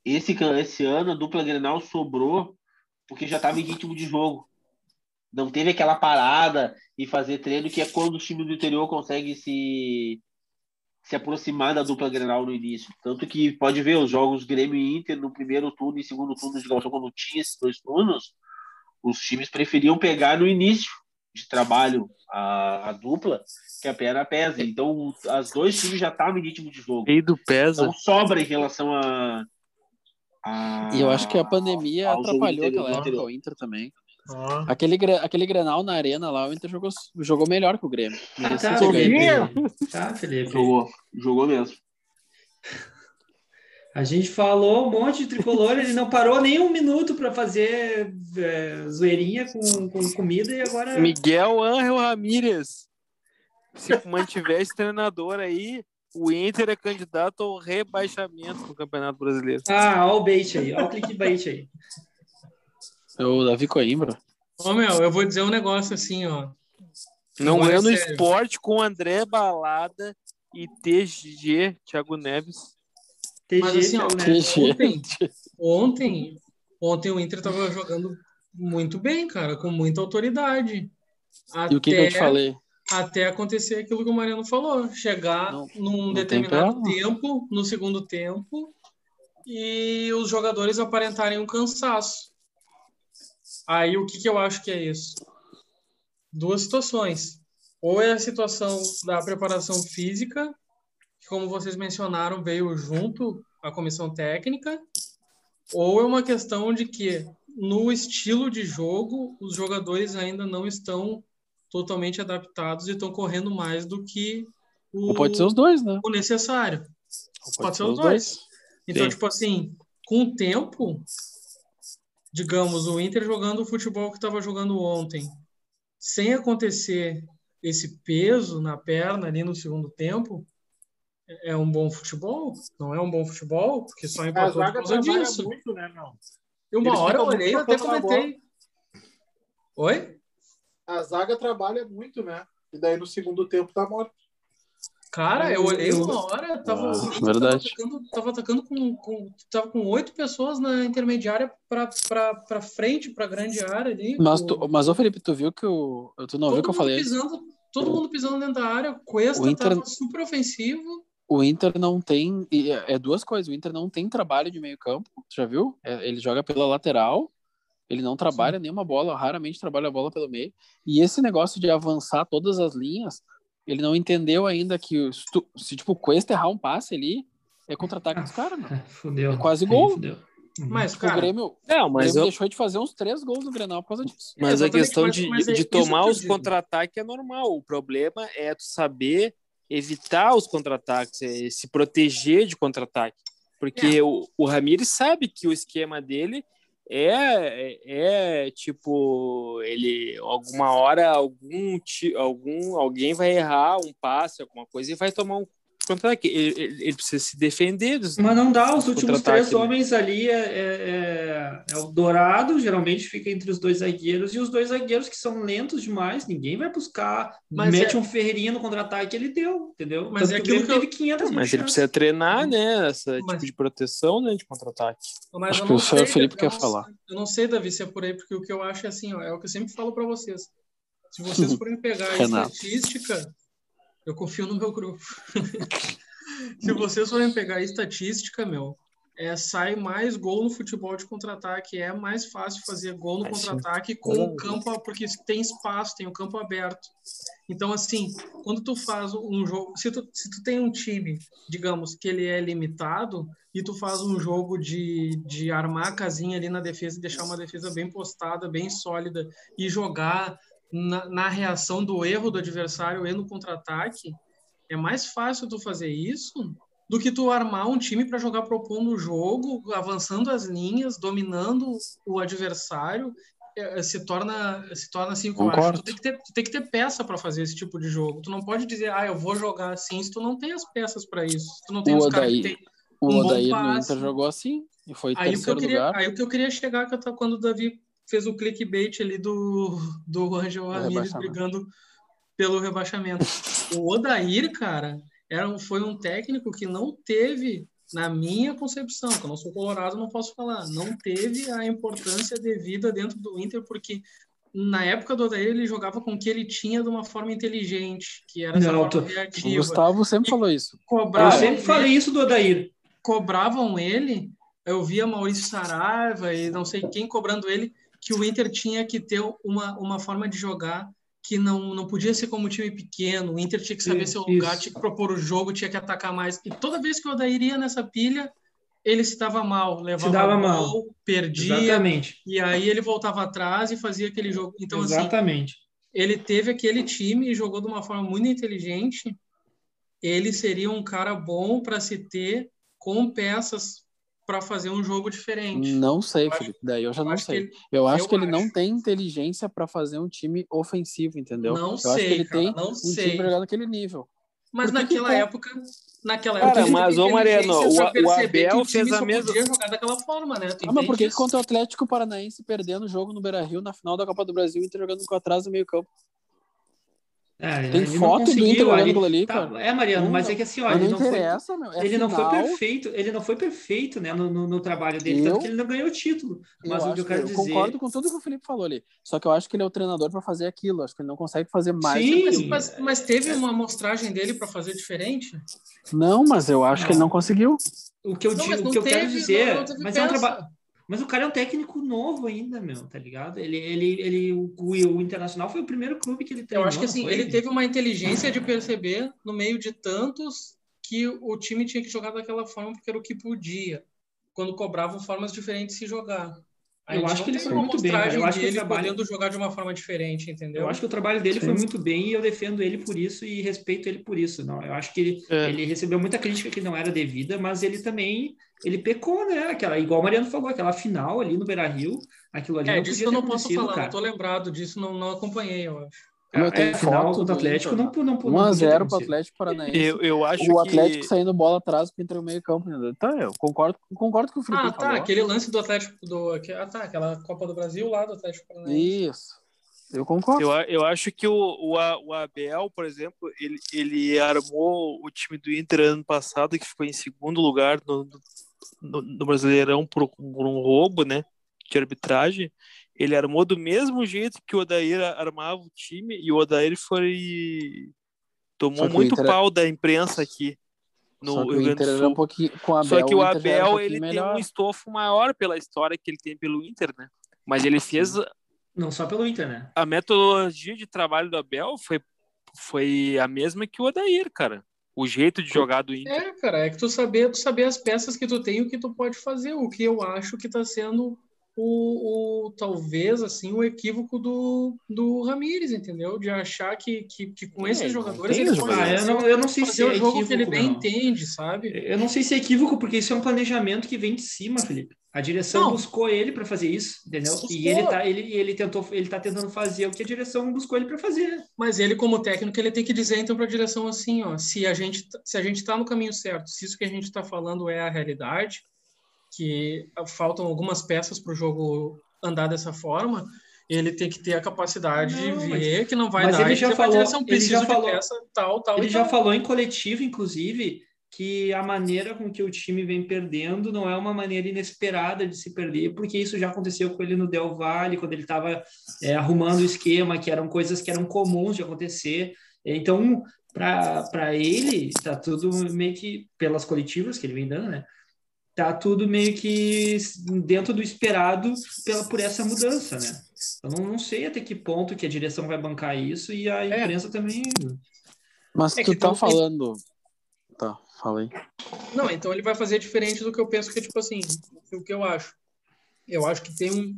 Speaker 6: esse, ca- esse ano a dupla Grenal sobrou porque já estava em ritmo de jogo. Não teve aquela parada e fazer treino que é quando o time do interior consegue se, se aproximar da dupla Grenal no início. Tanto que pode ver os jogos Grêmio e Inter no primeiro turno e segundo turno de gauchão, quando tinha esses dois turnos, os times preferiam pegar no início de trabalho a, a dupla que é a perna pesa. Então, as dois times já estavam em ritmo de jogo.
Speaker 4: Rei do Pesa.
Speaker 6: Então, sobra em relação a. a-
Speaker 2: E eu acho que a pandemia
Speaker 6: ao jogo
Speaker 2: atrapalhou
Speaker 6: Ah, interior,
Speaker 2: aquela
Speaker 6: né?
Speaker 2: época, o Inter também.
Speaker 3: Ah.
Speaker 2: Aquele, gre- aquele Grenal na arena lá, o Inter jogou, jogou melhor que o Grêmio.
Speaker 1: Ah,
Speaker 2: Merecia
Speaker 1: tá,
Speaker 2: ter ganho.
Speaker 1: Felipe. Tá, Felipe.
Speaker 6: Jogou, jogou mesmo.
Speaker 1: A gente falou um monte de tricolor, ele não parou nem um minuto para fazer é, zoeirinha com, com comida e agora.
Speaker 4: Miguel Ángel Ramírez. Se mantiver esse treinador aí, o Inter é candidato ao rebaixamento no Campeonato Brasileiro.
Speaker 1: Ah, olha o bait aí, olha o clickbait aí.
Speaker 2: É O Davi Coimbra.
Speaker 3: Ô, meu, eu vou dizer um negócio assim, ó.
Speaker 4: Não
Speaker 3: Agora
Speaker 4: é
Speaker 3: é
Speaker 4: no
Speaker 3: sério.
Speaker 4: esporte com André Balada e TG Thiago Neves.
Speaker 1: Tem
Speaker 3: Mas
Speaker 1: jeito,
Speaker 3: assim, ó,
Speaker 1: né?
Speaker 2: Que
Speaker 3: ontem,
Speaker 2: gente.
Speaker 3: ontem, ontem o Inter tava jogando muito bem, cara, com muita autoridade. Até,
Speaker 2: E o que, que eu te falei?
Speaker 3: até acontecer aquilo que o Mariano falou, chegar
Speaker 2: Não-
Speaker 3: num
Speaker 2: não tem
Speaker 3: determinado
Speaker 2: pra-
Speaker 3: tempo, no segundo tempo, e os jogadores aparentarem um cansaço. Aí o que, que eu acho que é isso? Duas situações. Ou é a situação da preparação física, que como vocês mencionaram, veio junto à comissão técnica, ou é uma questão de que no estilo de jogo os jogadores ainda não estão totalmente adaptados e estão correndo mais do que o,
Speaker 2: Ou pode ser os dois, né? Ou
Speaker 3: o necessário.
Speaker 2: Pode,
Speaker 3: ser os Então,
Speaker 4: Sim.
Speaker 3: tipo assim, com o tempo, digamos, o Inter jogando o futebol que estava jogando ontem, sem acontecer esse peso na perna ali no segundo tempo, é- é um bom futebol? Não é um bom futebol? Porque só
Speaker 7: A
Speaker 3: empatou por
Speaker 7: zaga
Speaker 3: causa
Speaker 7: trabalha
Speaker 3: disso.
Speaker 7: muito, né, meu?
Speaker 3: E uma
Speaker 7: Eles
Speaker 3: hora eu
Speaker 7: ficam
Speaker 3: olhei e
Speaker 7: muito
Speaker 3: até
Speaker 7: tocando na
Speaker 3: comentei. Oi?
Speaker 7: A zaga trabalha muito, né? E daí no segundo tempo tá morto.
Speaker 3: Cara, eu olhei
Speaker 1: Eu-
Speaker 3: uma hora, tava,
Speaker 2: Ah,
Speaker 3: o Inter
Speaker 2: verdade.
Speaker 3: tava atacando, tava atacando com, com- tava com oito pessoas na intermediária pra, pra, pra frente, pra grande área ali.
Speaker 2: Mas,
Speaker 3: com-
Speaker 2: tu, mas ô Felipe, tu viu que o. Tu não
Speaker 3: todo
Speaker 2: viu o que eu
Speaker 3: mundo
Speaker 2: falei?
Speaker 3: Pisando, todo mundo pisando dentro da área, o Cuesta
Speaker 2: O Inter-
Speaker 3: tava super ofensivo.
Speaker 2: O Inter não tem. e É é duas coisas. O Inter não tem trabalho de meio campo. Tu já viu? É, Ele joga pela lateral. Ele não trabalha nenhuma bola. Raramente trabalha a bola pelo meio. E esse negócio de avançar todas as linhas, ele não entendeu ainda que se, tu- se tipo, o Cuesta errar um passe ali, é contra-ataque dos caras, mano.
Speaker 1: Ah, Fudeu.
Speaker 2: É quase
Speaker 1: Aí
Speaker 2: gol.
Speaker 1: Fudeu. Uhum.
Speaker 3: Mas,
Speaker 2: Tipo, o
Speaker 3: cara,
Speaker 2: Grêmio,
Speaker 4: Não,
Speaker 2: o Grêmio
Speaker 4: mas, eu,
Speaker 2: deixou de fazer uns três gols no Grenal por causa disso.
Speaker 4: mas a
Speaker 3: É Exatamente,
Speaker 4: questão
Speaker 3: mas-
Speaker 4: de,
Speaker 3: mas é
Speaker 4: de
Speaker 3: isso que
Speaker 4: tomar
Speaker 3: eu
Speaker 4: os
Speaker 3: digo.
Speaker 4: contra-ataques é normal. O problema é tu saber evitar os contra-ataques, é se proteger de contra-ataque. Porque
Speaker 3: É.
Speaker 4: o, o Ramires sabe que o esquema dele é, é, é, tipo, ele alguma hora algum, ti- algum alguém vai errar um passe, alguma coisa e vai tomar um contra-ataque. Ele, ele- ele precisa se defender dos,
Speaker 1: Mas não é dá, os últimos
Speaker 4: Contra-ataque,
Speaker 1: três
Speaker 4: né?
Speaker 1: homens ali é, é, é- é o Dourado, geralmente fica entre os dois zagueiros, e os dois zagueiros que são lentos demais, ninguém vai buscar,
Speaker 3: Mas
Speaker 1: mete
Speaker 3: é-
Speaker 1: um Ferreirinha no contra-ataque, ele deu, entendeu?
Speaker 3: Mas
Speaker 1: Tanto
Speaker 3: é
Speaker 1: que
Speaker 3: aquilo
Speaker 1: o Grêmio
Speaker 3: que eu-
Speaker 1: teve 500 mil
Speaker 4: Mas ele
Speaker 1: chances.
Speaker 4: precisa treinar, né? Esse
Speaker 3: Mas-
Speaker 4: tipo de proteção, né? De contra-ataque.
Speaker 3: Mas
Speaker 2: Acho
Speaker 3: eu
Speaker 2: que
Speaker 3: não
Speaker 2: o
Speaker 3: sei,
Speaker 2: Felipe
Speaker 3: eu
Speaker 2: quer
Speaker 3: não-
Speaker 2: falar.
Speaker 3: Eu não sei, Davi, se é por aí, porque o que eu acho é assim, ó, é o que eu sempre falo para vocês. Se vocês forem pegar a
Speaker 2: Renato.
Speaker 3: estatística, eu confio no meu grupo. se vocês forem pegar a estatística, meu, é, sai mais gol no futebol de contra-ataque, é mais fácil fazer gol no
Speaker 4: Ah, sim.
Speaker 3: contra-ataque com o campo, porque tem espaço, tem o campo aberto. Então, assim, quando tu faz um jogo, se tu, se tu tem um time, digamos, que ele é limitado, e tu faz um jogo de, de armar a casinha ali na defesa e deixar uma defesa bem postada, bem sólida, e jogar na, na reação do erro do adversário e no contra-ataque, é mais fácil tu fazer isso do que tu armar um time para jogar propondo o jogo, avançando as linhas, dominando o adversário, é, é, se torna se torna assim o que eu acho.
Speaker 2: Concordo.
Speaker 3: Tu tem que ter, tu tem que ter peça para fazer esse tipo de jogo. Tu não pode dizer, ah, eu vou jogar assim, se tu não tem as peças para isso. Se tu não tem
Speaker 2: O
Speaker 3: os caras que
Speaker 2: Odair.
Speaker 3: tem
Speaker 2: O
Speaker 3: Um bom
Speaker 2: Odair no
Speaker 3: passe.
Speaker 2: Inter jogou assim e foi
Speaker 3: Aí o que eu
Speaker 2: terceiro
Speaker 3: queria,
Speaker 2: lugar.
Speaker 3: aí o que eu queria chegar que eu tava- quando o Davi fez o clickbait ali do, do Angel Ramírez
Speaker 2: rebaixamento.
Speaker 3: brigando pelo rebaixamento. o Odair, cara, era um, foi um técnico que não teve, na minha concepção, que eu não sou colorado, não posso falar, não teve a importância devida dentro do Inter, porque na época do Odair ele jogava com o que ele tinha de uma forma inteligente, que era essa
Speaker 1: Não,
Speaker 3: forma
Speaker 1: tu-
Speaker 2: O
Speaker 3: reativa.
Speaker 2: Gustavo sempre falou isso.
Speaker 1: Eu
Speaker 3: Cobrava
Speaker 2: Ah,
Speaker 1: sempre falei isso do Odair.
Speaker 3: cobravam ele, eu via Maurício Saraiva e não sei quem cobrando ele, que o Inter tinha que ter uma, uma forma de jogar que não, não podia ser como um time pequeno, o Inter tinha que saber
Speaker 1: Isso,
Speaker 3: seu lugar,
Speaker 1: isso.
Speaker 3: tinha que propor o jogo, tinha que atacar mais. E toda vez que o Odair ia nessa pilha, ele se dava mal, levava
Speaker 1: dava
Speaker 3: gol,
Speaker 1: mal.
Speaker 3: perdia,
Speaker 1: Exatamente.
Speaker 3: e aí ele voltava atrás e fazia aquele jogo. Então, assim,
Speaker 1: Exatamente.
Speaker 3: ele teve aquele time e jogou de uma forma muito inteligente, ele seria um cara bom para se ter com peças para fazer um jogo diferente.
Speaker 2: Não sei,
Speaker 3: acho-
Speaker 2: Felipe. Daí eu já
Speaker 3: Eu
Speaker 2: não
Speaker 3: acho que
Speaker 2: sei.
Speaker 3: ele-
Speaker 2: Eu
Speaker 3: eu
Speaker 2: acho que ele não
Speaker 3: acho.
Speaker 2: tem inteligência pra fazer um time ofensivo, entendeu?
Speaker 3: Não
Speaker 2: eu acho que
Speaker 3: sei,
Speaker 2: ele
Speaker 3: cara,
Speaker 2: tem
Speaker 3: não
Speaker 2: um time
Speaker 3: sei.
Speaker 2: pra jogar naquele nível. Ah,
Speaker 3: Mas
Speaker 2: Por que que
Speaker 3: naquela
Speaker 2: tá-
Speaker 3: época, naquela
Speaker 4: Cara,
Speaker 3: época,
Speaker 4: mas, ô, Mariano, o- o Abel
Speaker 3: o time
Speaker 4: fez a
Speaker 3: só
Speaker 4: mesma-
Speaker 3: podia jogar daquela forma, né? Tu
Speaker 2: Ah, mas por que,
Speaker 3: entende
Speaker 2: que contra o Atlético Paranaense perdendo o jogo no Beira Rio na final da Copa do Brasil, o Inter jogando com atrás no meio-campo?
Speaker 1: É,
Speaker 2: Tem
Speaker 1: ele não
Speaker 2: foto do Inter
Speaker 1: conseguiu,
Speaker 2: olhando
Speaker 1: ele-
Speaker 2: aquilo ali,
Speaker 1: Tá,
Speaker 2: cara.
Speaker 1: é, Mariano,
Speaker 2: Não,
Speaker 1: mas é que assim, ó,
Speaker 2: Mas
Speaker 1: ele
Speaker 2: não
Speaker 1: não foi
Speaker 2: interessa, meu. É
Speaker 1: ele não foi
Speaker 2: final.
Speaker 1: perfeito, ele não foi perfeito, né, no, no, no trabalho dele,
Speaker 2: Eu-
Speaker 1: tanto que ele não ganhou título. Mas
Speaker 2: eu,
Speaker 1: o que eu
Speaker 2: acho-
Speaker 1: quero
Speaker 2: eu
Speaker 1: dizer,
Speaker 2: concordo com tudo que o Felipe falou ali. Só que eu acho que ele é o treinador pra fazer aquilo. Acho que ele não consegue fazer mais.
Speaker 1: Sim,
Speaker 2: que
Speaker 3: Mas,
Speaker 2: aquilo.
Speaker 3: mas- mas teve uma amostragem dele para fazer diferente?
Speaker 2: Não, mas eu acho que ele não conseguiu.
Speaker 1: o que eu
Speaker 3: Não,
Speaker 1: digo,
Speaker 3: mas
Speaker 1: o
Speaker 3: não
Speaker 1: que eu quero
Speaker 3: teve,
Speaker 1: dizer,
Speaker 3: não- não teve
Speaker 1: mas é um
Speaker 3: peça.
Speaker 1: trabalho mas o cara é um técnico novo ainda, meu, tá ligado? Ele, ele, ele, o, o Internacional foi o primeiro clube que ele
Speaker 3: Eu
Speaker 1: treinou.
Speaker 3: acho que assim,
Speaker 1: não foi?
Speaker 3: ele teve uma inteligência de perceber no meio de tantos que o time tinha que jogar daquela forma porque era o que podia. Quando cobravam formas diferentes de se jogar. A
Speaker 1: Eu
Speaker 3: gente
Speaker 1: acho
Speaker 3: não
Speaker 1: que ele
Speaker 3: tem
Speaker 1: foi
Speaker 3: uma
Speaker 1: muito bem,
Speaker 3: amostragem
Speaker 1: cara. Eu acho que
Speaker 3: dele
Speaker 1: o trabalho-
Speaker 3: podendo jogar de uma forma diferente, entendeu?
Speaker 1: Eu acho que o trabalho dele foi muito bem e eu defendo ele por isso e respeito ele por isso. Não, eu acho que ele,
Speaker 4: É.
Speaker 1: ele recebeu muita crítica que não era devida, mas ele também ele pecou, né? Aquela, igual o Mariano falou, aquela final ali no Beira Rio, aquilo ali
Speaker 3: É,
Speaker 1: não
Speaker 3: disso
Speaker 1: podia
Speaker 3: eu
Speaker 1: ter
Speaker 3: não posso
Speaker 1: acontecido,
Speaker 3: falar,
Speaker 1: cara.
Speaker 3: não tô lembrado disso, não, não acompanhei, eu acho.
Speaker 2: Como eu
Speaker 1: É,
Speaker 2: tenho
Speaker 1: a final
Speaker 2: foto
Speaker 1: contra o
Speaker 2: do
Speaker 1: Atlético
Speaker 2: Inter, né?
Speaker 1: não, não, não podia ter
Speaker 2: 1x0 pro
Speaker 1: acontecido.
Speaker 2: Atlético Paranaense.
Speaker 4: Eu, eu acho
Speaker 2: o
Speaker 4: que.
Speaker 2: Atlético saindo bola atrás pro Inter no meio campo. né? Então, eu concordo, concordo com o Felipe
Speaker 3: Ah, tá,
Speaker 2: falou.
Speaker 3: aquele lance do Atlético do. aque- Ah, tá, aquela Copa do Brasil lá do Atlético Paranaense.
Speaker 2: Isso. Eu concordo.
Speaker 4: Eu, a- eu acho que o, o, A- o Abel, por exemplo, ele, ele armou o time do Inter ano passado, que ficou em segundo lugar no, no, no Brasileirão por, um- por um roubo né, de arbitragem. Ele armou do mesmo jeito que o Odair a- armava o time, e o Odair
Speaker 2: Só
Speaker 4: foi. tomou
Speaker 2: que o
Speaker 4: muito
Speaker 2: Inter- é
Speaker 4: pau da imprensa aqui no
Speaker 2: Só que o
Speaker 4: Rio Grande do
Speaker 2: Inter era
Speaker 4: Sul.
Speaker 2: um pouquinho. Com o Abel,
Speaker 4: Só que
Speaker 2: Inter
Speaker 4: o
Speaker 2: já era um
Speaker 4: Abel
Speaker 2: pouquinho
Speaker 4: ele
Speaker 2: melhor.
Speaker 4: tem um estofo maior pela história que ele tem pelo Inter, né? Mas ele fez
Speaker 1: Não só pelo Inter, né?
Speaker 4: a metodologia de trabalho do Abel foi, foi a mesma que o Odair, cara. O jeito de jogar do Inter.
Speaker 3: É, cara, é que tu saber, tu saber as peças que tu tem e o que tu pode fazer, o que eu acho que tá sendo o, o- talvez assim o equívoco do, do Ramires, entendeu? De achar que, que, que com esses
Speaker 4: É, não
Speaker 3: jogadores
Speaker 4: tem
Speaker 3: ele
Speaker 4: jogador.
Speaker 1: Ah, eu não, eu não sei se
Speaker 3: fazer
Speaker 1: é
Speaker 3: o jogo que ele
Speaker 1: equívoco,
Speaker 3: bem
Speaker 1: não.
Speaker 3: entende, sabe?
Speaker 1: Eu não sei se é equívoco, porque isso é um planejamento que vem de cima, Felipe. A direção
Speaker 3: Não.
Speaker 1: buscou ele para fazer isso, entendeu? E
Speaker 3: Buscou.
Speaker 1: ele tá, ele, e ele tentou, ele tá tentando fazer o que a direção buscou ele para fazer.
Speaker 3: Mas ele como técnico ele tem que dizer então para a direção assim, ó, se a gente tá- se a gente tá no caminho certo, se isso que a gente tá falando é a realidade, que faltam algumas peças para o jogo andar dessa forma, ele tem que ter a capacidade
Speaker 1: Não,
Speaker 3: de
Speaker 1: mas-
Speaker 3: ver que não vai
Speaker 1: mas
Speaker 3: dar.
Speaker 1: ele
Speaker 3: e
Speaker 1: já
Speaker 3: dizer pra
Speaker 1: falou-
Speaker 3: direção,
Speaker 1: ele
Speaker 3: "Preciso
Speaker 1: já
Speaker 3: de
Speaker 1: falou-
Speaker 3: peça tal, tal
Speaker 1: Ele
Speaker 3: e tá
Speaker 1: já
Speaker 3: tal".
Speaker 1: falou em coletivo, inclusive, que a maneira com que o time vem perdendo não é uma maneira inesperada de se perder, porque isso já aconteceu com ele no Del Valle, quando ele estava arrumando o esquema, que eram coisas que eram comuns de acontecer. Então, para ele, tá tudo meio que, pelas coletivas que ele vem dando, né? Tá tudo meio que dentro do esperado pela, por essa mudança, né? Eu não, não sei até que ponto que a direção vai bancar isso e a imprensa também.
Speaker 2: Mas
Speaker 3: É
Speaker 2: tu
Speaker 3: que
Speaker 2: tá
Speaker 3: tem um-
Speaker 2: falando. Tá, falei.
Speaker 3: Não, então ele vai fazer diferente do que eu penso que é tipo assim, o que eu acho. Eu acho que tem um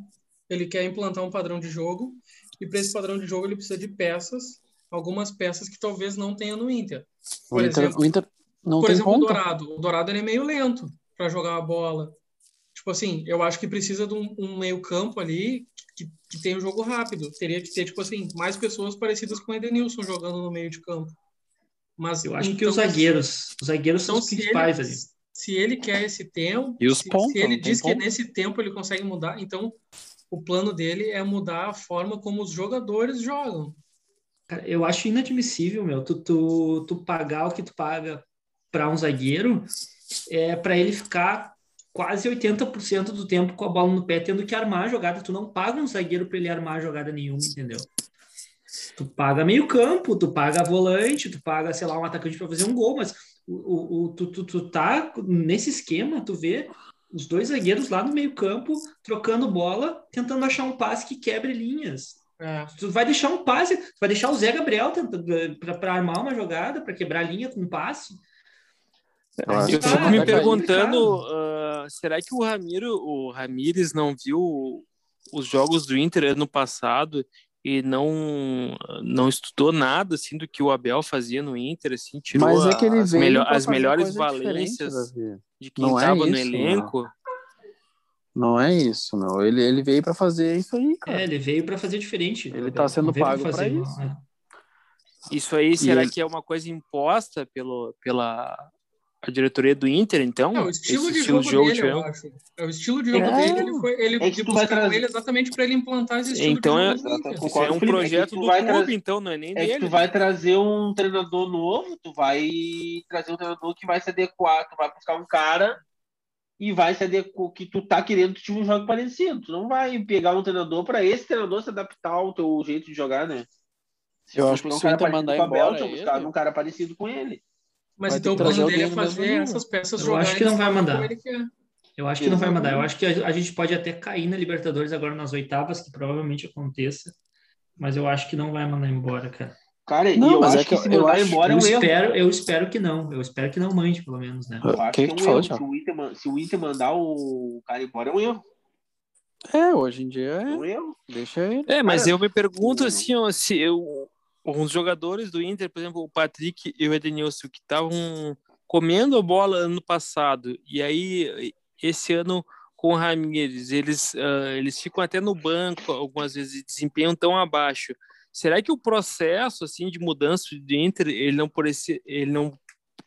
Speaker 3: ele quer implantar um padrão de jogo e para esse padrão de jogo ele precisa de peças, algumas peças que talvez não tenha no Inter.
Speaker 2: O
Speaker 3: Por
Speaker 2: Inter,
Speaker 3: exemplo,
Speaker 2: o Inter não
Speaker 3: por
Speaker 2: tem
Speaker 3: exemplo, o
Speaker 2: ponta.
Speaker 3: Dourado. O Dourado ele é meio lento para jogar a bola. Tipo assim, eu acho que precisa de um, um meio-campo ali que, que tenha um jogo rápido. Teria que ter, tipo assim, mais pessoas parecidas com o Edenilson jogando no meio de campo. Mas
Speaker 1: Eu acho que
Speaker 3: então,
Speaker 1: os zagueiros, os zagueiros são
Speaker 3: então,
Speaker 1: os
Speaker 3: se
Speaker 1: principais
Speaker 3: ele,
Speaker 1: ali.
Speaker 3: se ele quer esse tempo,
Speaker 4: E os
Speaker 3: se,
Speaker 4: pontos,
Speaker 3: se ele
Speaker 4: não tem
Speaker 3: diz que
Speaker 4: ponto?
Speaker 3: nesse tempo ele consegue mudar, então o plano dele é mudar a forma como os jogadores jogam.
Speaker 1: Cara, eu acho inadmissível, meu, tu, tu, tu pagar o que tu paga para um zagueiro é para ele ficar quase 80% do tempo com a bola no pé, tendo que armar a jogada. Tu não paga um zagueiro para ele armar a jogada nenhuma, entendeu? Tu paga meio campo, tu paga volante, tu paga, sei lá, um atacante para fazer um gol, mas o, o, o- tu, tu, tu tá nesse esquema, tu vê os dois zagueiros lá no meio campo, trocando bola, tentando achar um passe que quebre linhas.
Speaker 3: É.
Speaker 1: Tu vai deixar um passe, tu vai deixar o Zé Gabriel para armar uma jogada, para quebrar a linha com um passe.
Speaker 2: É,
Speaker 4: Eu
Speaker 1: tá,
Speaker 4: fico me
Speaker 1: tá
Speaker 4: perguntando, ah, será que o Ramiro, o Ramires não viu os jogos do Inter ano passado e não não estudou nada assim do que o Abel fazia no Inter, assim, tirou
Speaker 2: Mas é que ele
Speaker 4: as,
Speaker 2: veio
Speaker 4: melho-
Speaker 2: pra
Speaker 4: as
Speaker 2: fazer
Speaker 4: melhores
Speaker 2: coisa diferente,
Speaker 4: valências
Speaker 2: Davi.
Speaker 4: de quem
Speaker 2: Não é
Speaker 4: estava no
Speaker 2: isso, né?
Speaker 4: elenco.
Speaker 2: Não é isso, meu. Ele, ele veio pra fazer isso aí, cara.
Speaker 1: É, ele veio para fazer diferente.
Speaker 2: Ele tá sendo
Speaker 1: Não veio pra
Speaker 2: pago pra
Speaker 1: fazer igual,
Speaker 2: isso.
Speaker 1: né?
Speaker 4: Isso aí, será
Speaker 2: ele-
Speaker 4: que é uma coisa imposta pelo, pela a diretoria do Inter, então?
Speaker 3: É o estilo de jogo,
Speaker 4: estilo
Speaker 3: dele, eu acho. É o estilo de jogo
Speaker 4: É.
Speaker 3: dele, ele foi ele
Speaker 6: É que tu
Speaker 3: buscaram
Speaker 6: vai trazer-
Speaker 3: ele exatamente para ele implantar esse estilo
Speaker 4: Então
Speaker 3: de
Speaker 4: é-
Speaker 3: jogo do Inter.
Speaker 4: Isso é
Speaker 6: Concordo,
Speaker 4: um
Speaker 6: Felipe, é
Speaker 4: projeto
Speaker 6: que tu
Speaker 4: do
Speaker 6: vai
Speaker 4: clube,
Speaker 6: trazer-
Speaker 4: então, não é nem
Speaker 6: É que
Speaker 4: dele.
Speaker 6: tu vai trazer um treinador novo, tu vai trazer um treinador que vai se adequar, tu vai buscar um cara e vai se adequar que tu tá querendo que o time jogue parecido. Tu não vai pegar um treinador para esse treinador se adaptar ao teu jeito de jogar, né? Se
Speaker 2: Eu
Speaker 6: tu
Speaker 2: acho que
Speaker 6: pegar um
Speaker 2: se o Inter
Speaker 6: parecido
Speaker 2: mandar
Speaker 6: com o Abel,
Speaker 2: embora
Speaker 6: tu vai buscar
Speaker 2: ele-
Speaker 6: um cara parecido com ele.
Speaker 3: Mas
Speaker 2: Vai
Speaker 3: então
Speaker 2: ter que
Speaker 3: o
Speaker 2: trazer
Speaker 3: plano dele é
Speaker 2: alguém do mesmo
Speaker 3: fazer
Speaker 2: nível.
Speaker 3: essas peças
Speaker 1: Eu
Speaker 3: jogarem
Speaker 1: acho que não
Speaker 3: da
Speaker 1: vai
Speaker 3: forma
Speaker 1: mandar.
Speaker 3: como ele quer.
Speaker 1: Eu acho que não vai mandar. Eu acho que a, a gente pode até cair na Libertadores agora nas oitavas, que provavelmente aconteça, mas eu acho que não vai mandar embora, cara.
Speaker 6: Cara, e
Speaker 2: Não,
Speaker 6: eu
Speaker 2: mas
Speaker 6: acho
Speaker 2: é
Speaker 6: que,
Speaker 2: que
Speaker 6: se
Speaker 2: eu- eu
Speaker 6: mandar
Speaker 2: acho-
Speaker 6: embora é
Speaker 1: Eu
Speaker 6: um erro.
Speaker 1: espero, eu espero que não. Eu espero que não mande, pelo menos, né?
Speaker 6: Eu
Speaker 2: Quem
Speaker 6: acho que é
Speaker 2: que
Speaker 6: um
Speaker 2: tu falou,
Speaker 6: erro. Se
Speaker 2: Thiago?
Speaker 6: o, Inter, man- se o Inter mandar o cara embora, é um erro.
Speaker 2: É, hoje em dia
Speaker 6: É
Speaker 2: é.
Speaker 6: um erro.
Speaker 2: Deixa ele.
Speaker 4: É, mas
Speaker 6: Cara,
Speaker 4: eu me pergunto
Speaker 6: o-
Speaker 4: assim, ó, se eu, uns jogadores do Inter, por exemplo, o Patrick e o Edenilson, que estavam comendo a bola ano passado, e aí esse ano com o Ramires, eles, ah, eles ficam até no banco algumas vezes e desempenham tão abaixo. Será que o processo assim de mudança do Inter, ele não parecia, ele não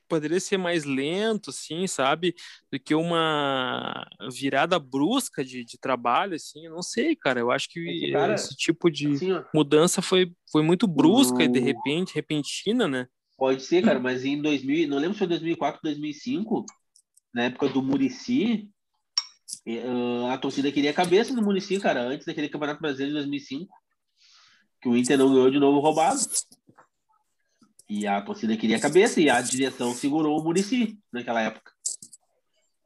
Speaker 4: poderia ser mais lento, assim, sabe? do que uma virada brusca de, de trabalho, assim, eu não sei, cara, eu acho que
Speaker 6: É que, cara,
Speaker 4: esse tipo de
Speaker 6: assim, ó,
Speaker 4: mudança foi, foi muito brusca e de
Speaker 6: O-
Speaker 4: repente, repentina, né?
Speaker 6: Pode ser, cara, mas em 2000, não lembro se foi 2004, 2005, na época do Murici, ah, a torcida queria a cabeça do Murici, cara, antes daquele Campeonato Brasileiro de 2005, que o Inter não ganhou de novo roubado. E a torcida queria a cabeça e a direção segurou o Murici naquela época.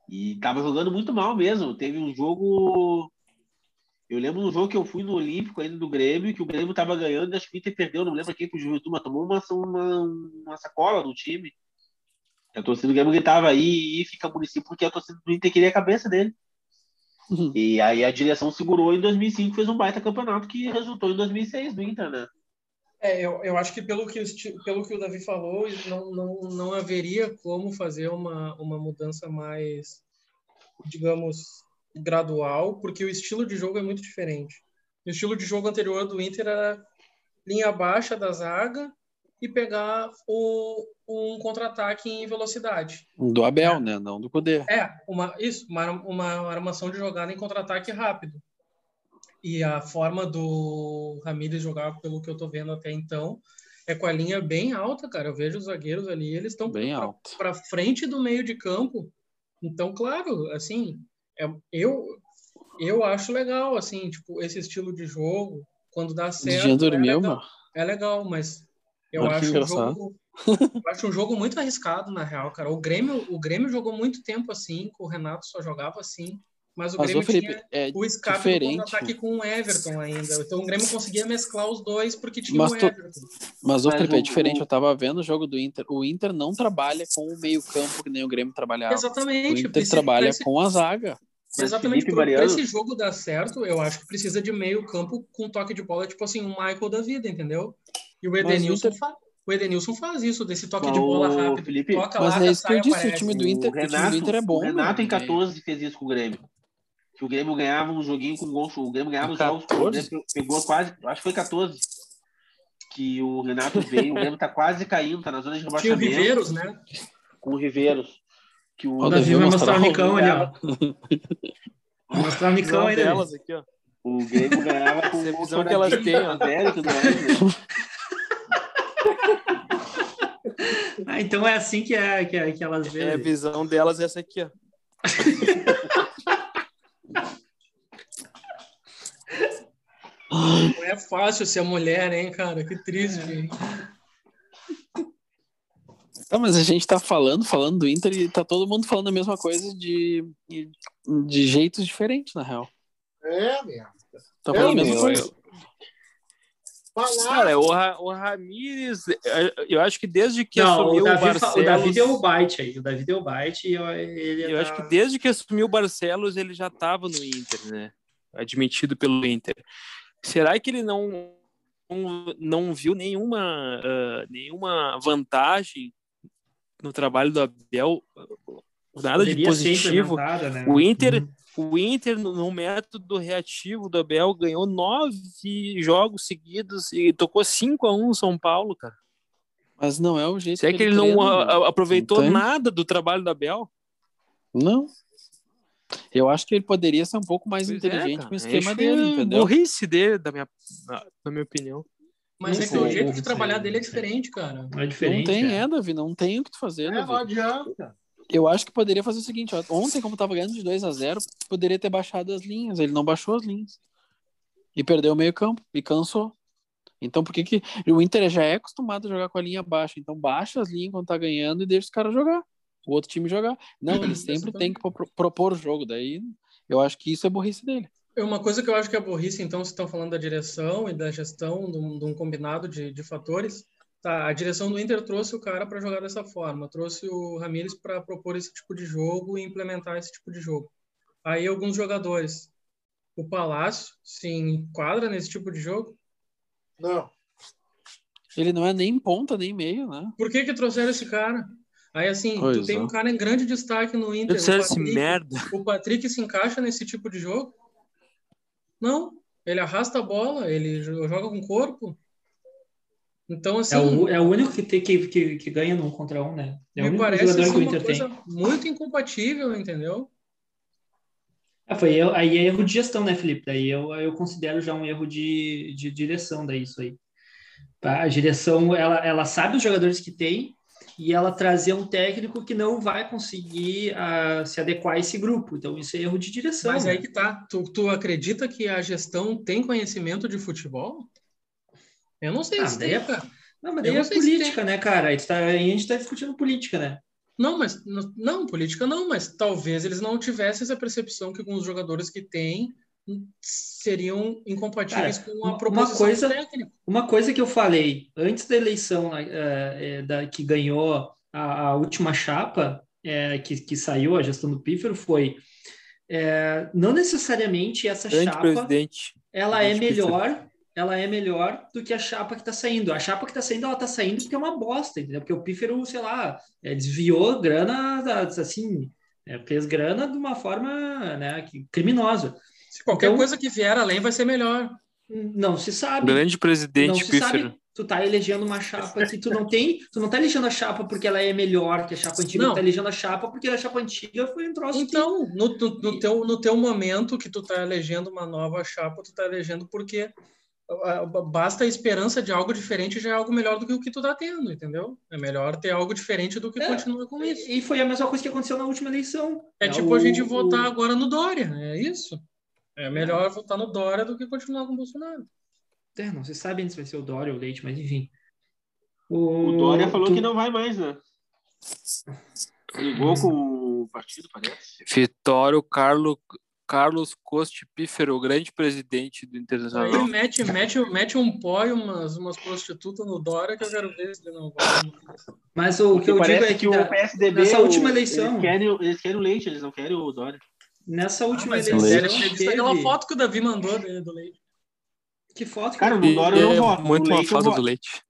Speaker 6: E tava jogando muito mal mesmo. Teve um jogo. Eu lembro um jogo que eu fui no Olímpico ainda do Grêmio, que o Grêmio tava ganhando, e acho que o Inter perdeu, não lembro quem pro Juventude, mas tomou uma, uma, uma sacola do time. E A torcida do Grêmio gritava aí e fica município porque a torcida do Inter queria a cabeça dele. E aí a direção segurou em 2005, fez um baita campeonato que resultou em 2006 do Inter, né?
Speaker 3: É, eu, eu acho que pelo que, o esti- pelo que o Davi falou, não, não, não haveria como fazer uma, uma mudança mais, digamos, gradual, porque o estilo de jogo é muito diferente. O estilo de jogo anterior do Inter era linha baixa da zaga e pegar o, um contra-ataque em velocidade.
Speaker 2: Do Abel, né? Não do Cudê.
Speaker 3: É, uma, isso, uma, ar- uma armação de jogada em contra-ataque rápido. E a forma do Ramírez jogar, pelo que eu tô vendo até então, é com a linha bem alta, cara. Eu vejo os zagueiros ali, eles estão
Speaker 2: Bem alto.
Speaker 3: para frente do meio de campo. Então, claro, assim, é- eu eu acho legal, assim, tipo, esse estilo de jogo, quando dá certo,
Speaker 2: Didinho
Speaker 3: é,
Speaker 2: dormiu,
Speaker 3: legal,
Speaker 2: meu.
Speaker 3: é legal, mas eu
Speaker 2: Olha que
Speaker 3: acho, um
Speaker 2: engraçado.
Speaker 3: jogo, eu acho um jogo muito arriscado, na real, cara. O Grêmio, o Grêmio jogou muito tempo assim, o Renato só jogava assim, mas o
Speaker 2: Mas, ô,
Speaker 3: Grêmio
Speaker 2: Felipe,
Speaker 3: tinha
Speaker 2: é
Speaker 3: o escape
Speaker 2: diferente.
Speaker 3: do contra-ataque com o Everton ainda. Então o Grêmio conseguia mesclar os dois porque tinha
Speaker 2: Mas
Speaker 3: o
Speaker 2: tu-
Speaker 3: Everton.
Speaker 2: Mas, o
Speaker 6: Mas
Speaker 2: Felipe,
Speaker 6: o-
Speaker 2: é diferente.
Speaker 6: o-
Speaker 2: Eu tava vendo o jogo do Inter. O Inter não trabalha com o meio-campo que nem o Grêmio trabalhava. O
Speaker 3: Exatamente.
Speaker 2: Inter
Speaker 3: precisa-
Speaker 2: trabalha
Speaker 3: precisa-
Speaker 2: com a zaga.
Speaker 6: Mas
Speaker 3: Exatamente,
Speaker 6: Felipe
Speaker 3: para
Speaker 6: Mariano-
Speaker 3: esse jogo dar certo, eu acho que precisa de meio campo com toque de bola, tipo assim, um Michael da vida, entendeu? E o Edenilson,
Speaker 2: Inter-
Speaker 3: fa- o Edenilson faz isso, desse toque
Speaker 6: Mas
Speaker 3: de bola
Speaker 6: o
Speaker 3: rápido.
Speaker 6: Felipe-
Speaker 3: toca,
Speaker 2: Mas
Speaker 3: larga,
Speaker 2: é isso que
Speaker 3: sai,
Speaker 2: eu disse, o
Speaker 3: aparece.
Speaker 2: time do Inter-
Speaker 6: assim, o
Speaker 2: o time do
Speaker 6: Renato,
Speaker 2: Inter é bom,
Speaker 6: o Renato
Speaker 2: meu,
Speaker 6: em 14 fez isso com o Grêmio. Que o Grêmio ganhava um joguinho com gol, o Grêmio ganhava os jogos, o
Speaker 2: 14?
Speaker 6: Grêmio pegou quase, acho que foi 14. Que o Renato veio, o Grêmio tá quase caindo, tá na zona de
Speaker 3: Tinha o
Speaker 6: rebaixamento
Speaker 3: Riveiros, né?
Speaker 6: com o Riveiros. Que o
Speaker 1: O
Speaker 2: Davi
Speaker 1: Davi vai mostrar o
Speaker 2: mostrar o
Speaker 1: Nicão ali, ó. Vai mostrar o Nicão aí, né? Davi.
Speaker 4: delas aqui, ó.
Speaker 6: O Grêmio ganhava com
Speaker 4: Essa é a
Speaker 6: o
Speaker 4: visão que elas têm, ó.
Speaker 6: Zero, e tudo mais, né?
Speaker 1: Ah, então é assim que, é, que, é, que elas
Speaker 4: É a
Speaker 1: veem.
Speaker 4: visão delas é essa aqui, ó.
Speaker 3: Não é fácil ser mulher, hein, cara? Que triste, gente.
Speaker 2: Tá, mas a gente tá falando, falando do Inter e tá todo mundo falando a mesma coisa de, de jeitos diferentes, na real.
Speaker 7: É, meu.
Speaker 2: Tá
Speaker 7: É,
Speaker 2: falando a
Speaker 7: meu,
Speaker 2: mesma coisa.
Speaker 7: Falar.
Speaker 4: Cara, é o, Ra- o Ramires, é, eu acho que desde que
Speaker 1: Não, o
Speaker 4: assumiu o,
Speaker 1: Davi, fa- o Davi
Speaker 4: Barcelos,
Speaker 1: deu um o byte aí. O Davi deu o byte e eu- ele
Speaker 4: eu acho
Speaker 1: tá-
Speaker 4: que desde que assumiu o Barcelos ele já estava no Inter, né? Admitido pelo Inter. Será que ele não não, não viu nenhuma ah, nenhuma vantagem no trabalho do Abel? Nada de
Speaker 1: poderia ser
Speaker 4: positivo.
Speaker 1: implementada, né?
Speaker 4: O Inter-
Speaker 1: Uhum.
Speaker 4: O Inter, no no método reativo do Abel, ganhou um nove jogos seguidos e tocou 5 a 1 no São Paulo, cara.
Speaker 2: Mas não é o jeito
Speaker 4: Se é que ele,
Speaker 2: treina,
Speaker 4: não a-
Speaker 2: né?
Speaker 4: a- aproveitou
Speaker 2: Então-
Speaker 4: nada do trabalho da Bel.
Speaker 2: Não. Eu acho que ele poderia ser um pouco mais
Speaker 4: Pois é,
Speaker 2: inteligente
Speaker 4: cara.
Speaker 2: com o esquema
Speaker 4: Acho que
Speaker 2: dele,
Speaker 4: é
Speaker 2: entendeu?
Speaker 4: Burrice dele, da minha, na, na minha opinião.
Speaker 3: Mas
Speaker 2: Não
Speaker 3: é que o
Speaker 2: sei,
Speaker 3: jeito
Speaker 1: não
Speaker 3: de
Speaker 1: sei,
Speaker 3: trabalhar dele é
Speaker 1: não sei.
Speaker 3: diferente, cara.
Speaker 1: É
Speaker 2: Não
Speaker 1: diferente.
Speaker 2: tem,
Speaker 1: é.
Speaker 2: é, Davi, não tem o que tu fazer,
Speaker 7: É, não
Speaker 2: Davi.
Speaker 7: adianta.
Speaker 2: Eu acho que poderia fazer o seguinte, ó, ontem, como tava ganhando de 2 a 0 poderia ter baixado as linhas, ele não baixou as linhas. E perdeu o meio campo, e cansou. Então por que que... O Inter já é acostumado a jogar com a linha baixa, então baixa as linhas quando tá ganhando e deixa os caras jogar. O outro time jogar. Não, ele sempre tem que pro- propor o jogo, daí eu acho que isso é burrice dele.
Speaker 3: É Uma coisa que eu acho que é burrice, então, se estão falando da direção e da gestão, de um, de um combinado de, de fatores, tá, a direção do Inter trouxe o cara para jogar dessa forma, trouxe o Ramires para propor esse tipo de jogo e implementar esse tipo de jogo. Aí alguns jogadores, o Palácio se enquadra nesse tipo de jogo.
Speaker 7: Não.
Speaker 2: Ele não é nem ponta, nem meio, né?
Speaker 3: Por que que trouxeram esse cara? Aí assim, tu
Speaker 2: Pois
Speaker 3: tem
Speaker 2: é.
Speaker 3: um cara em grande destaque no Inter.
Speaker 4: Eu
Speaker 3: o
Speaker 4: disseram esse
Speaker 3: Patrick.
Speaker 4: merda.
Speaker 3: O Patrick se encaixa nesse tipo de jogo? Não. Ele arrasta a bola, ele jo- joga com o corpo. Então, assim,
Speaker 1: É o, é o único que, tem, que, que, que ganha no um contra um, né? É o
Speaker 3: me
Speaker 1: único
Speaker 3: parece
Speaker 1: jogador
Speaker 3: assim,
Speaker 1: que o
Speaker 3: uma
Speaker 1: Inter
Speaker 3: coisa
Speaker 1: tem.
Speaker 3: muito incompatível, entendeu?
Speaker 1: É, foi erro- aí é erro de gestão, né, Felipe? Daí eu, eu considero já um erro de, de direção, daí isso aí. Tá? A direção, ela, ela sabe os jogadores que tem e ela trazer um técnico que não vai conseguir ah, se adequar a esse grupo. Então isso é erro de direção.
Speaker 3: Mas
Speaker 1: né?
Speaker 3: aí que tá. Tu, tu acredita que a gestão tem conhecimento de futebol? Eu não sei
Speaker 1: Ah,
Speaker 3: se
Speaker 1: daí
Speaker 3: tem,
Speaker 1: é-
Speaker 3: cara.
Speaker 1: Não, mas
Speaker 3: Eu
Speaker 1: daí
Speaker 3: não
Speaker 1: é
Speaker 3: sei se
Speaker 1: política, né, cara? A gente tá, a gente tá discutindo política, né?
Speaker 3: Não, mas n- não, política não, mas talvez eles não tivessem essa percepção que alguns jogadores que têm hum, seriam incompatíveis
Speaker 1: Cara,
Speaker 3: com
Speaker 1: uma-
Speaker 3: a
Speaker 1: uma
Speaker 3: proposição
Speaker 1: coisa-
Speaker 3: do técnico.
Speaker 1: Uma coisa que eu falei antes da eleição né, eh, eh, da, que ganhou a, a última chapa, eh, que, que saiu a gestão do Pífero, foi eh, não necessariamente essa
Speaker 4: Grande
Speaker 1: é chapa
Speaker 4: presidente.
Speaker 1: ela é
Speaker 4: Grande Pífero.
Speaker 1: melhor, ela é melhor do que a chapa que está saindo. A chapa que está saindo, ela está saindo porque é uma bosta, entendeu? Porque o Pífero, sei lá, eh, desviou grana, da- assim, eh, fez grana de uma forma né, que- criminosa.
Speaker 3: Se qualquer
Speaker 1: Então-
Speaker 3: coisa que vier além vai ser melhor.
Speaker 1: Não se sabe.
Speaker 4: Grande
Speaker 1: não
Speaker 4: presidente
Speaker 1: se
Speaker 4: Pífero.
Speaker 1: sabe, tu tá elegendo uma chapa que tu não tem, tu não tá elegendo a chapa porque ela é melhor que a chapa antiga,
Speaker 3: Não.
Speaker 1: tu tá elegendo a chapa porque a chapa antiga foi um troço
Speaker 3: Então, no, no- no
Speaker 1: E-
Speaker 3: teu, no teu momento que tu tá elegendo uma nova chapa, tu tá elegendo porque ah, ah, basta a esperança de algo diferente já é algo melhor do que o que tu tá tendo, entendeu? É melhor ter algo diferente do que
Speaker 1: É.
Speaker 3: continuar com
Speaker 1: que...
Speaker 3: isso.
Speaker 1: E foi a mesma coisa que aconteceu na última eleição.
Speaker 3: É tipo
Speaker 1: o-
Speaker 3: a gente
Speaker 1: o-
Speaker 3: votar agora no Dória, né? é isso? É melhor votar no Dória do que continuar com o Bolsonaro.
Speaker 1: É, não se sabe se vai ser o Dória ou o Leite, mas enfim.
Speaker 6: O Dória falou
Speaker 1: tu-
Speaker 6: que não vai mais, né? Ligou com o partido, parece.
Speaker 4: Vitório Carlo, Carlos Coste Pífero, grande presidente do
Speaker 3: Aí
Speaker 4: Internacional.
Speaker 3: mete, mete, mete um pó e umas, umas prostitutas no Dória que eu quero ver se ele não volta.
Speaker 1: Mas o que eu digo
Speaker 6: parece
Speaker 1: é que, na-
Speaker 6: o PSDB.
Speaker 1: nessa
Speaker 6: é o-
Speaker 1: última eleição-
Speaker 6: Eles querem, o- eles querem o leite, eles não querem o Dória. Ah,
Speaker 1: nessa última
Speaker 3: Mas
Speaker 1: eleição.
Speaker 3: ele
Speaker 2: Leite.
Speaker 3: teve
Speaker 1: teve-
Speaker 3: aquela foto que o Davi mandou dele do Leite.
Speaker 1: Que foto que,
Speaker 6: Cara, no
Speaker 4: E
Speaker 6: Dória eu não
Speaker 4: é
Speaker 6: voto.
Speaker 4: muito
Speaker 6: no
Speaker 4: uma
Speaker 6: leite eu
Speaker 4: falta do
Speaker 6: voto.
Speaker 4: leite.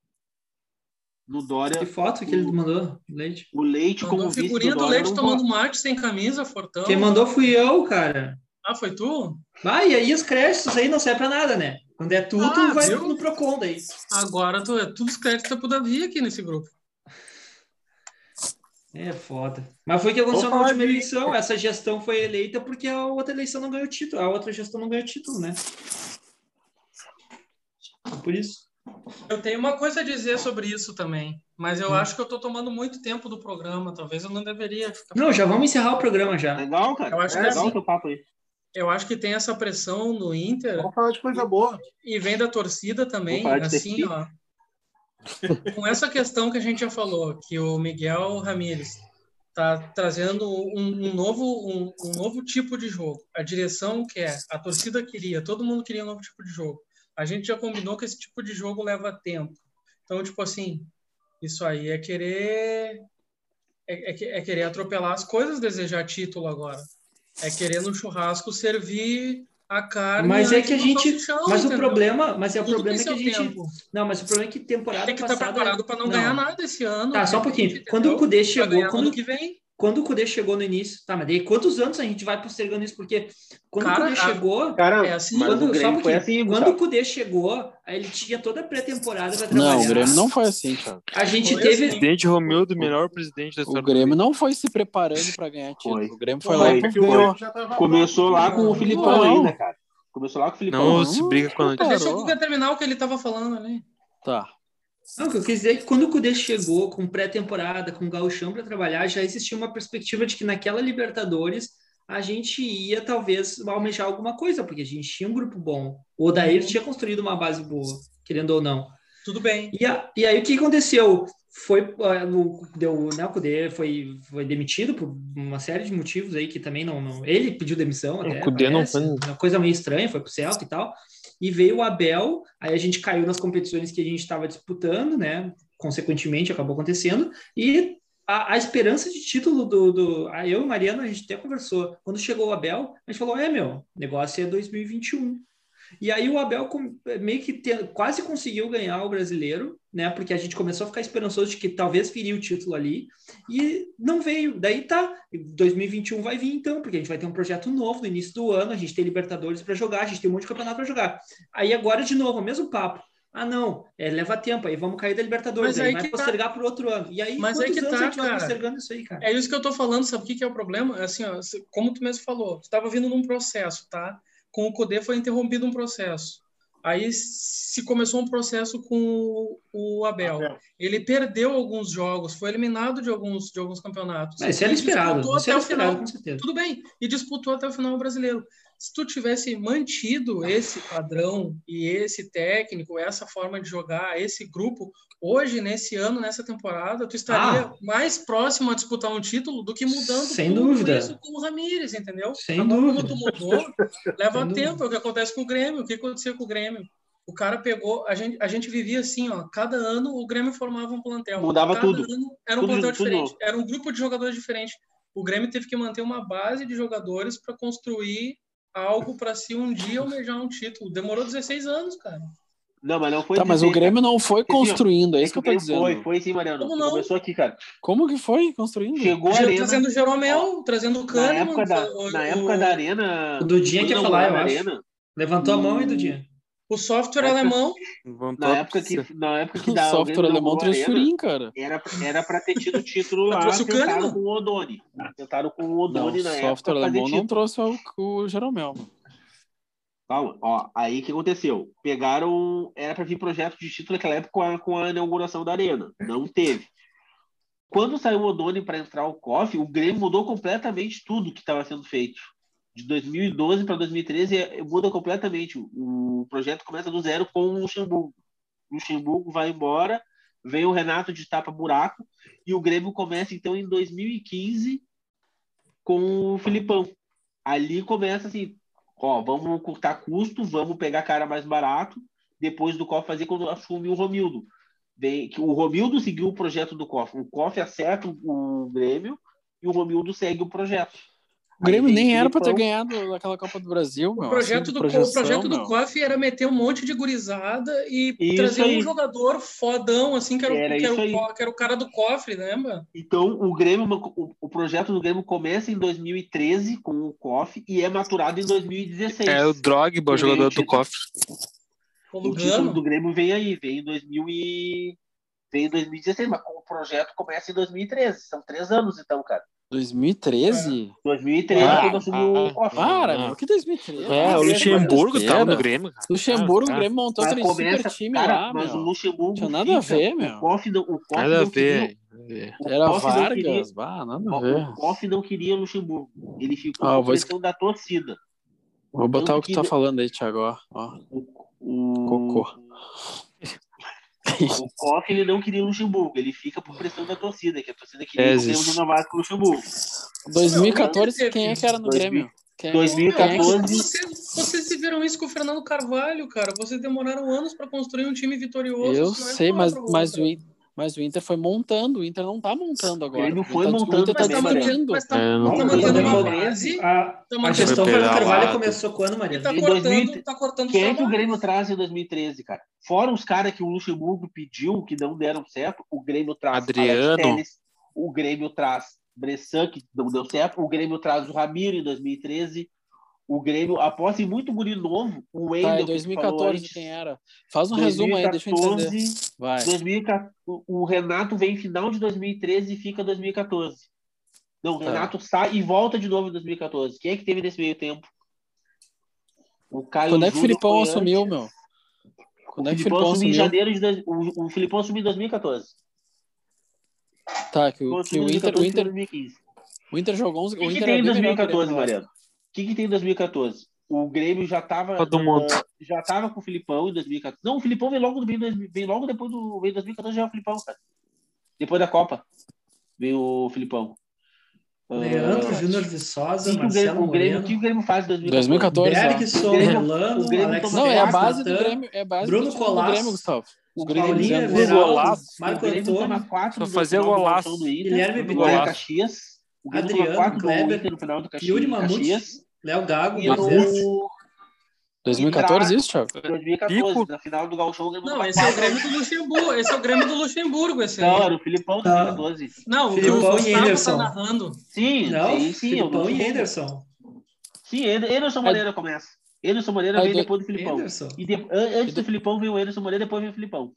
Speaker 6: No
Speaker 1: que
Speaker 6: Dória,
Speaker 1: foto que ele mandou, Leite?
Speaker 6: o leite
Speaker 3: Mandou
Speaker 6: como
Speaker 3: a
Speaker 6: vice do
Speaker 3: figurinha do,
Speaker 6: Dória. eu
Speaker 3: Leite
Speaker 6: não
Speaker 3: tomando
Speaker 6: voto.
Speaker 3: mate sem camisa, Fortão.
Speaker 1: Quem mandou fui eu, cara.
Speaker 3: Ah, foi tu?
Speaker 1: Ah, e aí os créditos aí não serve pra nada, né? Quando é tudo,
Speaker 3: Ah,
Speaker 1: vai
Speaker 3: viu?
Speaker 1: no Procon daí.
Speaker 3: Agora tu, é tudo os créditos pro Davi aqui nesse grupo.
Speaker 1: É foda. Mas foi o que aconteceu
Speaker 4: Opa,
Speaker 1: na última
Speaker 4: Davi.
Speaker 1: eleição. Essa gestão foi eleita porque a outra eleição não ganhou título. A outra gestão não ganhou título, né? É Por isso.
Speaker 3: Eu tenho uma coisa a dizer sobre isso também, mas eu acho que eu tô tomando muito tempo do programa, talvez eu não deveria ficar.
Speaker 1: Não, já vamos encerrar o programa já.
Speaker 6: É Legal, cara.
Speaker 3: Eu acho que
Speaker 6: é legal
Speaker 3: assim-
Speaker 6: o teu papo aí.
Speaker 3: Eu acho que tem essa pressão no Inter
Speaker 7: Vamos falar de coisa boa.
Speaker 3: e vem da torcida também,
Speaker 6: Vou parar de
Speaker 3: assim,
Speaker 6: ter
Speaker 3: ó. Com essa questão que a gente já falou, que o Miguel Ramírez tá trazendo um, um novo, um, um novo tipo de jogo. A direção quer, a torcida queria, todo mundo queria um novo tipo de jogo. A gente já combinou que esse tipo de jogo leva tempo. Então, tipo assim, isso aí é querer é, é que- é querer atropelar as coisas, desejar título agora. É querer no churrasco servir a carne.
Speaker 1: Mas é
Speaker 3: antes
Speaker 1: que a
Speaker 3: do
Speaker 1: gente-
Speaker 3: salsichão,
Speaker 1: Mas o
Speaker 3: Então, entendeu?
Speaker 1: problema, mas é o
Speaker 3: Tudo
Speaker 1: problema é
Speaker 3: tem
Speaker 1: que a
Speaker 3: seu
Speaker 1: gente.
Speaker 3: tempo.
Speaker 1: Não, mas o problema é que temporada
Speaker 3: tem que estar
Speaker 1: passada.
Speaker 3: preparado para não,
Speaker 1: Não.
Speaker 3: ganhar nada esse ano.
Speaker 1: Tá, só um
Speaker 3: Tem que-
Speaker 1: pouquinho. Quando o
Speaker 3: entendeu?
Speaker 1: Kudê
Speaker 3: Pra
Speaker 1: chegou,
Speaker 3: ganhar no ano
Speaker 1: quando,
Speaker 3: que vem.
Speaker 1: quando o Cudê chegou no início, tá, mas daí quantos anos a gente vai postergando isso? Porque quando
Speaker 3: Cara,
Speaker 1: o Cudê
Speaker 3: a-
Speaker 1: chegou.
Speaker 6: Cara,
Speaker 3: É assim,
Speaker 6: mas
Speaker 1: quando,
Speaker 6: o
Speaker 1: só um
Speaker 6: Grêmio foi
Speaker 1: pouquinho.
Speaker 6: assim,
Speaker 1: Quando
Speaker 6: Gustavo.
Speaker 1: o Cudê chegou, aí ele tinha toda a pré-temporada para trabalhar.
Speaker 2: Não, o Grêmio não foi assim, Thiago.
Speaker 1: A gente
Speaker 3: Foi
Speaker 6: assim.
Speaker 1: teve.
Speaker 4: Presidente Romildo, melhor presidente da
Speaker 2: O
Speaker 4: história. do
Speaker 2: Grêmio não foi se preparando para ganhar título.
Speaker 6: Foi.
Speaker 2: O Grêmio foi,
Speaker 6: Foi.
Speaker 2: lá
Speaker 7: Porque
Speaker 2: porque
Speaker 7: o
Speaker 6: Foi.
Speaker 2: ganhou.
Speaker 7: Grêmio já tava
Speaker 6: Começou lá com o
Speaker 3: É. Não.
Speaker 6: Filipão
Speaker 2: Não.
Speaker 6: ainda, cara. Começou lá com o Filipão.
Speaker 4: Não se briga com a notícia.
Speaker 3: Deixa
Speaker 2: Parou.
Speaker 3: o Guga terminar o que ele tava falando ali.
Speaker 2: Tá.
Speaker 1: Não, o que eu quis dizer é que quando o Cudê chegou com pré-temporada, com o Gauchão para trabalhar, já existia uma perspectiva de que naquela Libertadores a gente ia talvez almejar alguma coisa, porque a gente tinha um grupo bom. O
Speaker 6: Uhum.
Speaker 1: Odair tinha construído uma base boa, querendo ou não.
Speaker 3: Tudo bem.
Speaker 1: E, a- e aí o que aconteceu? Foi ah, o, deu, né, o Cudê foi, foi demitido por uma série de motivos aí que também não. não- ele pediu demissão até.
Speaker 4: O Cudê não
Speaker 1: parece,
Speaker 4: foi-
Speaker 1: Uma coisa meio estranha, foi pro Celta e tal. E veio o Abel, aí a gente caiu nas competições que a gente estava disputando, né? Consequentemente acabou acontecendo. E a, a esperança de título do. do ah, eu e o Mariano, a gente até conversou. Quando chegou o Abel, a gente falou: é, meu, o negócio é 2021. E aí o Abel com- meio que te- quase conseguiu ganhar o brasileiro, né? Porque a gente começou a ficar esperançoso de que talvez viria o título ali e não veio. Daí tá, 2021 vai vir então, porque a gente vai ter um projeto novo no início do ano, a gente tem Libertadores para jogar, a gente tem um monte de campeonato para jogar. Aí agora de novo, o mesmo papo. Ah, não, é, leva tempo, aí vamos cair da Libertadores,
Speaker 3: Mas
Speaker 1: aí,
Speaker 3: aí
Speaker 1: vai
Speaker 3: que tá.
Speaker 1: postergar para o outro ano. E aí,
Speaker 3: Mas aí
Speaker 1: quantos
Speaker 3: que
Speaker 1: anos
Speaker 3: tá,
Speaker 1: a gente vai
Speaker 3: cara.
Speaker 1: postergando isso aí, cara?
Speaker 3: É isso que eu tô falando, sabe o que, que é o problema? É Assim, ó, se- como tu mesmo falou, tu tava vindo num processo, tá? Com o Codê foi interrompido um processo. Aí se começou um processo com o- o Abel.
Speaker 7: Abel.
Speaker 3: Ele perdeu alguns jogos, foi eliminado de alguns, de alguns campeonatos.
Speaker 1: Mas isso era esperado,
Speaker 3: Disputou
Speaker 1: isso
Speaker 3: até
Speaker 1: era
Speaker 3: o final.
Speaker 1: esperado, com certeza.
Speaker 3: Tudo bem, e disputou até o final o brasileiro. Se tu tivesse mantido esse padrão e esse técnico, essa forma de jogar, esse grupo, hoje, nesse ano, nessa temporada, tu estaria
Speaker 1: Ah.
Speaker 3: mais próximo a disputar um título do que mudando
Speaker 1: Sem
Speaker 3: tudo
Speaker 1: dúvida.
Speaker 3: isso com o Ramires, entendeu?
Speaker 1: Sem
Speaker 3: Agora,
Speaker 1: dúvida.
Speaker 3: como tu mudou, leva
Speaker 1: Sem dúvida.
Speaker 3: tempo. É o que acontece com o Grêmio. O que aconteceu com o Grêmio? O cara pegou... A gente, a gente vivia assim, ó. Cada ano o Grêmio formava um plantel.
Speaker 6: Mudava
Speaker 3: Cada
Speaker 6: tudo.
Speaker 3: ano era um
Speaker 6: Tudo,
Speaker 3: plantel
Speaker 6: tudo
Speaker 3: diferente.
Speaker 6: novo.
Speaker 3: Era um grupo de jogadores diferente o Grêmio teve que manter uma base de jogadores para construir algo para se um dia almejar um título. Demorou 16 anos, cara.
Speaker 6: Não, mas não foi.
Speaker 2: Tá, mas o
Speaker 6: dizer, cara.
Speaker 2: Grêmio não foi
Speaker 6: Assim, ó,
Speaker 2: construindo, é
Speaker 6: É
Speaker 2: isso que eu
Speaker 6: o
Speaker 2: tô
Speaker 6: Grêmio
Speaker 2: dizendo.
Speaker 6: Foi, foi sim, Mariano.
Speaker 3: Como
Speaker 6: Tu
Speaker 3: não?
Speaker 6: Começou aqui, cara.
Speaker 2: Como que foi construindo?
Speaker 6: Chegou a
Speaker 3: Já
Speaker 6: arena.
Speaker 3: trazendo o Jeromel, trazendo o
Speaker 6: Na
Speaker 3: Kahneman.
Speaker 6: época da,
Speaker 3: o,
Speaker 6: na
Speaker 3: o-
Speaker 6: época da arena.
Speaker 1: O Dudinha
Speaker 6: quando
Speaker 1: quer
Speaker 6: inauguraram
Speaker 1: falar, eu
Speaker 6: a
Speaker 1: acho.
Speaker 6: arena,
Speaker 1: Levantou a mão e Dudinha.
Speaker 3: o software
Speaker 6: na época-
Speaker 3: alemão.
Speaker 4: Vão
Speaker 6: na
Speaker 4: top
Speaker 6: época que na época que
Speaker 2: O
Speaker 6: da o
Speaker 2: software
Speaker 6: Grêmio
Speaker 2: alemão
Speaker 6: inaugurou a
Speaker 2: trouxe o
Speaker 6: arena,
Speaker 2: Furim, cara.
Speaker 6: era era para ter tido o título
Speaker 3: Mas
Speaker 6: lá,
Speaker 3: trouxe o
Speaker 6: tentaram
Speaker 3: Kahneman.
Speaker 6: com o Odoni. Tentaram com o
Speaker 2: Ah. Não,
Speaker 6: Odoni
Speaker 2: o
Speaker 6: na
Speaker 2: software
Speaker 6: época fazer
Speaker 2: alemão não
Speaker 6: título.
Speaker 2: trouxe o, o Jeromel.
Speaker 6: Calma, Então, ó, aí o que aconteceu? Pegaram. Era para vir projeto de título naquela época com a, com a inauguração da Arena. Não teve. Quando saiu o Odoni para entrar o COF, o Grêmio mudou completamente tudo que estava sendo feito. De 2012 para 2013 é- muda completamente. O projeto começa do zero com o Luxemburgo. O Luxemburgo vai embora, vem o Renato de tapa-buraco, e o Grêmio começa então em 2015 com o Filipão. Ali começa assim, ó, vamos cortar custo, vamos pegar cara mais barato, depois do COF fazer quando assumiu o Romildo. Vem, que o Romildo seguiu o projeto do COF. O COF acerta o Grêmio e o Romildo segue o projeto.
Speaker 2: O Grêmio
Speaker 6: Aí vem
Speaker 2: nem era pra ter
Speaker 6: Filipão.
Speaker 2: ganhado aquela Copa do Brasil, meu.
Speaker 3: O
Speaker 2: assim,
Speaker 3: projeto,
Speaker 2: de
Speaker 3: do, o
Speaker 2: projeção,
Speaker 3: projeto do
Speaker 2: meu.
Speaker 3: Koff era meter um monte de gurizada e
Speaker 6: Isso
Speaker 3: trazer
Speaker 6: aí.
Speaker 3: um jogador fodão, assim, que era, o-
Speaker 6: Era
Speaker 3: que, era
Speaker 6: isso aí.
Speaker 3: o, co- que era o cara do cofre, lembra?
Speaker 6: Então, o Grêmio, o, o projeto do Grêmio começa em 2013 com o COF e é maturado em 2016.
Speaker 4: É o Drogba, o jogador do
Speaker 6: Título.
Speaker 4: cofre.
Speaker 3: Com o
Speaker 6: O título do
Speaker 3: Lugano.
Speaker 6: Grêmio vem aí, vem em 2000 e... vem em 2016, mas o projeto começa em 2013. São três anos, então, cara.
Speaker 2: 2013?
Speaker 6: 2013
Speaker 4: Ah,
Speaker 6: quando assumiu
Speaker 4: ah,
Speaker 6: o COF.
Speaker 2: Para,
Speaker 4: Não.
Speaker 2: meu, que 2013?
Speaker 4: É, o Luxemburgo tava no Grêmio, cara.
Speaker 2: Luxemburgo,
Speaker 4: Ah,
Speaker 2: o Grêmio montou
Speaker 6: Mas
Speaker 2: aquele
Speaker 6: começa,
Speaker 2: super time
Speaker 6: cara,
Speaker 2: lá,
Speaker 6: mas o
Speaker 2: meu.
Speaker 6: Luxemburgo
Speaker 2: Tinha nada a
Speaker 6: fica-
Speaker 2: ver, meu.
Speaker 6: O Koff não, o Koff
Speaker 4: Nada a
Speaker 6: não queria,
Speaker 4: ver. nada a ver.
Speaker 6: o
Speaker 2: Era
Speaker 6: Koff não queria,
Speaker 2: Vargas, bah, nada a ver.
Speaker 6: o Koff não queria Luxemburgo. Ele ficou
Speaker 2: Ah,
Speaker 6: com
Speaker 2: eu vou
Speaker 6: por pressão da torcida.
Speaker 2: Vou botar
Speaker 6: Tanto
Speaker 2: o que
Speaker 6: que
Speaker 2: tu tá
Speaker 6: de-
Speaker 2: falando aí, Thiago, ó. ó.
Speaker 6: O, o,
Speaker 2: Cocô.
Speaker 6: o Koff ele não queria Luxemburgo. Ele fica por pressão da torcida, que a torcida queria
Speaker 2: É,
Speaker 6: que o Grêmio
Speaker 4: Existe.
Speaker 6: renovasse com o Luxemburgo.
Speaker 2: 2014,
Speaker 3: Meu,
Speaker 2: quem é que era no
Speaker 6: 2000,
Speaker 2: Grêmio? Quem-
Speaker 6: 2014.
Speaker 3: Vocês, vocês viram isso com o Fernando Carvalho, cara. Vocês demoraram anos para construir um time vitorioso.
Speaker 2: Eu
Speaker 3: isso não é
Speaker 2: sei,
Speaker 3: de uma
Speaker 2: mas,
Speaker 3: hora pra
Speaker 2: mas,
Speaker 3: outra.
Speaker 2: o Inter, mas o Inter foi montando, o Inter não tá montando agora.
Speaker 6: O Grêmio foi
Speaker 2: Tá-
Speaker 6: montando
Speaker 2: o Inter tá
Speaker 6: também, Mariano.
Speaker 2: explodindo.
Speaker 3: Mas tá,
Speaker 4: É, não
Speaker 3: mas tá
Speaker 1: Não,
Speaker 3: mantendo
Speaker 1: mas
Speaker 3: uma
Speaker 1: o
Speaker 3: base,
Speaker 1: A,
Speaker 3: tá
Speaker 1: a
Speaker 3: mantendo
Speaker 1: gestão
Speaker 4: Foi
Speaker 1: Fernando
Speaker 4: pedalado.
Speaker 1: Carvalho começou quando,
Speaker 3: e
Speaker 1: Maria?
Speaker 3: tá
Speaker 6: Em
Speaker 3: cortando,
Speaker 6: 2000,
Speaker 3: tá cortando
Speaker 6: Quem é que o
Speaker 3: trabalho.
Speaker 6: Grêmio traz em 2013, cara? Fora os caras que o Luxemburgo pediu, que não deram certo, o Grêmio traz
Speaker 4: Adriano.
Speaker 6: Alex Telles, o Grêmio traz Bressan, que não deu certo. O Grêmio traz o Ramiro em 2013. O Grêmio aposta em muito guri novo. O Wendel.
Speaker 2: Tá, em 2014 que quem era? Faz um 2014, resumo aí, deixa eu entender. Vai.
Speaker 6: 2014, o Renato vem final de 2013 e fica 2014. Não, o tá. Renato sai e volta de novo em 2014. Quem é que teve nesse meio tempo?
Speaker 2: O Caio Quando é que o Filipão assumiu, meu?
Speaker 6: Quando o é que Filipão assumiu, assumiu em janeiro de. Dois, o, o Filipão assumiu em 2014.
Speaker 2: Tá, que, o, que o Inter. O Inter, 2015. o Inter é jogou 11.
Speaker 6: O que, que tem em 2014, Mariano? O que, que, tem em 2014? O Grêmio já estava já estava com o Filipão em 2014. Não, o Filipão veio logo, veio, veio logo depois do. Veio 2014 já é o Filipão, cara. Depois da Copa. Veio o Filipão. Ah,
Speaker 1: Leandro uh, Júnior Viçosa, Marcelo
Speaker 6: o Grêmio, O que o Grêmio faz em
Speaker 2: 2014?
Speaker 1: 2014 Bergson, é. Rolando,
Speaker 2: Alex Não, é a base do Grêmio. É a base
Speaker 1: Bruno Colasso.
Speaker 2: Grêmio, Gustavo.
Speaker 1: O Paulinho
Speaker 6: é
Speaker 1: Everaldo, Marco Antônio.
Speaker 6: Só
Speaker 4: fazia golaço.
Speaker 1: Guilherme Bittar.
Speaker 6: Caxias.
Speaker 1: O Grêmio Adriano, Kleber, no final do Caxias, Yuri Mamute, Léo Gago, e
Speaker 2: no... 2014 isso, Thiago?
Speaker 6: 2014, Pico. na final do Gauchão. O Grêmio
Speaker 3: não, esse é o Grêmio do Luxemburgo. Esse é o Grêmio do Luxemburgo, esse
Speaker 6: Não, era o Filipão tá. 2012.
Speaker 3: Não,
Speaker 1: Filipão
Speaker 3: o
Speaker 1: e Anderson. Tá
Speaker 3: narrando.
Speaker 6: Sim,
Speaker 1: não,
Speaker 6: sim, sim. é
Speaker 1: Filipão e Anderson.
Speaker 6: Sim, Anderson Moreira começa. Anderson Moreira veio depois do Filipão. Anderson. E de... Antes do Filipão veio o Anderson Moreira, depois veio o Filipão.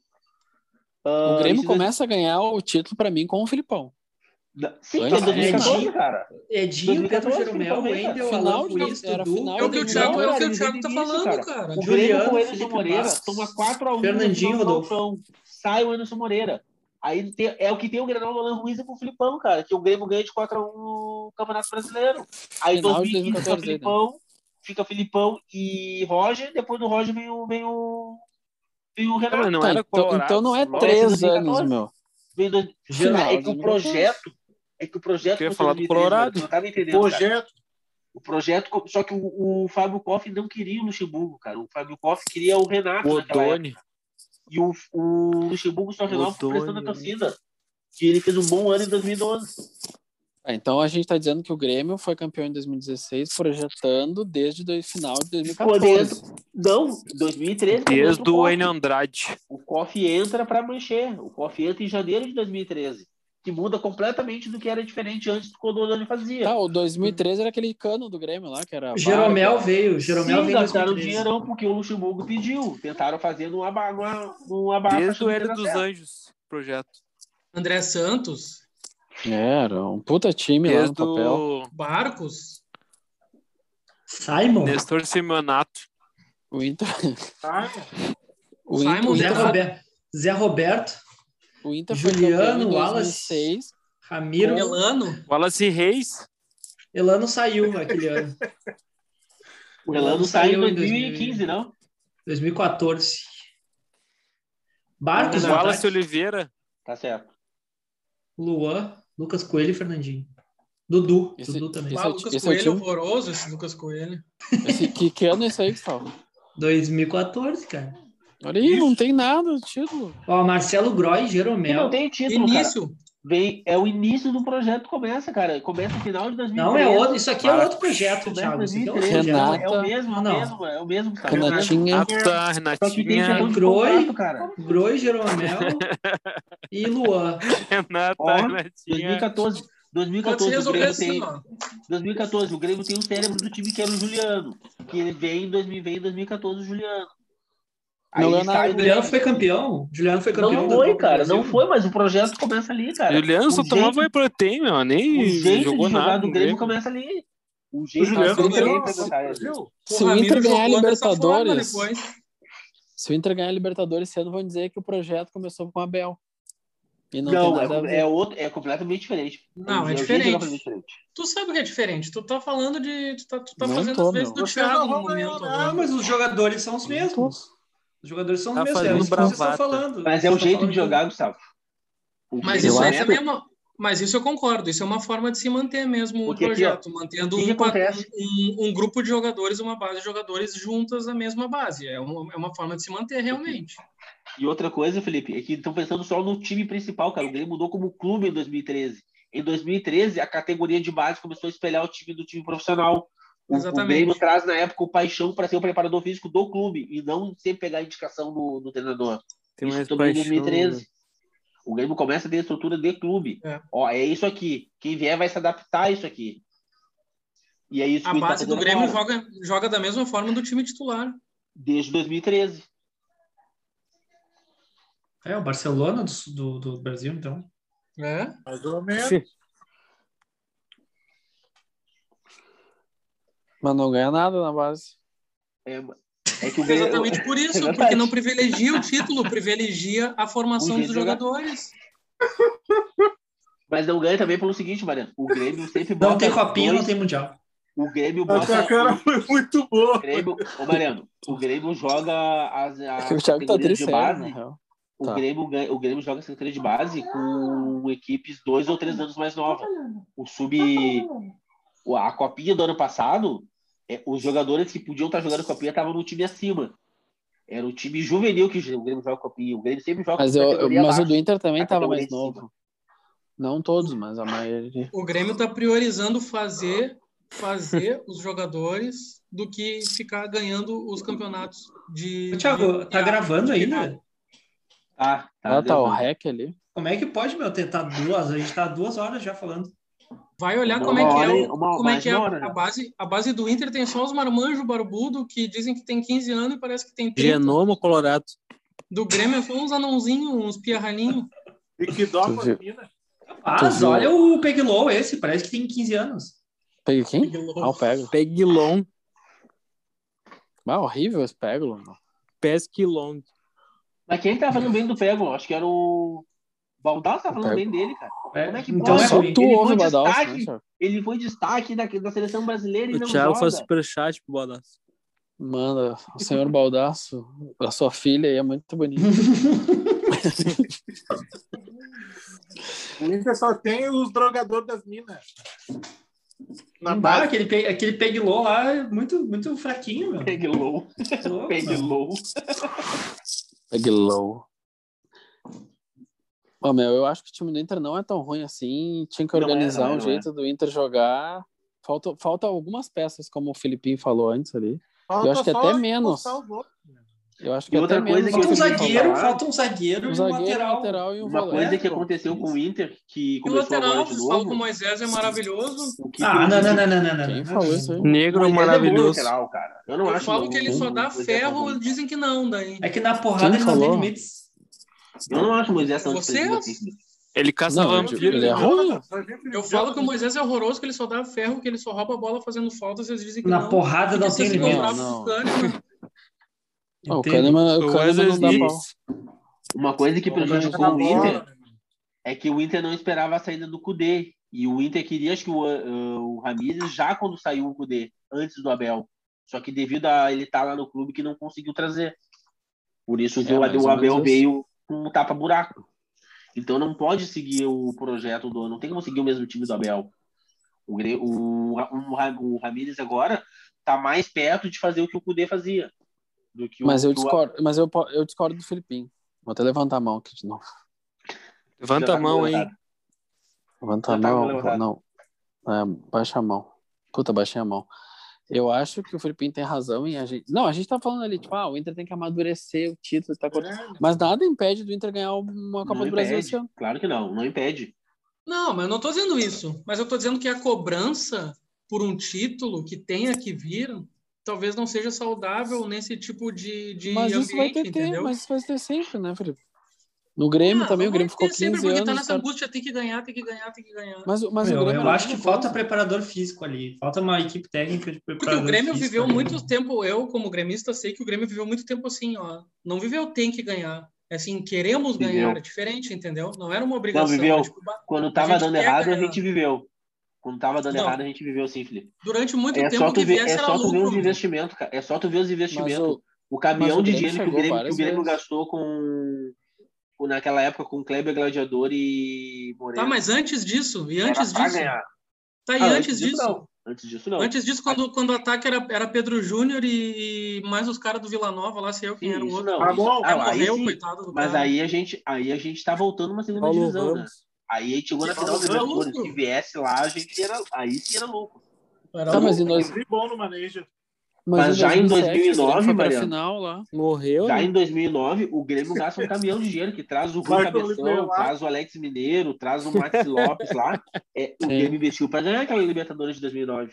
Speaker 6: Ah,
Speaker 2: Uh, o Grêmio começa a ganhar o título pra mim com o Filipão.
Speaker 6: Sim, Antes, é 2014, Edinho,
Speaker 1: cara. Edinho, Pedro Jeromel, Wendel, Alan Ruiz, Dudu.
Speaker 3: É o que o Thiago, é o que o Thiago tá falando, cara. cara.
Speaker 6: O Juliano, Grêmio, Felipe Moreira, Bastos, toma 4x1
Speaker 1: Fernandinho,
Speaker 6: Rodolfo. Sai o Anderson Moreira. Aí tem, é o que tem o Grenal do Alan Ruiz e com o Filipão, cara. Que o Grêmio ganha de 4x1 no Campeonato Brasileiro. Aí Final 2015 fica Filipão, né? fica Filipão e Roger. Depois do Roger vem o, vem o, vem
Speaker 4: Ah,
Speaker 6: o Renato.
Speaker 2: Não, então, Colorado, então não é 3 anos, meu.
Speaker 6: Final, é que o projeto é que o projeto.
Speaker 4: né? Eu ia falar do Colorado.
Speaker 6: Não tava entendendo.
Speaker 7: Projeto.
Speaker 6: Cara. O projeto. Só que o, o Fábio Koff não queria o Luxemburgo, cara. O Fábio Koff queria o Renato.
Speaker 4: O Odone.
Speaker 6: E o, o Luxemburgo só renova por pressão da torcida. E ele fez um bom ano em 2012.
Speaker 2: Ah, então a gente está dizendo que o Grêmio foi campeão em 2016, projetando desde o final de 2014.
Speaker 6: Quando não, 2013.
Speaker 4: Desde o Enio Andrade.
Speaker 6: O Koff entra para mancher. O Koff entra em janeiro de 2013 que muda completamente do que era diferente antes do quando o Odoni fazia.
Speaker 2: Tá, o 2013 era aquele cano do Grêmio lá, que era.
Speaker 1: Jeromel barba. veio, Jeromel Sim, veio.
Speaker 6: gastaram dinheirão porque o Luxemburgo pediu. Tentaram fazer numa uma, uma barra.
Speaker 4: Desde o Era dos Anjos, projeto.
Speaker 3: André Santos.
Speaker 2: Era um puta time Desde lá no papel.
Speaker 3: Do... Barcos.
Speaker 1: Simon.
Speaker 4: Nestor Simonato.
Speaker 2: O Inter.
Speaker 6: Ah.
Speaker 1: o Inter... Simon, Zé, Roberto. Zé Roberto.
Speaker 2: O Inter
Speaker 1: Juliano, Wallace, Ramiro,
Speaker 3: Com Elano.
Speaker 4: Wallace Reis.
Speaker 1: Elano saiu aquele ano.
Speaker 6: O Elano, Elano saiu em 2015, 2000... não?
Speaker 1: 2014. Barcos,
Speaker 4: não, Wallace tá... Oliveira.
Speaker 6: Tá certo.
Speaker 1: Luan, Lucas Coelho e Fernandinho. Dudu,
Speaker 2: esse,
Speaker 1: Dudu também.
Speaker 3: Ah, Lucas esse Coelho é horroroso, esse Lucas Coelho.
Speaker 2: Esse, que, que ano é isso aí, Gustavo?
Speaker 1: 2014, cara.
Speaker 2: Olha aí, não tem nada o título.
Speaker 1: Ó, Marcelo Groy, Jeromel.
Speaker 6: Não tem
Speaker 2: é
Speaker 6: título,
Speaker 3: início.
Speaker 6: Cara. Vem, é o início do projeto começa, cara. Começa no final de 2013.
Speaker 1: Não, é outro, isso aqui é outro projeto, Thiago. Isso aqui é, outro
Speaker 6: Renata, é o mesmo, não. Mesmo, é o mesmo, cara. é?
Speaker 2: Renatinha.
Speaker 6: Tá.
Speaker 4: Renata, Renatinha.
Speaker 1: Groy, Groy, Jeromel e Luan.
Speaker 4: Renata,
Speaker 6: Ó, Renatinha.
Speaker 4: assim,
Speaker 6: 2014. 2014 o, Grêmio assim, tem, ó. 2014, o Grêmio tem o cérebro do time que era o Juliano. Que ele vem em 2020, 2014, o Juliano.
Speaker 1: Não, não, não, Juliano foi campeão. Juliano foi campeão.
Speaker 6: Não foi, cara. Não foi, mas o projeto começa ali, cara.
Speaker 4: né? Juliano só tomava whey protein, meu. Nem jogou nada. né?
Speaker 6: do Grêmio começa ali.
Speaker 4: O jeito
Speaker 6: Tá
Speaker 4: o Juliano
Speaker 6: né,
Speaker 2: ganhou. Se o Inter ganhar Libertadores. Se o Inter ganhar Libertadores esse ano, vão dizer que o projeto começou com o Abel.
Speaker 6: não, não é, é, outro, é completamente diferente.
Speaker 3: Não, é diferente. Tu sabe o que é diferente. Tu tá falando de. Tu tá, tu tá fazendo as vezes do Thiago no momento.
Speaker 1: Ah, mas os jogadores são os mesmos. Os jogadores são tá mesmo, é isso que vocês estão falando.
Speaker 6: Mas é o jeito tá de jogar, Gustavo.
Speaker 3: Mas isso é mesmo. Mas isso eu concordo, isso é uma forma de se manter mesmo o um projeto, aqui, mantendo um, um, um, grupo de jogadores, uma base de jogadores juntas na mesma base. É uma, é uma forma de se manter realmente.
Speaker 6: E outra coisa, Felipe, é que estão pensando só no time principal, cara. O Grêmio mudou como clube em 2013. Em 2013, a categoria de base começou a espelhar o time do time profissional. O, o Grêmio traz na época o paixão para ser o preparador físico do clube e não sempre pegar a indicação do, do treinador.
Speaker 4: Tem mais Isso paixão, né?
Speaker 6: 2013. Né? O Grêmio começa a ter estrutura de clube. É. Ó, é isso aqui. Quem vier vai se adaptar a isso aqui. E é isso
Speaker 3: a base tá do Grêmio agora. joga, joga da mesma forma do time titular.
Speaker 6: Desde 2013.
Speaker 1: É, o Barcelona do, do, do Brasil, então.
Speaker 3: É.
Speaker 7: Mais ou menos.
Speaker 2: Mas não ganha nada na base.
Speaker 6: É,
Speaker 3: é que ganho... Exatamente por isso, é porque não privilegia o título, privilegia a formação dos jogadores.
Speaker 6: Mas não ganha também pelo seguinte, Mariano. O Grêmio sempre
Speaker 1: bota. Não tem copinha, dois... não tem mundial.
Speaker 6: O Grêmio bota.
Speaker 7: A cara foi muito boa.
Speaker 6: O Grêmio... Ô, Mariano, o Grêmio joga as, as
Speaker 2: o Thiago tá triste, de base. Na real.
Speaker 6: O, tá. Grêmio, o Grêmio joga essa categoria de base com equipes dois ou três anos mais novas. O sub. A copinha do ano passado, é, os jogadores que podiam estar jogando copinha estavam no time acima. Era o time juvenil que o Grêmio joga copinha. O Grêmio sempre joga
Speaker 2: Mas, eu, mas o do Inter também estava mais novo. Não todos, mas a maioria.
Speaker 3: O Grêmio está priorizando fazer fazer os jogadores do que ficar ganhando os campeonatos de.
Speaker 1: Tiago tá gravando ainda?
Speaker 6: Ah,
Speaker 2: tá, ah, tá o rec ali.
Speaker 1: Como é que pode, meu? Tentar duas, a gente tá duas horas já falando.
Speaker 3: Vai olhar uma como é que hora, é, o, como é, que é a, a, base. A base do Inter tem só os marmanjos barbudo que dizem que tem 15 anos e parece que tem
Speaker 2: 30. Genoma colorado.
Speaker 3: Do Grêmio é só uns anãozinhos, uns pirralhinhos.
Speaker 7: E que dó pra mina.
Speaker 1: Rapaz, olha o Peglow esse, parece que tem 15 anos.
Speaker 2: Peg quem? Peglon. Ah, o Pego. Peglon. Ah, horrível esse Peglon. Pesquilon.
Speaker 6: Mas quem tá falando bem do Pego? Acho que era o... Baldassi tá falando bem dele, cara. É. Como é que
Speaker 2: então,
Speaker 6: pode?
Speaker 2: Só tu
Speaker 6: ele
Speaker 2: ouve
Speaker 6: foi
Speaker 2: o Baldassi,
Speaker 6: destaque, né, Ele foi destaque da, da seleção brasileira e
Speaker 2: o
Speaker 6: não
Speaker 2: Thiago
Speaker 6: joga.
Speaker 2: faz superchat pro Baldassi. Manda, o senhor Baldasso, a sua filha aí é muito bonita.
Speaker 7: o Inter só tem os drogadores das minas.
Speaker 1: Na dá, Ah, aquele, pe... aquele peglow lá é muito, muito fraquinho, meu.
Speaker 6: Peglow. Peglow.
Speaker 2: Peglow. Ô, meu, eu acho que o time do Inter não é tão ruim assim. Tinha que organizar um jeito do Inter jogar. Falta, falta algumas peças, como o Filipinho falou antes ali. eu acho que até menos. Eu acho que até menos.
Speaker 1: Falta um zagueiro, falta um zagueiro, um
Speaker 2: zagueiro, lateral. e um
Speaker 6: Uma coisa que aconteceu com o Inter, que começou agora de novo...
Speaker 3: Paulo Moisés é maravilhoso.
Speaker 1: Ah, não, não, não, né? não,
Speaker 2: Quem falou isso aí?
Speaker 6: é
Speaker 4: Negro maravilhoso.
Speaker 6: Eu não
Speaker 3: Eu
Speaker 6: acho
Speaker 3: falo que é ele só dá ferro, dizem que não daí.
Speaker 1: É que na porrada ele não tem limites.
Speaker 6: Eu não acho o Moisés tão
Speaker 3: Você... desprezível.
Speaker 4: Ele caça não, vampiro. né?
Speaker 2: Ele é ruim.
Speaker 3: né? Eu falo que o Moisés é horroroso, que ele só dá ferro, que ele só rouba a bola fazendo falta, vocês dizem que
Speaker 1: Na
Speaker 3: não.
Speaker 1: porrada não tem limite.
Speaker 2: Não. não. o Kahneman, o Kahneman não dá pau.
Speaker 6: Uma coisa que
Speaker 2: tá
Speaker 6: prejudicou o
Speaker 4: né,
Speaker 6: Inter é que o Inter não esperava a saída do Kudê. E o Inter queria, acho que o, uh, o Ramires já quando saiu o Kudê, antes do Abel. Só que devido a ele estar lá no clube que não conseguiu trazer. Por isso é, o Abel veio um tapa-buraco. Então não pode seguir o projeto do. Não tem como seguir o mesmo time do Abel. O, o, um o, o Ramires agora está mais perto de fazer o que o Cudê fazia. Do que
Speaker 2: mas
Speaker 6: o,
Speaker 2: eu discordo, mas eu, eu discordo do Filipinho. Vou até levantar a mão aqui de novo.
Speaker 4: Levanta a mão, hein?
Speaker 2: Levanta a mão. Não. É, baixa a mão. Puta, baixei a mão. Eu acho que o Filipinho tem razão e a gente. Não, a gente tá falando ali, tipo, ah, o Inter tem que amadurecer o título, tá... mas nada impede do Inter ganhar uma Copa
Speaker 6: não
Speaker 2: do Brasil
Speaker 6: impede. Claro que não, não impede.
Speaker 3: Não, mas eu não tô dizendo isso. Mas eu tô dizendo que a cobrança por um título que tenha que vir talvez não seja saudável nesse tipo de. de
Speaker 2: mas
Speaker 3: ambiente,
Speaker 2: isso vai ter,
Speaker 3: entendeu?
Speaker 2: mas isso vai ter sempre, né, Felipe? No Grêmio ah, também, o Grêmio ficou 15 sempre,
Speaker 3: porque
Speaker 2: anos.
Speaker 3: Tá nessa angústia, tem que ganhar, tem que ganhar, tem que ganhar.
Speaker 2: Mas, mas
Speaker 1: Meu,
Speaker 2: o um Grêmio
Speaker 1: eu acho que falta preparador físico ali, falta uma equipe técnica de
Speaker 3: Porque
Speaker 1: preparador
Speaker 3: o Grêmio
Speaker 1: físico
Speaker 3: viveu
Speaker 1: ali.
Speaker 3: muito tempo, eu como gremista sei que o Grêmio viveu muito tempo assim, ó. Não viveu tem que ganhar. É Assim, queremos
Speaker 6: Viveu.
Speaker 3: ganhar, é diferente, entendeu? Não era uma obrigação.
Speaker 6: Não, viveu.
Speaker 3: é tipo, bah,
Speaker 6: Quando
Speaker 3: A
Speaker 6: tava
Speaker 3: gente
Speaker 6: dando
Speaker 3: quer
Speaker 6: errado, a
Speaker 3: ganhar.
Speaker 6: gente viveu. Quando tava dando
Speaker 3: Não.
Speaker 6: errado, a gente viveu sim, Felipe.
Speaker 3: durante muito
Speaker 6: É
Speaker 3: tempo
Speaker 6: só
Speaker 3: o que
Speaker 6: tu ver,
Speaker 3: viesse
Speaker 6: é
Speaker 3: era
Speaker 6: só tu ver os
Speaker 3: lucro. né?
Speaker 6: investimentos, cara. É só tu ver os
Speaker 2: Mas
Speaker 6: investimentos.
Speaker 2: o,
Speaker 6: O
Speaker 2: mas
Speaker 6: caminhão
Speaker 2: o
Speaker 6: de
Speaker 2: Grêmio
Speaker 6: dinheiro que o
Speaker 2: chegou
Speaker 6: Grêmio, que o
Speaker 2: várias
Speaker 6: Grêmio
Speaker 2: vezes.
Speaker 6: gastou com, com- naquela época com Kleber Gladiador e Moreno.
Speaker 3: Tá, mas antes disso, e
Speaker 6: Era
Speaker 3: antes
Speaker 6: pra
Speaker 3: disso,
Speaker 6: ganhar.
Speaker 3: tá, e
Speaker 6: Ah,
Speaker 3: antes disso,
Speaker 6: não. Antes disso, não.
Speaker 3: antes disso, quando, quando o ataque era, era Pedro Júnior e, e mais os caras do Vila Nova, lá sei eu quem
Speaker 6: Sim,
Speaker 3: era o
Speaker 6: isso
Speaker 3: outro.
Speaker 6: não.
Speaker 7: Tá bom.
Speaker 6: Ah,
Speaker 3: Ah,
Speaker 6: aí
Speaker 3: morreu, Tá.
Speaker 6: sim.
Speaker 3: coitado do
Speaker 6: Mas
Speaker 3: cara.
Speaker 6: aí a gente, aí a gente tá voltando uma segunda
Speaker 2: Paulo
Speaker 6: divisão, né?
Speaker 2: Ramos.
Speaker 6: Aí a gente chegou na
Speaker 3: Paulo
Speaker 6: final da
Speaker 3: Ramos.
Speaker 6: Libertadores. Se viesse lá, a gente era, aí sim era louco.
Speaker 3: Era
Speaker 2: Tá,
Speaker 3: o-
Speaker 7: é
Speaker 2: mas em dois-
Speaker 7: Sempre bom no manejo.
Speaker 6: Mas, Mas já em 2009,
Speaker 2: Mariano, final lá, morreu.
Speaker 6: Já né? em 2009, o Grêmio gasta um caminhão de dinheiro que traz o Rui Cabeção, traz o Alex Mineiro, traz o Max Lopes lá. É, o Grêmio investiu para ganhar aquela Libertadores de 2009.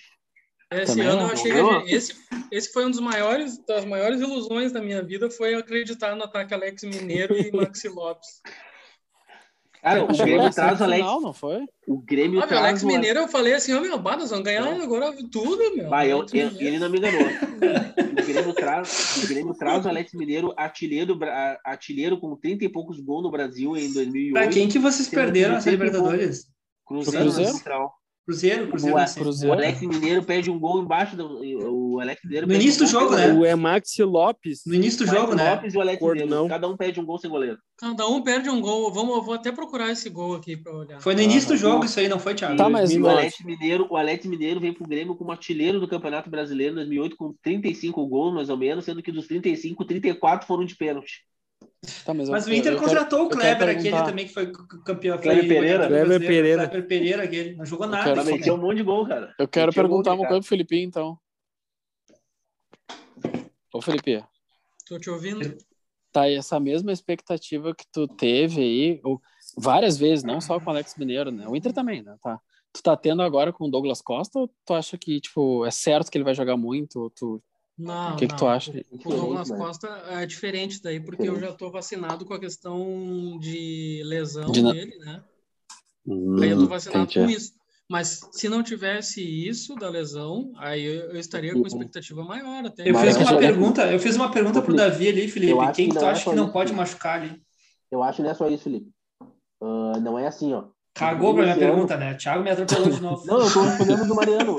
Speaker 3: Esse Também ano eu achei morreu. que esse, esse foi um dos maiores, das maiores ilusões da minha vida, foi acreditar no ataque Alex Mineiro e Maxi Lopes.
Speaker 6: Cara, o Grêmio traz o Alex.
Speaker 2: Final, não foi?
Speaker 6: O Grêmio
Speaker 3: ah, traz Alex o... Mineiro, eu falei assim, ó, oh, meu, bah, nós vamos ganhar é. agora tudo, meu.
Speaker 6: Bah, eu, eu, ele não me enganou. o, Grêmio traz, o Grêmio traz o Alex Mineiro, artilheiro, artilheiro com 30 e poucos gols no Brasil em 2008.
Speaker 1: Pra quem que vocês perderam essa Libertadores?
Speaker 6: Cruzeiro, Cruzeiro? Central.
Speaker 1: Cruzeiro, Cruzeiro,
Speaker 6: o, Cruzeiro. O Alex Mineiro perde um gol embaixo do. O Alex Mineiro
Speaker 1: no início um do jogo, né?
Speaker 2: O é Maxi Lopes.
Speaker 1: No início do
Speaker 6: Max
Speaker 1: jogo,
Speaker 6: Lopes
Speaker 1: né?
Speaker 6: Lopes e o Alex Cordão. Mineiro. Cada um perde um gol sem goleiro.
Speaker 3: Cada um perde um gol. Vamos, eu vou até procurar esse gol aqui para olhar.
Speaker 1: Foi no início ah, do jogo isso aí, não foi, Thiago?
Speaker 6: Tá, mas o Alex Mineiro, o Alex Mineiro vem pro Grêmio como artilheiro do Campeonato Brasileiro em 2008 com 35 gols, mais ou menos, sendo que dos 35, 34 foram de pênalti.
Speaker 1: Tá, mas, mas eu, o Inter contratou quero, o Kleber, aquele também que foi campeão.
Speaker 6: Kleber Pereira.
Speaker 2: Kleber Pereira.
Speaker 1: Kleber Pereira, aquele. Não jogou nada.
Speaker 6: Cara, meteu um monte de gol, cara.
Speaker 2: Eu quero Metiou perguntar uma coisa pro Felipe, então. Ô, Felipe.
Speaker 3: Tô te ouvindo.
Speaker 2: Tá, e essa mesma expectativa que tu teve aí, ou várias vezes, não só com o Alex Mineiro, né? O Inter também, né? Tá. Tu tá tendo agora com o Douglas Costa ou tu acha que, tipo, é certo que ele vai jogar muito? tu
Speaker 3: não,
Speaker 2: o que, que, tu acha?
Speaker 3: O Douglas Costa é diferente daí, porque eu já estou vacinado com a questão de lesão de na... dele, né? Hum, aí eu estou vacinado entendi. com isso. Mas se não tivesse isso da lesão, aí eu, estaria com expectativa maior até. assim?
Speaker 1: Eu fiz uma pergunta, eu fiz uma pergunta pro Davi ali, Felipe. Quem que tu acha que não é pode machucar ali?
Speaker 6: Eu acho que não é só isso, Felipe. Uh, não é assim, ó.
Speaker 1: Cagou pra minha pergunta, né? Thiago me atropelou de novo.
Speaker 6: Não, eu tô respondendo do Mariano.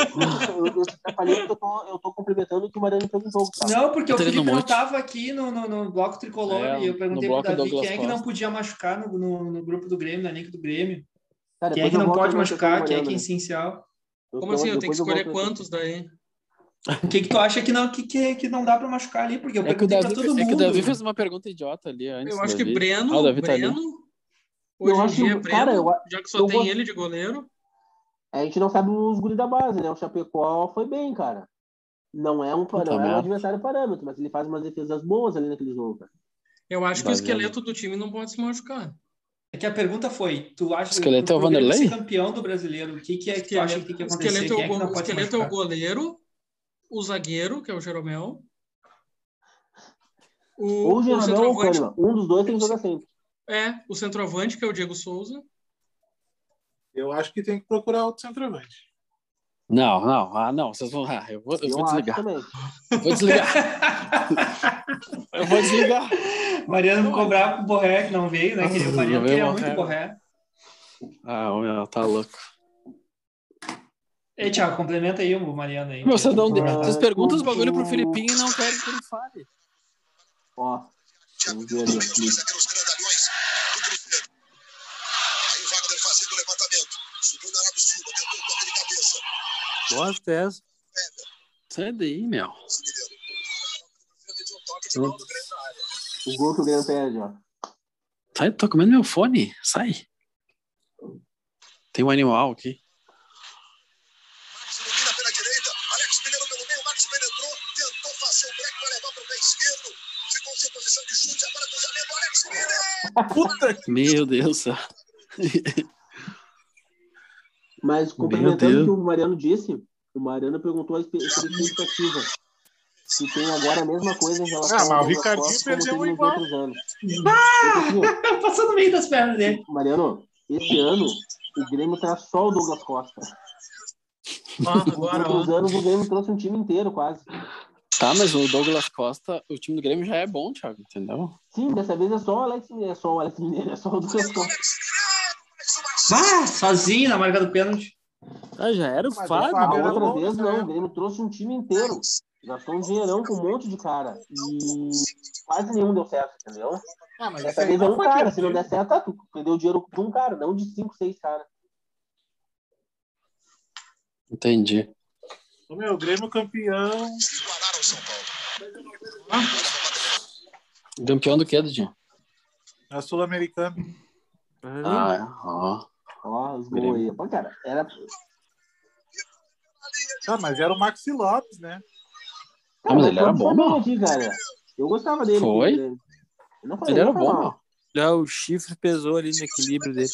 Speaker 6: Eu, eu, eu falei que eu tô, eu tô complementando o que o Mariano perguntou.
Speaker 1: Tá? Não, porque eu o Felipe não tava aqui no, no, no bloco tricolor é, e eu perguntei pro Davi quem é que não podia machucar no, no, no grupo do Grêmio, na link do Grêmio. Cara, quem é que não pode machucar, quem é que é essencial.
Speaker 3: Como assim? Eu tenho que escolher quantos daí?
Speaker 1: O que, que tu acha que não, que, que, que não dá para machucar ali? Porque eu
Speaker 2: é que o Davi,
Speaker 1: pra todo mundo. né?
Speaker 2: É que o Davi fez uma pergunta idiota ali antes.
Speaker 3: Eu acho que Breno, ah, o Davi tá Breno, ali. Hoje eu acho, dia, Breno, cara, eu, já que só tem vou... ele de goleiro.
Speaker 6: É, A gente não sabe os guri da base, né? O Chapecó foi bem, cara. Não é um, não é um adversário parâmetro, mas ele faz umas defesas boas ali naquele jogo, cara.
Speaker 3: Eu acho que Vai, o esqueleto né? do time não pode se machucar.
Speaker 1: É que a pergunta foi, tu acha
Speaker 2: esqueleto que o Vanderlei
Speaker 1: ser campeão do brasileiro, o que, que é que tu acha que tem que acontecer?
Speaker 3: Esqueleto,
Speaker 1: é, o,
Speaker 3: go... esqueleto é o goleiro, o zagueiro, que é o Jeromel.
Speaker 6: O, Ou
Speaker 2: é
Speaker 6: o Jeromel ou o Kahneman. Um dos dois tem que jogar sempre.
Speaker 3: É, o centroavante, que é o Diego Souza.
Speaker 7: Eu acho que tem que procurar outro centroavante.
Speaker 2: Não, não, ah, não, vocês vão. Ah, eu vou, eu, eu
Speaker 6: um
Speaker 2: vou desligar. Eu vou desligar. eu vou desligar.
Speaker 1: Mariano ficou bravo com o Borré, que não veio, né? Queria, o Mariano queria muito o Borré.
Speaker 2: Ah, meu, tá louco.
Speaker 1: Ei, Thiago, complementa aí o Mariano aí.
Speaker 2: Meu, vocês, não, vocês perguntam os bagulho pro Filipinho e não querem que ele fale.
Speaker 6: Ó, vamos ver ali.
Speaker 2: Bosta é essa. Sai daí, meu.
Speaker 6: O gol que o Grêmio perde, ó.
Speaker 2: Sai, Tá, tô comendo meu fone. Sai. Tem um animal aqui.
Speaker 8: Max domina pela direita. Alex Mineiro pelo meio. Max penetrou. Tentou fazer o break para levar pro pé esquerdo. Ficou sem posição de chute. Agora cruzamento. Alex Mineiro.
Speaker 2: Puta. Meu Deus.
Speaker 6: Mas complementando o que o Mariano disse, o Mariano perguntou a expectativa. Se tem agora a mesma coisa em relação
Speaker 7: ah, mas o Ricardinho perdeu um igual. Anos.
Speaker 6: Então, assim,
Speaker 1: Ah! Passou no meio das pernas dele.
Speaker 6: Mariano, esse ano o Grêmio traz só o Douglas Costa.
Speaker 3: Ah, agora,
Speaker 6: Nos anos o Grêmio trouxe um time inteiro, quase.
Speaker 2: Tá, mas o Douglas Costa, o time do Grêmio já é bom, Thiago, entendeu?
Speaker 6: Sim, dessa vez é só o Alex, é só o Alex Mineiro, é só o Douglas Costa.
Speaker 1: Ah, sozinho na marca do pênalti.
Speaker 2: Ah, já era o
Speaker 6: Mas
Speaker 2: Fábio.
Speaker 6: Fábio outra bom,
Speaker 3: né?
Speaker 6: vez, não. O Grêmio trouxe um time inteiro. Gastou um dinheirão com um monte de cara. E quase nenhum deu certo, entendeu? Ah,
Speaker 2: Tá
Speaker 6: mas Dessa vez é um cara. Se não der certo, tá, tu perdeu dinheiro de um cara, não de cinco, seis caras.
Speaker 2: Entendi.
Speaker 7: O meu, Grêmio campeão.
Speaker 2: Ah. Campeão do que, Dudinho?
Speaker 7: Na Sul-Americana.
Speaker 2: Ah, ó.
Speaker 6: Ó, os gols aí. Pô, cara,
Speaker 2: Ah,
Speaker 6: era.
Speaker 7: Ah, mas era o Maxi Lopes, né?
Speaker 2: Ah, mas ele era bom,
Speaker 6: não.
Speaker 2: mano.
Speaker 6: Aqui, cara. Eu gostava dele.
Speaker 2: Foi?
Speaker 6: Ele, eu não falei,
Speaker 2: Ele era
Speaker 6: eu não falei
Speaker 2: bom,
Speaker 6: mal.
Speaker 2: mano.
Speaker 4: Não, o chifre pesou ali no equilíbrio dele.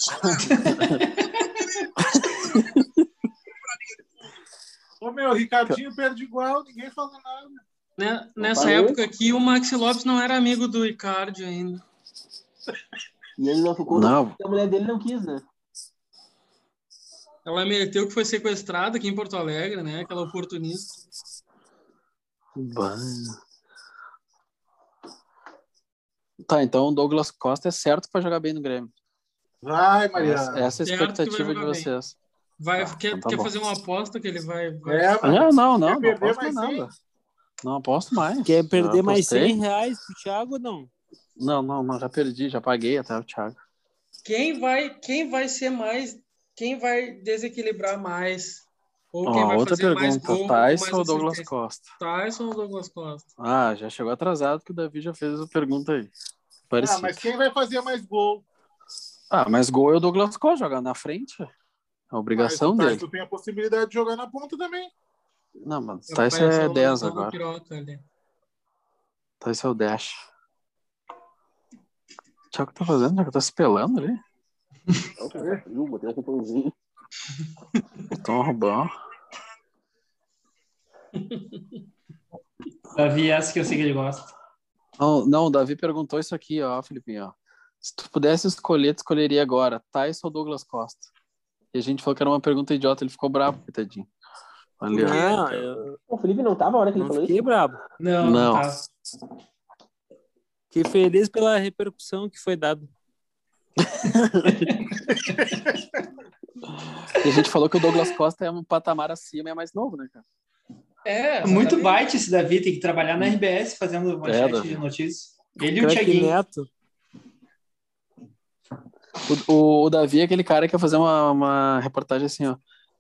Speaker 7: Ô, meu, o Ricardinho perde igual, ninguém fala nada.
Speaker 3: Né? Nessa
Speaker 6: parou.
Speaker 3: época aqui, o Maxi Lopes não era amigo do Icardi ainda.
Speaker 6: E ele não ficou.
Speaker 2: Não,
Speaker 6: porque A mulher dele não quis, né?
Speaker 3: Ela meteu que foi sequestrada aqui em Porto Alegre, né? Aquela oportunista.
Speaker 2: Bah. Tá, então o Douglas Costa é certo pra jogar bem no Grêmio.
Speaker 7: Vai,
Speaker 2: Essa,
Speaker 7: Mariana.
Speaker 2: essa é a
Speaker 3: Certo que vai
Speaker 2: expectativa de
Speaker 3: jogar bem.
Speaker 2: vocês.
Speaker 3: Vai,
Speaker 2: Ah,
Speaker 3: quer,
Speaker 2: então tá
Speaker 3: quer
Speaker 2: bom.
Speaker 3: fazer uma aposta que ele vai. vai-
Speaker 7: É, mano.
Speaker 2: Não, não, não,
Speaker 7: Quer
Speaker 2: não
Speaker 7: perder
Speaker 2: aposto mais
Speaker 7: mais
Speaker 2: nada.
Speaker 7: cem?
Speaker 2: Não aposto mais.
Speaker 4: Quer
Speaker 2: Já
Speaker 4: perder mais
Speaker 2: apostei.
Speaker 4: 100 reais pro Thiago ou não?
Speaker 2: Não, não, não, já perdi, já paguei até o Thiago.
Speaker 3: Quem vai quem vai ser mais. Quem vai desequilibrar mais? Ou quem
Speaker 2: Ó,
Speaker 3: vai
Speaker 2: outra
Speaker 3: fazer mais
Speaker 2: pergunta,
Speaker 3: gol,
Speaker 2: Tyson
Speaker 3: mais
Speaker 2: ou Douglas
Speaker 3: assistência?
Speaker 2: Costa?
Speaker 3: Tyson ou Douglas Costa?
Speaker 2: Ah, já chegou atrasado que o Davi já fez a pergunta aí.
Speaker 7: Ah,
Speaker 2: Parecido.
Speaker 7: mas quem vai fazer mais gol?
Speaker 2: Ah, mas gol é o Douglas Costa jogar na frente. É obrigação
Speaker 7: mas o
Speaker 2: dele.
Speaker 7: Tyson tem a possibilidade de jogar na ponta também.
Speaker 2: Não, mano, Tyson
Speaker 3: É, parece
Speaker 2: é
Speaker 3: o
Speaker 2: 10
Speaker 3: Luizão
Speaker 2: agora.
Speaker 3: Piroca ali.
Speaker 2: Tyson é o 10. O Thiago tá fazendo? O Thiago tá se pelando ali?
Speaker 6: Eu fui, botei um cupomzinho.
Speaker 2: Então, roubando.
Speaker 1: Davi, essa que eu sei que ele gosta.
Speaker 2: Não, não, o Davi perguntou isso aqui, ó, Felipinho. ó. Se tu pudesse escolher, tu escolheria agora, Tyson ou Douglas Costa? E a gente falou que era uma pergunta idiota, ele ficou bravo, coitadinho. Ali, ó.
Speaker 4: Não, Ah, eu
Speaker 6: O Felipe não tava na hora que ele
Speaker 4: não
Speaker 6: falou
Speaker 4: fiquei
Speaker 6: isso.
Speaker 4: brabo.
Speaker 1: Não,
Speaker 2: Não.
Speaker 1: tá.
Speaker 4: Fiquei feliz pela repercussão que foi dada.
Speaker 2: E a gente falou que o Douglas Costa é um patamar acima e é mais novo, né, cara?
Speaker 3: É,
Speaker 1: Muito
Speaker 3: exatamente.
Speaker 1: baita esse Davi, tem que trabalhar na RBS fazendo manchete
Speaker 2: É, Davi.
Speaker 1: de notícias. Ele e o
Speaker 4: Craque
Speaker 1: Thiaguinho.
Speaker 4: Neto.
Speaker 2: O, o- o Davi é aquele cara que ia fazer uma, uma reportagem assim, ó.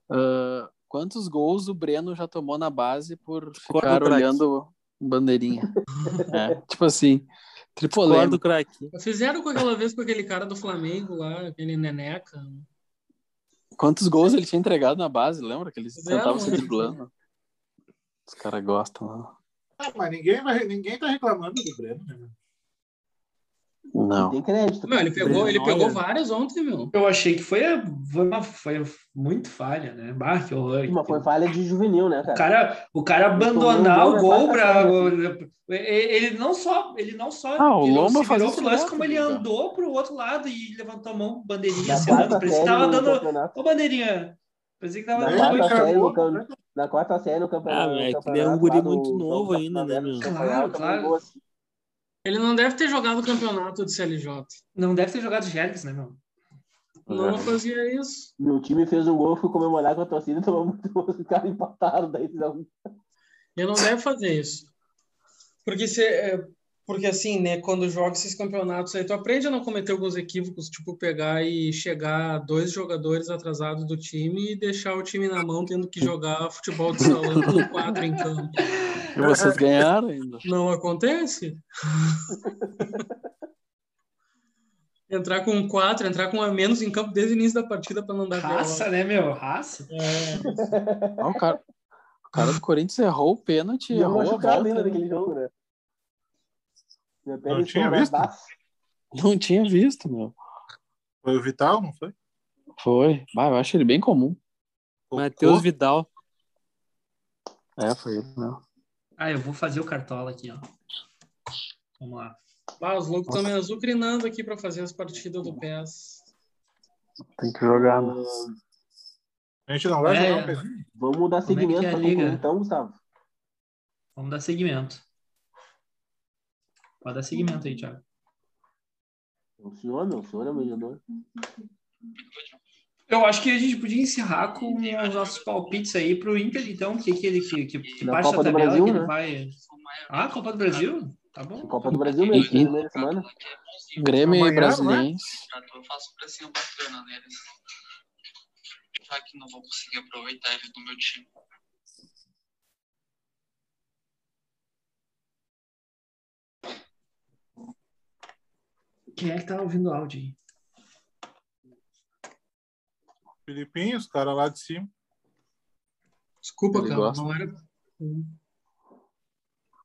Speaker 2: Ah, quantos gols o Breno já tomou na base por ficar
Speaker 4: Concordo, craque.
Speaker 2: olhando bandeirinha? É, tipo assim,
Speaker 4: Concordo,
Speaker 2: tripolêmico.
Speaker 4: craque.
Speaker 3: Fizeram com aquela vez com aquele cara do Flamengo lá, aquele Neneca.
Speaker 2: Quantos gols ele tinha entregado na base, lembra? Que eles
Speaker 3: Zero,
Speaker 2: tentavam se
Speaker 3: né?
Speaker 2: driblando. Os caras gostam, né?
Speaker 7: Ah, mas ninguém, vai, ninguém tá reclamando do Breno, né? meu?
Speaker 2: Não.
Speaker 6: Tem crédito.
Speaker 3: Meu, ele pegou, ele
Speaker 4: Breno
Speaker 3: pegou
Speaker 4: Neuer.
Speaker 3: várias ontem, meu.
Speaker 1: Eu achei que foi, foi, uma, foi muito falha, né? Bah, que horror.
Speaker 6: Mas foi falha de juvenil, né,
Speaker 1: O
Speaker 6: cara?
Speaker 1: cara, o cara abandonar
Speaker 6: tomou
Speaker 1: o
Speaker 6: um
Speaker 1: gol
Speaker 6: gol, né?
Speaker 1: para ele não só ele não só
Speaker 2: Ah, o
Speaker 1: virou,
Speaker 2: Lomba
Speaker 1: se virou
Speaker 2: faz
Speaker 1: pro
Speaker 2: isso
Speaker 1: lance
Speaker 2: direto,
Speaker 1: como ele
Speaker 2: cara.
Speaker 1: andou pro outro lado e levantou a mão bandeirinha
Speaker 6: Na
Speaker 1: acenando
Speaker 6: quarta
Speaker 1: para ele
Speaker 6: série
Speaker 1: é tava
Speaker 6: no
Speaker 1: dando
Speaker 6: campeonato.
Speaker 1: Ô, bandeirinha. Pensei que tava
Speaker 6: Na
Speaker 7: Ele,
Speaker 1: dando
Speaker 6: quarta
Speaker 1: oi.
Speaker 7: Ricardo,
Speaker 6: série no
Speaker 7: outro,
Speaker 6: campeonato. Na quarta série no campeonato.
Speaker 4: Ah,
Speaker 6: no
Speaker 4: moleque, ele é
Speaker 6: campeonato
Speaker 4: um guri
Speaker 6: lá
Speaker 4: muito
Speaker 6: do- do
Speaker 4: novo ainda, né,
Speaker 6: Primavera,
Speaker 4: meu?
Speaker 6: do
Speaker 1: Claro,
Speaker 6: campeonato, tomou um gol assim.
Speaker 3: Ele não deve ter jogado o campeonato do CLJ.
Speaker 1: Não deve ter jogado Jergs, né, meu?
Speaker 2: É.
Speaker 3: Não fazia isso.
Speaker 6: Meu time fez um gol, fui comemorar com a torcida, tomamos muito gol, os caras empataram, daí fizeram um
Speaker 3: Ele não deve fazer isso. Porque se, é, porque assim, né, quando joga esses campeonatos aí, tu aprende a não cometer alguns equívocos, tipo pegar e chegar dois jogadores atrasados do time e deixar o time na mão tendo que jogar futebol de salão com quatro em campo.
Speaker 2: E vocês ganharam ainda.
Speaker 3: Não acontece? entrar com quatro, entrar com um a menos em campo desde o início da partida para não dar
Speaker 1: Raça, né, meu? Raça.
Speaker 3: bola. É,
Speaker 2: Ó, o, cara, o cara do Corinthians errou o pênalti,
Speaker 6: E eu
Speaker 2: errou a
Speaker 6: machucado ainda
Speaker 2: volta.
Speaker 6: naquele jogo, né? Meu pé
Speaker 7: Não
Speaker 6: me
Speaker 7: tinha
Speaker 6: estourou
Speaker 7: visto?
Speaker 6: baço.
Speaker 2: Não tinha visto, meu.
Speaker 7: Foi o Vital, não foi?
Speaker 2: Foi. Bah, eu acho ele bem comum.
Speaker 4: Matheus Vidal.
Speaker 2: É, foi ele, meu.
Speaker 1: Ah, eu vou fazer o cartola aqui, ó. Vamos lá.
Speaker 3: Ah, os loucos estão me azucrinando aqui para fazer as partidas do PES.
Speaker 2: Tem que jogar, né?
Speaker 6: Ah,
Speaker 7: A gente não vai
Speaker 1: É.
Speaker 7: jogar um pezinho.
Speaker 6: Vamos
Speaker 1: Como é
Speaker 6: dar
Speaker 1: que
Speaker 6: seguimento
Speaker 1: é a
Speaker 6: pra
Speaker 1: liga?
Speaker 6: concluir, então, Gustavo.
Speaker 1: Vamos dar seguimento. Pode dar seguimento aí, Thiago.
Speaker 6: O senhor, meu, o senhor é o mediador.
Speaker 1: Eu acho que a gente podia encerrar com os nossos palpites aí pro Inter, então, que, que, ele- que, que, que
Speaker 6: Na
Speaker 1: parte
Speaker 6: Copa
Speaker 1: da
Speaker 6: do
Speaker 1: tabela
Speaker 6: Brasil,
Speaker 1: que ele
Speaker 6: né?
Speaker 1: vai. Ah, Copa do Brasil? Tá bom.
Speaker 6: Copa do Brasil, meu,
Speaker 2: E-
Speaker 6: primeira semana.
Speaker 2: Grêmio e
Speaker 6: né?
Speaker 7: Amanhã,
Speaker 2: Brasiliense.
Speaker 9: Eu faço um precinho bacana neles. Já que não vou conseguir aproveitar eles no meu time.
Speaker 1: Quem é que tá ouvindo o áudio aí?
Speaker 7: Filipinho, os caras lá de cima.
Speaker 3: Desculpa,
Speaker 2: Ele
Speaker 3: cara,
Speaker 2: gosta.
Speaker 3: não era.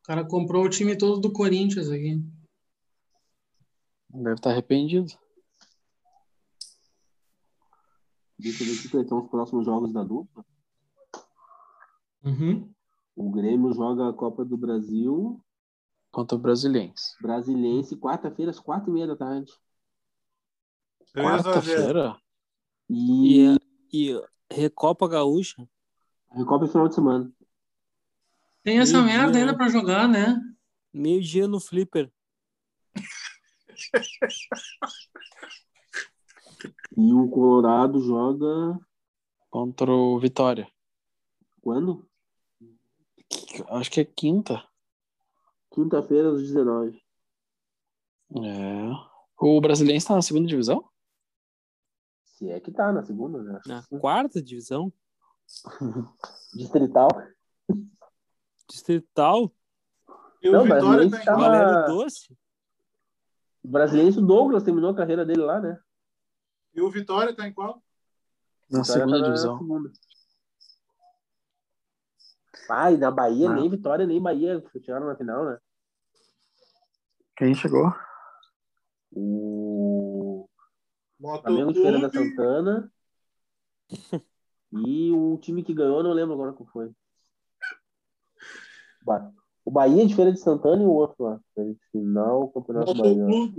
Speaker 3: cara comprou o time todo do Corinthians aqui.
Speaker 2: Deve estar arrependido.
Speaker 6: Deixa eu ver aqui, então, os próximos jogos da dupla.
Speaker 1: Uhum.
Speaker 6: O Grêmio joga a Copa do Brasil.
Speaker 2: Contra o Brasiliense.
Speaker 6: Brasiliense, quarta-feira, às quatro e meia da tarde.
Speaker 2: Quarta-feira?
Speaker 6: E...
Speaker 4: E, e Recopa Gaúcha?
Speaker 6: Recopa é final de semana.
Speaker 3: Tem essa
Speaker 4: Meio
Speaker 3: merda
Speaker 4: dia,
Speaker 3: ainda
Speaker 4: né?
Speaker 3: pra jogar, né?
Speaker 4: Meio-dia no Flipper.
Speaker 6: E o Colorado joga
Speaker 2: Contra o Vitória.
Speaker 6: quando?
Speaker 2: Acho que é quinta.
Speaker 6: Quinta-feira, às 19.
Speaker 2: É. O Brasiliense tá na segunda divisão?
Speaker 6: Se é que tá na segunda, né?
Speaker 4: Na quarta divisão?
Speaker 6: Distrital.
Speaker 4: Distrital?
Speaker 7: E
Speaker 6: Não,
Speaker 7: o Vitória
Speaker 6: Brasiliense
Speaker 7: tá em
Speaker 6: tá-
Speaker 4: Valério Doce?
Speaker 6: O brasileiro Douglas terminou a carreira dele lá, né?
Speaker 7: E o Vitória tá em qual?
Speaker 2: Na
Speaker 6: Vitória tá
Speaker 2: segunda
Speaker 6: na
Speaker 2: divisão.
Speaker 6: segunda. Ah, e na Bahia,
Speaker 2: Ah.
Speaker 6: nem Vitória, nem Bahia chegaram na final, né?
Speaker 2: Quem chegou?
Speaker 6: O
Speaker 2: Tá
Speaker 6: Flamengo de Feira da
Speaker 7: Motoclube.
Speaker 6: Santana. e o time que ganhou, não lembro agora qual foi. Ba- O Bahia de Feira de Santana e o outro lá. Final, Campeonato
Speaker 2: né?
Speaker 6: Baiano.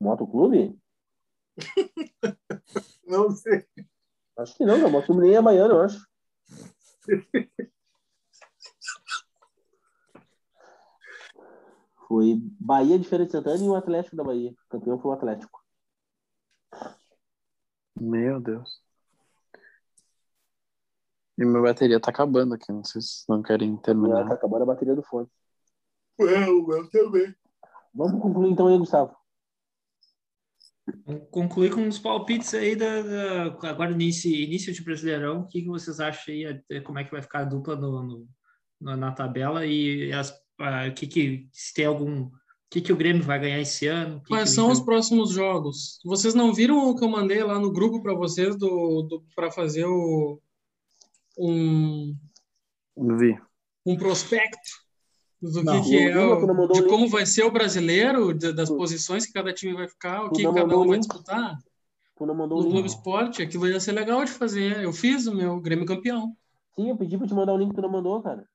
Speaker 7: Motoclube.
Speaker 6: Motoclube?
Speaker 7: Não sei.
Speaker 6: Acho que não, não. Motoclube nem é baiano, eu acho. Foi Bahia de Feira de Santana e o Atlético da Bahia. O campeão foi o Atlético.
Speaker 2: Meu Deus. E minha bateria tá acabando aqui, não sei se vocês não querem
Speaker 6: Ah, tá
Speaker 2: terminar.
Speaker 6: acabando a bateria do fone.
Speaker 7: É, o meu também.
Speaker 6: Vamos concluir então aí, Gustavo.
Speaker 1: Vamos concluir com uns palpites aí da, da- agora início, início de Brasileirão. O que, que vocês acham aí? até Como é que vai ficar a dupla no, no- no- na tabela e as, ah, o que, que se tem algum. O que, que o Grêmio vai ganhar esse ano? O que
Speaker 3: Quais
Speaker 1: que o
Speaker 3: são os
Speaker 1: Inter-
Speaker 3: próximos jogos? Vocês não viram o que eu mandei lá no grupo pra vocês do, do para fazer o um,
Speaker 2: Não vi.
Speaker 3: um prospecto do
Speaker 6: Não,
Speaker 3: que, que é
Speaker 6: não vi, mas
Speaker 3: o-
Speaker 6: tu não mandou
Speaker 3: de
Speaker 6: o link.
Speaker 3: como vai ser o brasileiro, de- das
Speaker 6: Tu-
Speaker 3: posições que cada time vai ficar, o
Speaker 6: tu
Speaker 3: que
Speaker 6: não
Speaker 3: cada
Speaker 6: mandou
Speaker 3: um
Speaker 6: o
Speaker 3: vai
Speaker 6: link.
Speaker 3: disputar
Speaker 6: Tu não mandou o
Speaker 3: no
Speaker 6: link.
Speaker 3: Globo Esporte, aquilo ia ser legal de fazer. Eu fiz o meu Grêmio campeão.
Speaker 6: Sim, eu pedi pra te mandar o link, tu não mandou, cara.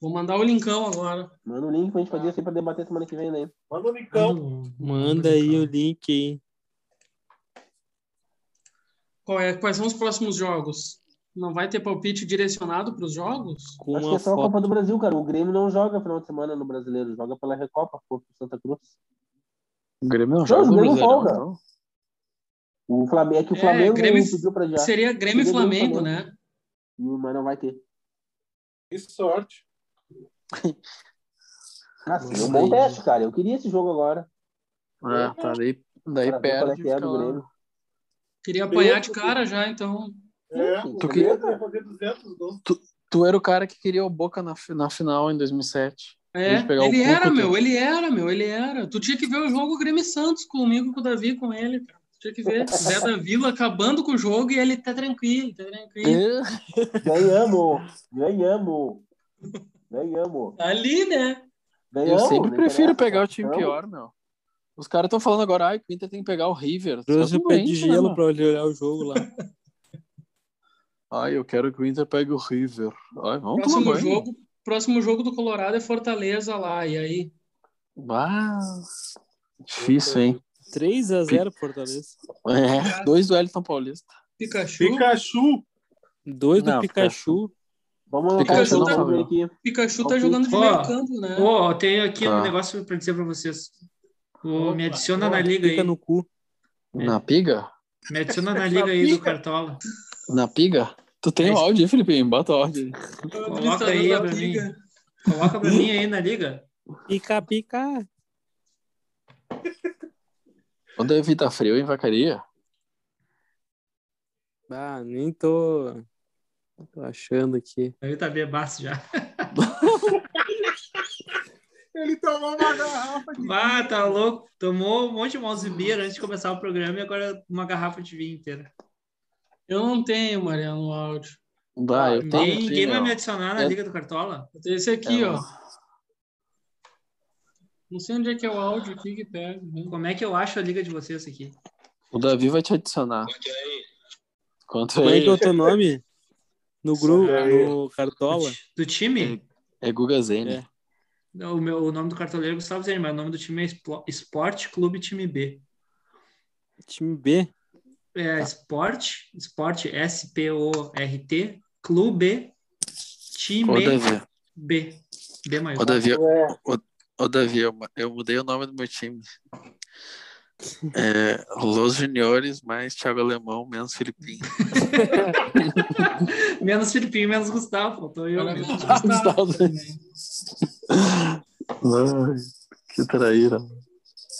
Speaker 3: Vou mandar o linkão agora.
Speaker 6: Manda o link pra gente
Speaker 3: Ah.
Speaker 6: fazer assim pra debater semana que vem, né?
Speaker 7: Manda o
Speaker 2: Uhum.
Speaker 7: Nicão.
Speaker 4: Manda aí o link aí.
Speaker 3: Qual é- quais são os próximos jogos? Não vai ter palpite direcionado para os jogos?
Speaker 4: Com
Speaker 6: Acho que
Speaker 4: uma
Speaker 6: é só a
Speaker 4: foto.
Speaker 6: Copa do Brasil, cara. O Grêmio não joga final de semana no brasileiro, joga pela Recopa contra o Santa Cruz.
Speaker 2: O Grêmio é um não joga
Speaker 6: o
Speaker 2: o
Speaker 6: Grêmio
Speaker 2: Brasileirão,
Speaker 6: folga.
Speaker 2: então?
Speaker 6: O Flamengo, é que o
Speaker 3: É,
Speaker 6: Flamengo
Speaker 3: Grêmio-
Speaker 6: pediu pra já.
Speaker 3: Seria Grêmio e
Speaker 6: Seria Grêmio e
Speaker 3: Flamengo,
Speaker 6: Flamengo.
Speaker 3: né?
Speaker 6: E- Mas não vai ter.
Speaker 7: Que sorte.
Speaker 6: Ah, seria um
Speaker 2: Nossa,
Speaker 6: bom
Speaker 2: aí.
Speaker 6: teste, cara. Eu queria esse jogo agora.
Speaker 2: Ah, tá. Daí, daí
Speaker 6: Pra ver qual é
Speaker 2: perde.
Speaker 6: que é
Speaker 2: fica
Speaker 6: do
Speaker 2: lá.
Speaker 6: Grêmio.
Speaker 3: Queria apanhar de
Speaker 7: Pedro.
Speaker 3: cara já, então.
Speaker 7: É,
Speaker 6: Sim,
Speaker 2: Uhum. Tu
Speaker 6: o
Speaker 2: que-
Speaker 6: Grêmio
Speaker 7: vai fazer 200 gols.
Speaker 2: Tu era o cara que queria o Boca na, fi- na final em 2007.
Speaker 3: É,
Speaker 2: Deixa eu pegar o
Speaker 3: ele
Speaker 2: cuco
Speaker 3: era,
Speaker 2: aqui.
Speaker 3: meu, ele era, meu, ele era. Tu tinha que ver o jogo Grêmio e Santos comigo, com o Davi, com ele, cara. Tu tinha que ver. Zé da Vila acabando com o jogo e ele tá tranquilo, tá tranquilo.
Speaker 2: É.
Speaker 6: Ganhamos! Ganhamos! Ganhamos!
Speaker 3: Tá Ali, né?
Speaker 2: Eu
Speaker 6: Ganhamos!
Speaker 2: sempre
Speaker 6: não
Speaker 2: prefiro
Speaker 6: interessa,
Speaker 2: pegar o time
Speaker 6: ganhamos.
Speaker 2: pior, meu. Os caras estão falando agora, ai, o Inter tem que pegar o River. Tá
Speaker 4: Trouxe o pé de
Speaker 2: doente, né,
Speaker 4: gelo
Speaker 2: meu?
Speaker 4: pra olhar o jogo lá.
Speaker 2: Ai, eu quero que o Inter pegue o River. Ai, vamos tomar
Speaker 3: Próximo
Speaker 2: banho.
Speaker 3: jogo, próximo jogo do Colorado é Fortaleza lá, e aí?
Speaker 2: Ah, difícil, hein?
Speaker 4: 3x0 Fortaleza.
Speaker 2: É, dois do Elton Paulista.
Speaker 3: Pikachu,
Speaker 7: Pikachu.
Speaker 4: 2 do
Speaker 2: Não,
Speaker 4: Pikachu.
Speaker 6: Vamos anotar
Speaker 3: Pikachu
Speaker 6: então
Speaker 3: tá-
Speaker 6: vamos ver aqui.
Speaker 3: Pikachu tá
Speaker 6: Palpite.
Speaker 3: jogando de
Speaker 1: Ó,
Speaker 3: meio campo, né?
Speaker 1: Ô, tem aqui
Speaker 2: Tá.
Speaker 1: um negócio pra dizer pra vocês. Ô,
Speaker 3: Opa,
Speaker 1: me adiciona
Speaker 3: ó,
Speaker 1: na liga aí.
Speaker 4: Fica no cu.
Speaker 2: Na piga?
Speaker 1: Me adiciona na liga aí do Cartola.
Speaker 2: Na piga? Tu tem o áudio aí, Felipinho? Bota o áudio aí.
Speaker 3: O
Speaker 1: Coloca
Speaker 3: administrador
Speaker 1: aí
Speaker 3: da
Speaker 1: pra
Speaker 3: liga.
Speaker 1: mim. Coloca pra mim aí na liga.
Speaker 4: Pica, pica.
Speaker 2: O Davi tá frio, hein, vacaria?
Speaker 4: Ah, nem tô... tô achando aqui.
Speaker 1: Ele tá bebaço já.
Speaker 7: Ele tomou uma garrafa de
Speaker 1: Ah, tá louco. Tomou um monte de mouse beer antes de começar o programa e agora uma garrafa de vinho inteira.
Speaker 3: Eu não tenho, Mariano, o áudio.
Speaker 2: Bah, eu tenho
Speaker 1: Ah, ninguém
Speaker 2: aqui,
Speaker 1: vai
Speaker 2: ó. É.
Speaker 1: me adicionar na
Speaker 2: Eu-
Speaker 1: Liga do Cartola?
Speaker 3: Eu tenho Esse aqui,
Speaker 2: É,
Speaker 3: ó. Não sei onde é que é o áudio aqui que pega. né?
Speaker 1: Como é que eu acho a Liga de vocês aqui?
Speaker 2: O Davi vai te adicionar. Quanto
Speaker 4: Como é que é
Speaker 2: aí?
Speaker 4: o teu nome? No grupo, no
Speaker 1: Do,
Speaker 4: Cartola?
Speaker 1: ti- do time?
Speaker 2: É Guga Zene.
Speaker 1: Não, O, meu, o nome do cartoleiro é Gustavo Zene, mas o nome do time é Esplo- Esporte Clube Time B.
Speaker 4: Time B?
Speaker 2: Tá.
Speaker 1: É Esporte, Esporte S-P-O-R-T, Clube
Speaker 2: Ô,
Speaker 1: Time
Speaker 2: Davi,
Speaker 1: B. B um.
Speaker 2: ô,
Speaker 1: maiúsculo.
Speaker 2: Davi, ô, Davi eu, eu mudei o nome do meu time. É, Los Juniores, mais Thiago Alemão, menos Filipinho.
Speaker 1: Menos Filipinho, menos Gustavo. Faltou
Speaker 2: É
Speaker 1: eu.
Speaker 3: Olha,
Speaker 1: né?
Speaker 3: Gustavo também.
Speaker 2: Ai, que traíra.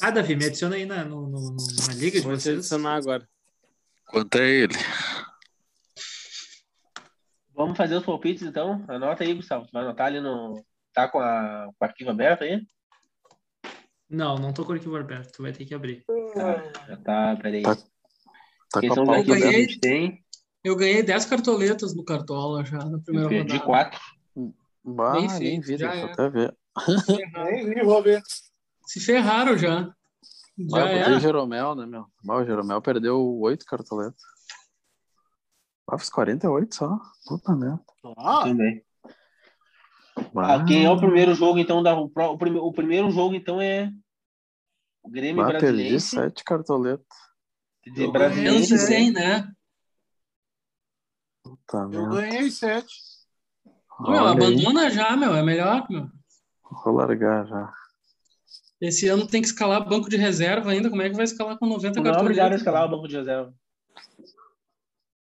Speaker 1: Ah, Davi, me adiciona aí na, no- no- no- na Liga de
Speaker 4: Vou te
Speaker 1: vocês.
Speaker 4: adicionar agora.
Speaker 2: Quanto é ele?
Speaker 6: Vamos fazer os palpites, então. Anota aí, Gustavo. Tu vai anotar ali no... Tá com, a... com o arquivo aberto aí?
Speaker 1: Não, não tô com o arquivo aberto. Tu vai ter que abrir.
Speaker 3: É.
Speaker 6: Já tá, peraí.
Speaker 2: Tá. Tá
Speaker 6: Quem
Speaker 2: com
Speaker 6: são
Speaker 2: a
Speaker 6: os
Speaker 2: pau
Speaker 6: arquivos é um que a
Speaker 3: aberta?
Speaker 6: gente tem?
Speaker 3: Eu ganhei 10 cartoletas no Cartola já na
Speaker 6: Eu
Speaker 7: é
Speaker 3: primeira
Speaker 6: perdi
Speaker 3: rodada.
Speaker 6: quatro.
Speaker 2: Bah,
Speaker 3: Bem
Speaker 2: nem
Speaker 3: feito,
Speaker 2: vi,
Speaker 3: já
Speaker 2: deixa eu
Speaker 3: é.
Speaker 2: até ver.
Speaker 7: Nem vi, vou ver.
Speaker 3: Se ferraram já.
Speaker 2: Bah,
Speaker 3: Já é
Speaker 2: eu botei
Speaker 3: era.
Speaker 2: Jeromel, né, meu? Bah, o Jeromel perdeu oito cartoletas. Ah, fiz 48 só. Puta merda.
Speaker 7: Ah,
Speaker 6: Tudo bem.
Speaker 2: Bah,
Speaker 6: Ah, quem é o primeiro jogo, então, da, o, pro- o prime- o primeiro jogo, então, é o Grêmio
Speaker 2: bah, perdi
Speaker 6: Brasiliense.
Speaker 2: sete cartoletas.
Speaker 6: De
Speaker 7: Eu
Speaker 3: Menos
Speaker 6: Brasiliense,
Speaker 3: de
Speaker 7: ganhei,
Speaker 3: 100, né?
Speaker 2: Puta
Speaker 7: eu
Speaker 2: merda.
Speaker 7: ganhei sete.
Speaker 3: Ô,
Speaker 2: Olha
Speaker 3: meu,
Speaker 2: aí,
Speaker 3: abandona já, meu. É melhor, meu.
Speaker 2: vou largar já.
Speaker 3: Esse ano tem que escalar banco de reserva ainda. Como é que vai escalar com 90
Speaker 6: não é obrigado a
Speaker 3: cartoletas?
Speaker 6: escalar o banco de reserva.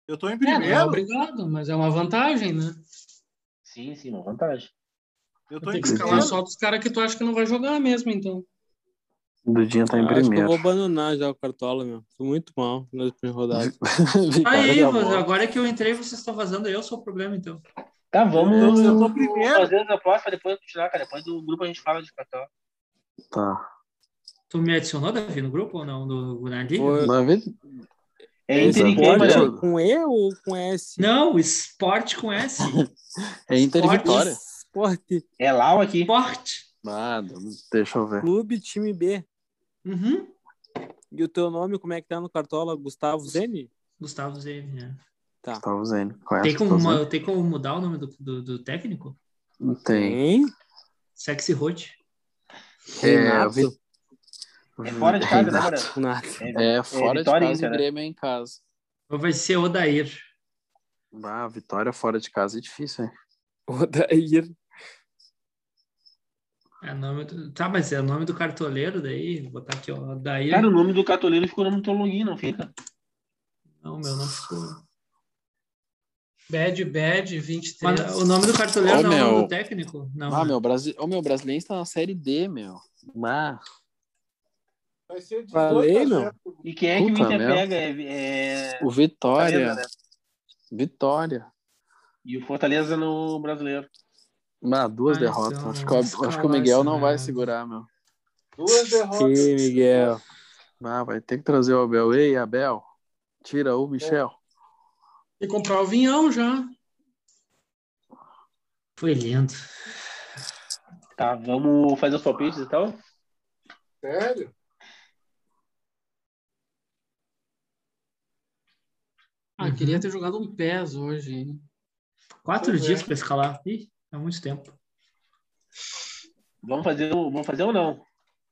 Speaker 7: Eu tô em
Speaker 3: É, não é
Speaker 7: primeiro.
Speaker 3: obrigado, mas é uma vantagem, né?
Speaker 6: Sim, sim, uma vantagem.
Speaker 7: eu tô
Speaker 3: Tem
Speaker 7: em
Speaker 3: que escalar
Speaker 7: primeiro.
Speaker 3: só dos caras que tu acha que não vai jogar mesmo, então.
Speaker 2: Dudinha tá em
Speaker 4: Ah, acho que eu
Speaker 2: primeiro.
Speaker 4: vou abandonar já o Cartola, meu. Tô muito mal nas primeiras rodadas.
Speaker 2: Vigário
Speaker 1: Aí,
Speaker 2: da
Speaker 1: mas
Speaker 2: bola.
Speaker 1: agora que eu entrei, vocês estão vazando. Eu sou o problema, então.
Speaker 6: Tá, vamos
Speaker 7: Eu
Speaker 2: Hum.
Speaker 7: tô primeiro.
Speaker 6: fazer as apostas, depois continuar, cara. Depois do grupo a gente fala de cartão.
Speaker 2: Tá.
Speaker 1: Tu me adicionou, Davi, no grupo ou não? Do, na Liga?
Speaker 4: Foi
Speaker 2: Davi,
Speaker 6: É Inter e quem,
Speaker 2: Exato.
Speaker 6: Mariano?
Speaker 2: Mariano?
Speaker 4: com E ou com S?
Speaker 1: Não, esporte com S.
Speaker 2: é Inter e
Speaker 1: Forte.
Speaker 2: Vitória.
Speaker 4: Esporte
Speaker 6: É Lau aqui.
Speaker 1: Esporte.
Speaker 2: Ah, deixa eu ver.
Speaker 4: Clube Time B.
Speaker 1: Uhum.
Speaker 4: E o teu nome, como é que tá no Cartola? Gustavo Zene?
Speaker 1: Gustavo Zene, né?
Speaker 2: Tá usando. Conhece
Speaker 1: Tem como,
Speaker 2: Gustavo
Speaker 1: uma- tem como mudar o nome do, do, do técnico?
Speaker 2: Zene? Tem.
Speaker 1: Sexy Hot.
Speaker 2: É,
Speaker 4: Renato.
Speaker 2: Vi-
Speaker 6: É fora de casa, né,
Speaker 2: Renato.
Speaker 6: Mariano?
Speaker 4: Renato.
Speaker 6: É,
Speaker 2: É, fora de
Speaker 6: Vitória e
Speaker 2: casa
Speaker 6: Inter,
Speaker 2: o
Speaker 6: né?
Speaker 2: Grêmio é em casa.
Speaker 1: Ou vai ser Odair?
Speaker 2: Ah, vitória fora de casa é difícil, hein?
Speaker 4: Odair.
Speaker 1: É nome do... Tá, mas é o nome do cartoleiro daí? Vou botar aqui, ó. Odair.
Speaker 6: é. Cara, o nome do Catoleiro ficou no teu login, não fica?
Speaker 1: Não, meu, não ficou.
Speaker 3: Bad, bad, 23.
Speaker 1: Mas o nome do cartoleiro
Speaker 2: Ô,
Speaker 1: não é o nome
Speaker 2: meu.
Speaker 1: do técnico? Não.
Speaker 2: Ah,
Speaker 1: né?
Speaker 2: meu, Brasi... Ô, meu brasileiro tá na série D, meu. Ah,
Speaker 7: Vai ser 18
Speaker 4: Falei,
Speaker 7: a
Speaker 4: meu.
Speaker 7: zero.
Speaker 6: E quem é que
Speaker 2: Puta
Speaker 6: o Inter
Speaker 2: merda.
Speaker 6: pega? É, é
Speaker 2: o Vitória.
Speaker 6: Fortaleza, né?
Speaker 2: Vitória.
Speaker 6: E o Fortaleza no brasileiro.
Speaker 2: Ah, duas
Speaker 1: Ah,
Speaker 2: derrotas.
Speaker 1: então,
Speaker 2: acho, que, o- acho que o
Speaker 1: escalar
Speaker 2: Miguel
Speaker 1: essa
Speaker 2: não vai
Speaker 1: merda.
Speaker 2: segurar, meu.
Speaker 7: Duas derrotas.
Speaker 4: Sim, Miguel.
Speaker 2: Ah, vai ter que trazer o Abel. Ei, Abel. Tira o Michel.
Speaker 3: E comprar o vinhão já.
Speaker 1: Foi lindo.
Speaker 6: Tá, vamos fazer os palpites então?
Speaker 7: Sério?
Speaker 3: Ah,
Speaker 1: Uhum.
Speaker 3: queria ter jogado um pés hoje, hein?
Speaker 1: Quatro
Speaker 7: Pois é.
Speaker 1: dias pra escalar. Ih, é muito tempo.
Speaker 6: Vamos fazer, o- vamos fazer ou não?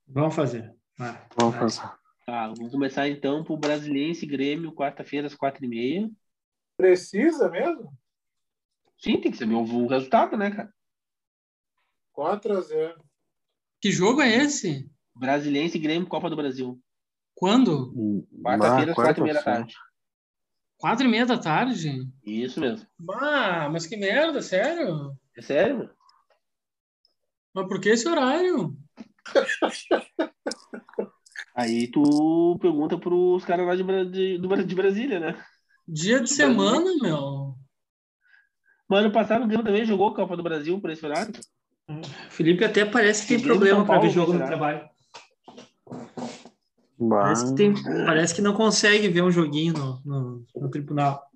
Speaker 1: Vamos fazer. Vai,
Speaker 2: Vamos
Speaker 1: vai.
Speaker 2: fazer.
Speaker 6: Tá, vamos começar então pro Brasiliense e Grêmio, quarta-feira, às quatro e meia.
Speaker 7: Precisa mesmo?
Speaker 6: Sim, tem que saber o o resultado, né, cara?
Speaker 7: 4 a 0.
Speaker 3: Que jogo é esse?
Speaker 6: Brasiliense e Grêmio, Copa do Brasil.
Speaker 3: Quando?
Speaker 2: Ah,
Speaker 6: Quarta-feira, às quatro e meia da
Speaker 2: quarta-feira.
Speaker 6: tarde.
Speaker 3: Quatro e meia da tarde?
Speaker 6: Isso mesmo.
Speaker 3: Ah, mas que merda, sério?
Speaker 6: É sério, mano?
Speaker 3: Mas por que esse horário?
Speaker 6: Aí tu pergunta pros caras lá de, Bra- de, do Bra- de Brasília, né?
Speaker 3: Dia de semana, meu.
Speaker 6: Mas ano passado o Grêmio também jogou Copa do Brasil por esse horário.
Speaker 1: Felipe até parece que tem
Speaker 6: Grêmio,
Speaker 1: problema
Speaker 6: São
Speaker 1: para ver
Speaker 6: Paulo,
Speaker 1: jogo no
Speaker 6: será?
Speaker 1: trabalho.
Speaker 2: Bah.
Speaker 1: Parece que, tem, parece que não consegue ver um joguinho no, no, no tribunal.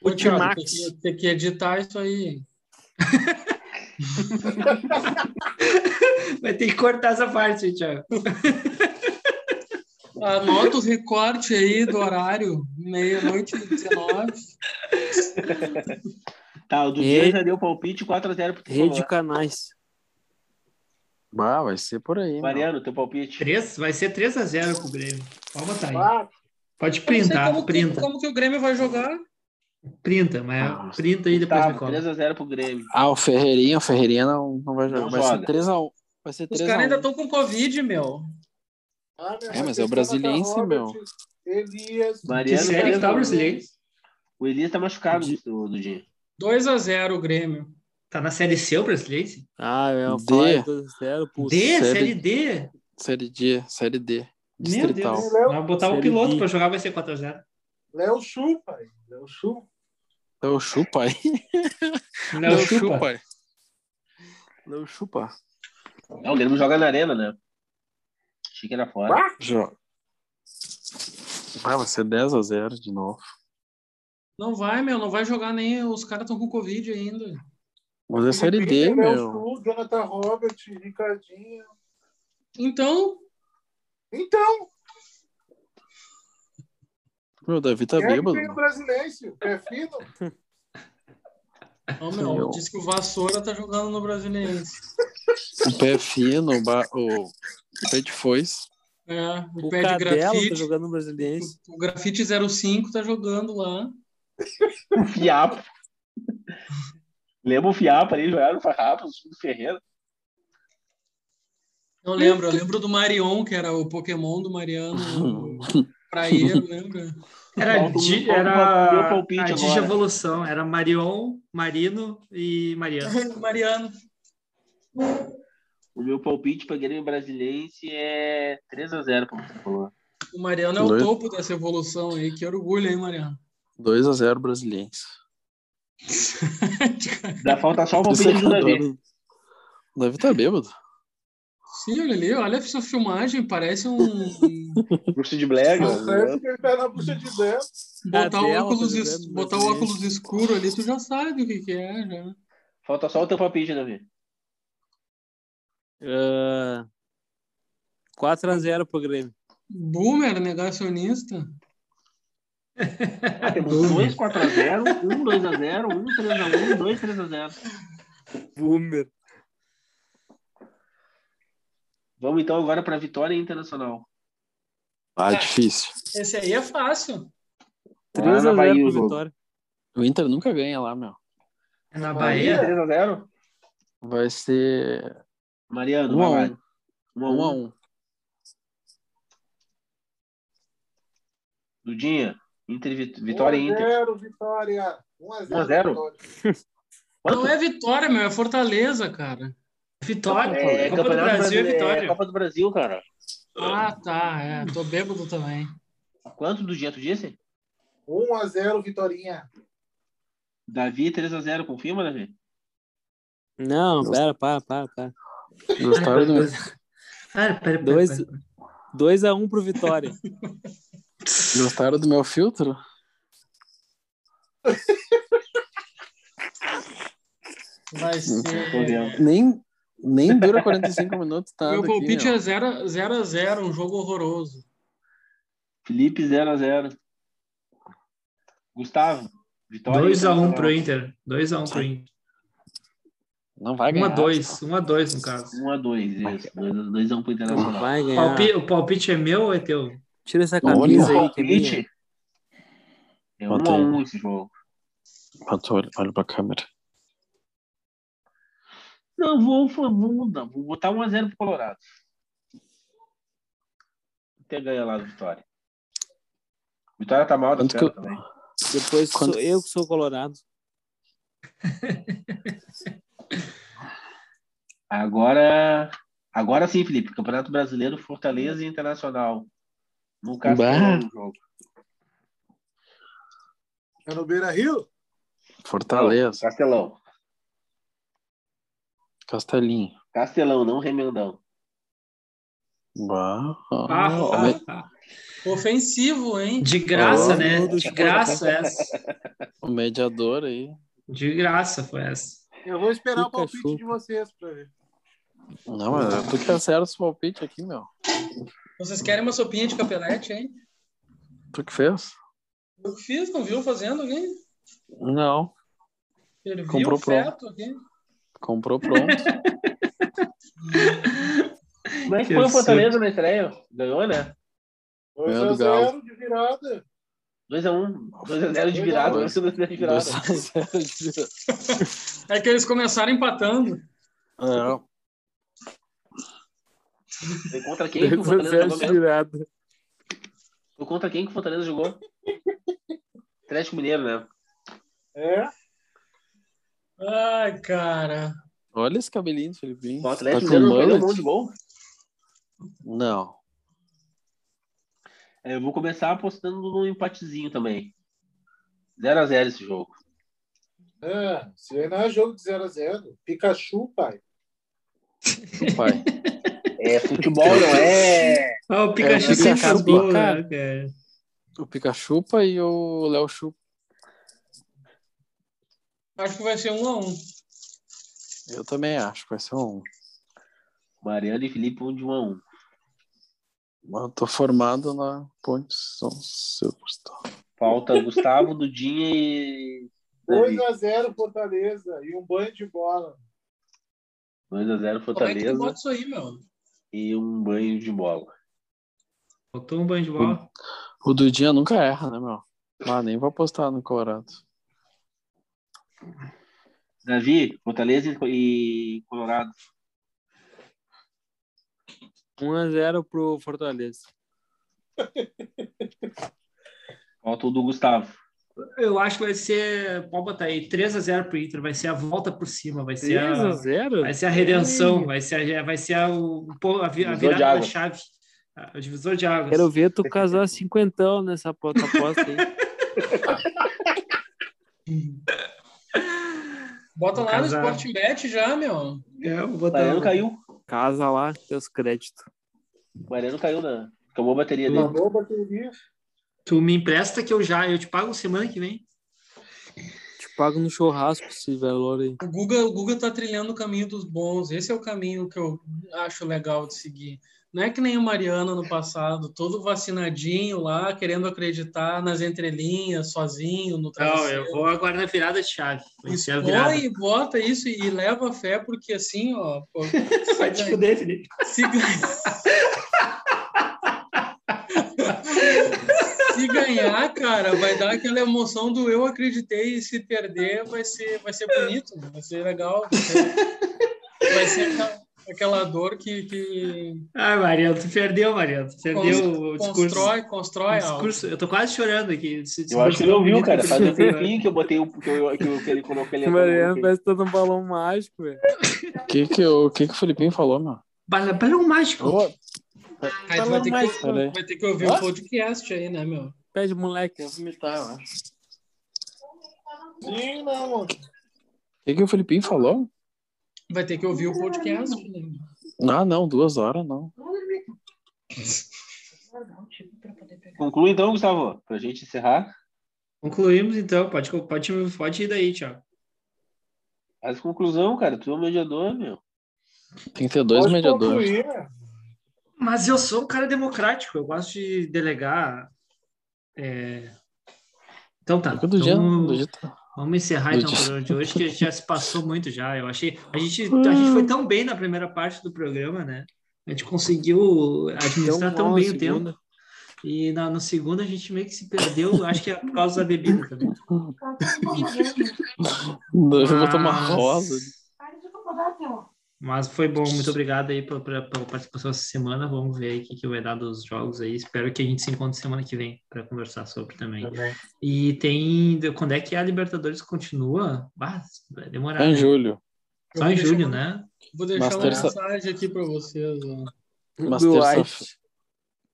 Speaker 3: Ô, Thiago, tem que, tem que editar isso aí.
Speaker 1: Vai ter que cortar essa parte, Thiago.
Speaker 3: Ah, Anota os recortes aí do horário, meia-noite e 19.
Speaker 6: Tá, o do dia já deu palpite 4x0 pro
Speaker 4: Rede de canais. Ah, vai ser por aí.
Speaker 6: Mariano, teu palpite.
Speaker 1: 3, vai ser 3x0 com o Grêmio. Pode botar aí.
Speaker 7: Ah,
Speaker 1: Pode printar,
Speaker 3: como,
Speaker 1: printa.
Speaker 3: Que, como que o Grêmio vai jogar?
Speaker 1: Printa, mas printa aí depois me
Speaker 6: Tá,
Speaker 1: cola.
Speaker 6: 3x0 pro Grêmio.
Speaker 2: Ah, o Ferreirinha, o Ferreirinha não, não vai jogar.
Speaker 6: Não
Speaker 2: vai
Speaker 6: joga.
Speaker 2: ser 3x1. Vai ser um.
Speaker 3: Os
Speaker 2: 3
Speaker 3: caras ainda estão com Covid, meu.
Speaker 7: Ah, meu,
Speaker 2: É, mas
Speaker 7: tá
Speaker 2: é o brasiliense,
Speaker 7: pensando na
Speaker 2: meu.
Speaker 7: Robert, Elias.
Speaker 1: Que
Speaker 6: Mariano,
Speaker 1: série que tá o
Speaker 6: 3x1.
Speaker 1: brasileiro?
Speaker 6: O Elias tá machucado do, do dia.
Speaker 3: 2x0 o Grêmio.
Speaker 1: Tá na série C o brasileiro?
Speaker 4: Ah, eu
Speaker 2: D.
Speaker 4: falei 2x0 pro
Speaker 1: D,
Speaker 4: Celtic.
Speaker 1: série D.
Speaker 2: Série D, série D.
Speaker 1: Meu
Speaker 2: Distrital.
Speaker 1: Deus.
Speaker 7: Léo,
Speaker 1: Vai botar o
Speaker 4: série
Speaker 1: piloto
Speaker 4: D.
Speaker 1: pra jogar, vai ser 4x0.
Speaker 7: Léo Chu, pai. Léo Chu.
Speaker 2: Então chupa aí.
Speaker 1: Não, chupa.
Speaker 2: aí. Não Então chupa.
Speaker 6: Não, o Grêmio joga na arena, né? Achei que era fora.
Speaker 2: Joga. Ah, vai ser 10x0 de novo.
Speaker 3: Não vai, meu, não vai jogar nem. Os caras estão com Covid ainda.
Speaker 2: Mas é série D,
Speaker 7: Peter, Léo
Speaker 2: meu.
Speaker 7: Chu, Jonathan Robert, Ricardinho.
Speaker 3: Então,
Speaker 7: Então,
Speaker 2: Meu, o Davi tá
Speaker 7: quem é que
Speaker 2: bêbado.
Speaker 7: tem o brasileiro? É fino?
Speaker 3: ó, meu,
Speaker 2: Eu.
Speaker 3: disse que o Vassoura tá jogando no Brasiliense.
Speaker 2: O pé fino, o, ba... o pé de foice.
Speaker 3: É, o
Speaker 4: O
Speaker 3: pé de
Speaker 4: Cadela tá
Speaker 3: grafite.
Speaker 4: jogando no Brasiliense.
Speaker 3: O grafite 05 tá jogando lá.
Speaker 6: Fiapo. Lembra o Fiapo ali, jogaram no Farrapo, do Ferreira.
Speaker 3: Não lembro, eu lembro do Marion, que era o Pokémon do Mariano. Praieiro, lembra?
Speaker 1: Era,
Speaker 6: Falta um-
Speaker 1: di,
Speaker 6: falta um- meu
Speaker 1: era
Speaker 6: palpite
Speaker 1: a
Speaker 6: agora.
Speaker 1: digievolução. Era Marion, Marino e Mariano.
Speaker 3: Mariano.
Speaker 6: O meu palpite pra Grêmio Brasiliense é 3x0, como você falou.
Speaker 3: O Mariano é o
Speaker 2: Dois.
Speaker 3: topo dessa evolução aí. Que orgulho, hein, Mariano?
Speaker 2: 2x0 brasiliense.
Speaker 6: Dá falta só o
Speaker 2: Isso
Speaker 6: palpite
Speaker 2: aí
Speaker 6: do
Speaker 2: tá
Speaker 6: Davi.
Speaker 2: doido. O Davi tá bêbado.
Speaker 3: Sim, olha ali, olha essa filmagem, parece um.
Speaker 6: Bruxo de Black.
Speaker 7: Tanto que ele tá na bucha de dança.
Speaker 3: Botar o,
Speaker 4: Cadela tá
Speaker 3: óculos, es-
Speaker 4: jogando no
Speaker 3: botar o
Speaker 4: Brasiliense.
Speaker 3: óculos escuro ali, tu já sabe o que, que é, já.
Speaker 6: Falta só o teu palpite, Davi.
Speaker 4: Ah, 4x0 pro Grêmio.
Speaker 3: Boomer, negacionista.
Speaker 6: Ah, temos dois 4x0, um 2x0, um 3x1, dois 3x0.
Speaker 4: Boomer.
Speaker 6: Vamos então agora pra vitória internacional.
Speaker 2: Ah, difícil.
Speaker 3: Esse aí é fácil.
Speaker 6: Lá na
Speaker 4: 3x0
Speaker 6: Bahia o
Speaker 4: pro
Speaker 6: jogo.
Speaker 4: Vitória.
Speaker 2: O Inter nunca ganha lá, meu.
Speaker 1: É na
Speaker 6: Bahia,
Speaker 1: Bahia?
Speaker 6: 3x0?
Speaker 2: Vai ser
Speaker 6: Mariano,
Speaker 2: 1x1.
Speaker 6: vai, Um vai. 1x1.
Speaker 2: 1x1.
Speaker 6: Dudinha, Inter, vit- Vitória e Inter.
Speaker 7: 1x0, Vitória. 1x0.
Speaker 6: 1x0?
Speaker 3: Não é vitória, meu, é Fortaleza, cara.
Speaker 1: Vitória.
Speaker 6: É,
Speaker 1: Copa do
Speaker 6: Campeonato
Speaker 1: Brasil é
Speaker 6: Brasileiro, é
Speaker 1: vitória.
Speaker 6: Copa do Brasil, cara.
Speaker 3: Ah, tá, é. Tô bêbado também.
Speaker 6: Quanto do dia tu disse?
Speaker 7: 1x0, Vitorinha.
Speaker 6: Davi 3x0, confirma, Davi?
Speaker 4: Não, pera, para, para, para.
Speaker 2: Gostaram do
Speaker 1: Cara, pera, pera,
Speaker 4: Dois-
Speaker 1: pera.
Speaker 4: 2x1 pro Vitória.
Speaker 2: Gostaram do meu filtro?
Speaker 3: Vai
Speaker 6: Tô
Speaker 3: ser.
Speaker 6: vendo.
Speaker 2: Nem, nem dura 45 minutos, tá?
Speaker 3: Meu
Speaker 2: daqui,
Speaker 3: palpite
Speaker 2: meu.
Speaker 3: é 0x0, zero, zero a zero, um jogo horroroso.
Speaker 6: Felipe 0x0. Gustavo, Vitória.
Speaker 1: 2x1
Speaker 6: Internacional.
Speaker 1: pro Inter. 2x1 pro Inter.
Speaker 2: Não vai ganhar.
Speaker 1: 1x2. 1x2 no caso.
Speaker 6: 1x2, isso. 2x1 pro
Speaker 4: Não
Speaker 6: Internacional.
Speaker 4: vai ganhar.
Speaker 1: Palpi- o palpite é meu ou é teu?
Speaker 4: Tira essa
Speaker 6: E o
Speaker 4: camisa aí, que é minha.
Speaker 6: palpite é
Speaker 2: Bota aí.
Speaker 6: 1x1 esse jogo.
Speaker 2: Pato, olha, olha pra câmera.
Speaker 6: Não, vou, vou mudar. Vou botar 1x0 pro Colorado. Inter ganha lá do Vitória. Vitória tá mal das
Speaker 2: Quanto que
Speaker 6: pernas
Speaker 2: eu-
Speaker 6: também.
Speaker 4: Depois
Speaker 2: Quando-
Speaker 4: sou eu que sou colorado.
Speaker 6: Agora, agora sim, Felipe. Campeonato Brasileiro, Fortaleza e Internacional. No
Speaker 2: Bah.
Speaker 6: Castelão o jogo.
Speaker 7: É no Beira Rio?
Speaker 6: Não,
Speaker 2: Fortaleza,
Speaker 6: Castelão.
Speaker 2: Castelinho.
Speaker 6: Castelão, não Remendão.
Speaker 2: Bah.
Speaker 1: Ah,
Speaker 2: olha-
Speaker 1: ah, ah.
Speaker 3: Ofensivo, hein?
Speaker 1: De graça,
Speaker 2: Oh,
Speaker 1: né?
Speaker 4: meu Deus,
Speaker 1: De graça essa.
Speaker 2: O mediador aí.
Speaker 1: De graça foi essa.
Speaker 7: Eu vou esperar Fica o palpite chupa. de vocês pra ver.
Speaker 2: Não, mas tu que acerta os palpites aqui, meu.
Speaker 3: Vocês querem uma sopinha de capelete, hein?
Speaker 2: Tu que fez?
Speaker 3: Eu que fiz, não viu fazendo aqui?
Speaker 2: Não.
Speaker 3: Serviu Comprou pronto. Aqui.
Speaker 2: Comprou pronto.
Speaker 6: Mas que foi o Fortaleza na estreia? Ganhou, né?
Speaker 7: 2x0 de virada.
Speaker 6: 2x1. 2x0 de virada. 2x0 de virada.
Speaker 3: 2x0 de virada. É que eles começaram empatando.
Speaker 2: É.
Speaker 6: Foi contra quem que o Fortaleza jogou mesmo? Foi contra quem que o Fortaleza jogou? Atlético Mineiro, né?
Speaker 7: É.
Speaker 3: Ai, cara.
Speaker 2: Olha esse cabelinho do Felipinho.
Speaker 6: O Atlético tá Mineiro não um monte de gol?
Speaker 2: Não.
Speaker 6: É, eu vou começar apostando num empatezinho também. 0x0 esse jogo.
Speaker 7: Ah, isso aí não é jogo de 0x0. Pikachu, pai.
Speaker 2: Pai.
Speaker 6: É futebol, não é.
Speaker 1: Oh, o Pikachu é, sempre acabou, cara. cara.
Speaker 2: O Pikachu e o Léo Chupa.
Speaker 3: Acho que vai ser um a um.
Speaker 2: Eu também acho que vai ser um a um.
Speaker 6: Mariano e Felipe, um de um a um.
Speaker 2: Eu tô formado na Ponte São Silvestre.
Speaker 6: Falta Gustavo, Dudinha e.
Speaker 7: 2x0 Fortaleza e um banho de bola.
Speaker 6: 2x0 Fortaleza. Como é
Speaker 3: que isso aí, meu?
Speaker 6: E um banho de bola.
Speaker 1: Faltou um banho de bola.
Speaker 2: O, o Dudinha nunca erra, né, meu? Ah, nem vou apostar no Colorado.
Speaker 6: Davi, Fortaleza e Colorado.
Speaker 4: 1x0 pro Fortaleza.
Speaker 6: Falta o do Gustavo.
Speaker 1: Eu acho que vai ser. Pode botar aí, 3x0 pro Inter, vai ser a volta por cima, vai ser
Speaker 2: 3 a, a 0?
Speaker 1: Vai ser a redenção, Ei. vai ser, a, vai ser a, o, a, a virada da chave. O divisor de águas.
Speaker 4: Quero ver tu casar cinquentão nessa aposta aí.
Speaker 3: Bota vou lá casar. no Sportbet já, meu.
Speaker 1: É,
Speaker 6: o Mariano caiu.
Speaker 4: Casa lá, teus créditos.
Speaker 6: O Mariano caiu, né? Acabou a bateria dele.
Speaker 7: Acabou a bateria.
Speaker 1: Tu me empresta que eu já, eu te pago semana que vem.
Speaker 4: Te pago no churrasco, se valor aí.
Speaker 3: O Guga, o Guga tá trilhando o caminho dos bons. Esse é o caminho que eu acho legal de seguir. Não é que nem o Mariano no passado, todo vacinadinho lá, querendo acreditar nas entrelinhas, sozinho, no
Speaker 1: travesseiro. Não, eu vou agora na virada de chave.
Speaker 3: Isso é virada. e bota isso e leva a fé, porque assim, ó... Pô,
Speaker 1: se Vai te fuder, Felipe.
Speaker 3: Se, se ganhar, cara, vai dar aquela emoção do eu acreditei e se perder vai ser, vai ser bonito, vai ser legal. Vai ser, vai ser aquela dor que. que...
Speaker 1: Ah, Mariano, tu perdeu, Mariano. Tu perdeu Cons o discurso.
Speaker 3: Constrói, constrói.
Speaker 1: Discurso. Eu tô quase chorando aqui.
Speaker 6: eu acho que não viu, cara. Faz um tempinho que eu botei o que, eu, que, eu, que ele colocou ali.
Speaker 4: Mariano parece que tá num balão mágico, velho.
Speaker 2: O que que, eu, que que o Felipinho falou, mano?
Speaker 1: Balão, balão é um mágico.
Speaker 3: Oh. Aí balão vai, ter mágico. Que, Peraí. vai ter que ouvir o um podcast aí, né, meu?
Speaker 4: Pede moleque, eu vomitar, eu acho.
Speaker 7: Sim, não, mano.
Speaker 2: O que, que o Felipinho falou?
Speaker 3: Vai ter que ouvir o podcast. né?
Speaker 2: Ah, não, duas horas não.
Speaker 6: Conclui então, Gustavo, para a gente encerrar.
Speaker 1: Concluímos então, pode, pode, pode ir daí, Thiago.
Speaker 6: Faz conclusão, cara, tu é o mediador, meu.
Speaker 2: Tem que ter dois pode mediadores. Concluir.
Speaker 1: Tá Mas eu sou um cara democrático, eu gosto de delegar. É... Então
Speaker 6: É
Speaker 1: tá.
Speaker 2: Todo dia,
Speaker 1: então...
Speaker 2: todo dia tá.
Speaker 1: Vamos encerrar então o programa de hoje, que já se passou muito já. Eu achei. A gente, a
Speaker 6: Ah.
Speaker 1: gente foi tão bem na primeira parte do programa, né? A gente conseguiu administrar
Speaker 6: um
Speaker 1: tão, tão bem o segunda. tempo. E na, no segundo a gente meio que se perdeu, acho que é por causa da bebida também.
Speaker 2: Mas... Eu vou tomar rosa.
Speaker 1: Mas foi bom, muito obrigado aí pela, pela participação essa semana. Vamos ver aí o que, que vai dar dos jogos aí. Espero que a gente se encontre semana que vem para conversar sobre também. Tá e tem. Quando é que a Libertadores continua? Ah, vai demorar.
Speaker 2: Só
Speaker 1: em né?
Speaker 2: julho.
Speaker 1: Só em julho, uma... né?
Speaker 3: Vou deixar Mas uma terça... mensagem aqui para vocês. Ó.
Speaker 2: Mas terça...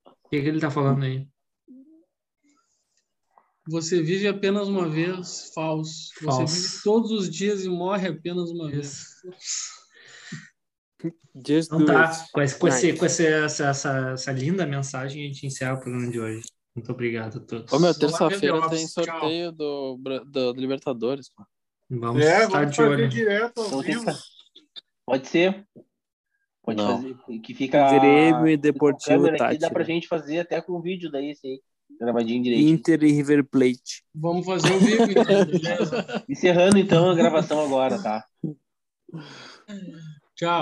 Speaker 1: O que, é que ele está falando aí?
Speaker 3: Você vive apenas uma vez, falso. falso. Você vive todos os dias e morre apenas uma Isso. vez.
Speaker 1: Just então tá, com, esse, com, esse, com essa, essa, essa, linda mensagem a gente encerra o programa de hoje. Muito obrigado a todos.
Speaker 2: Ô, meu, terça-feira tem sorteio do, do, do Libertadores. Pô.
Speaker 1: Vamos é, estar de olho.
Speaker 7: direto ao vivo.
Speaker 6: Pode ser. Pode
Speaker 4: Não.
Speaker 6: fazer. Que fica.
Speaker 4: Grêmio e
Speaker 6: fica com
Speaker 4: Deportivo
Speaker 6: câmera aqui,
Speaker 4: Tátira.
Speaker 6: Dá pra gente fazer até com vídeo daí, esse aí. Gravadinho direito.
Speaker 4: Inter e River Plate.
Speaker 3: Vamos fazer o vivo, então, beleza?
Speaker 6: Encerrando então a gravação agora, tá?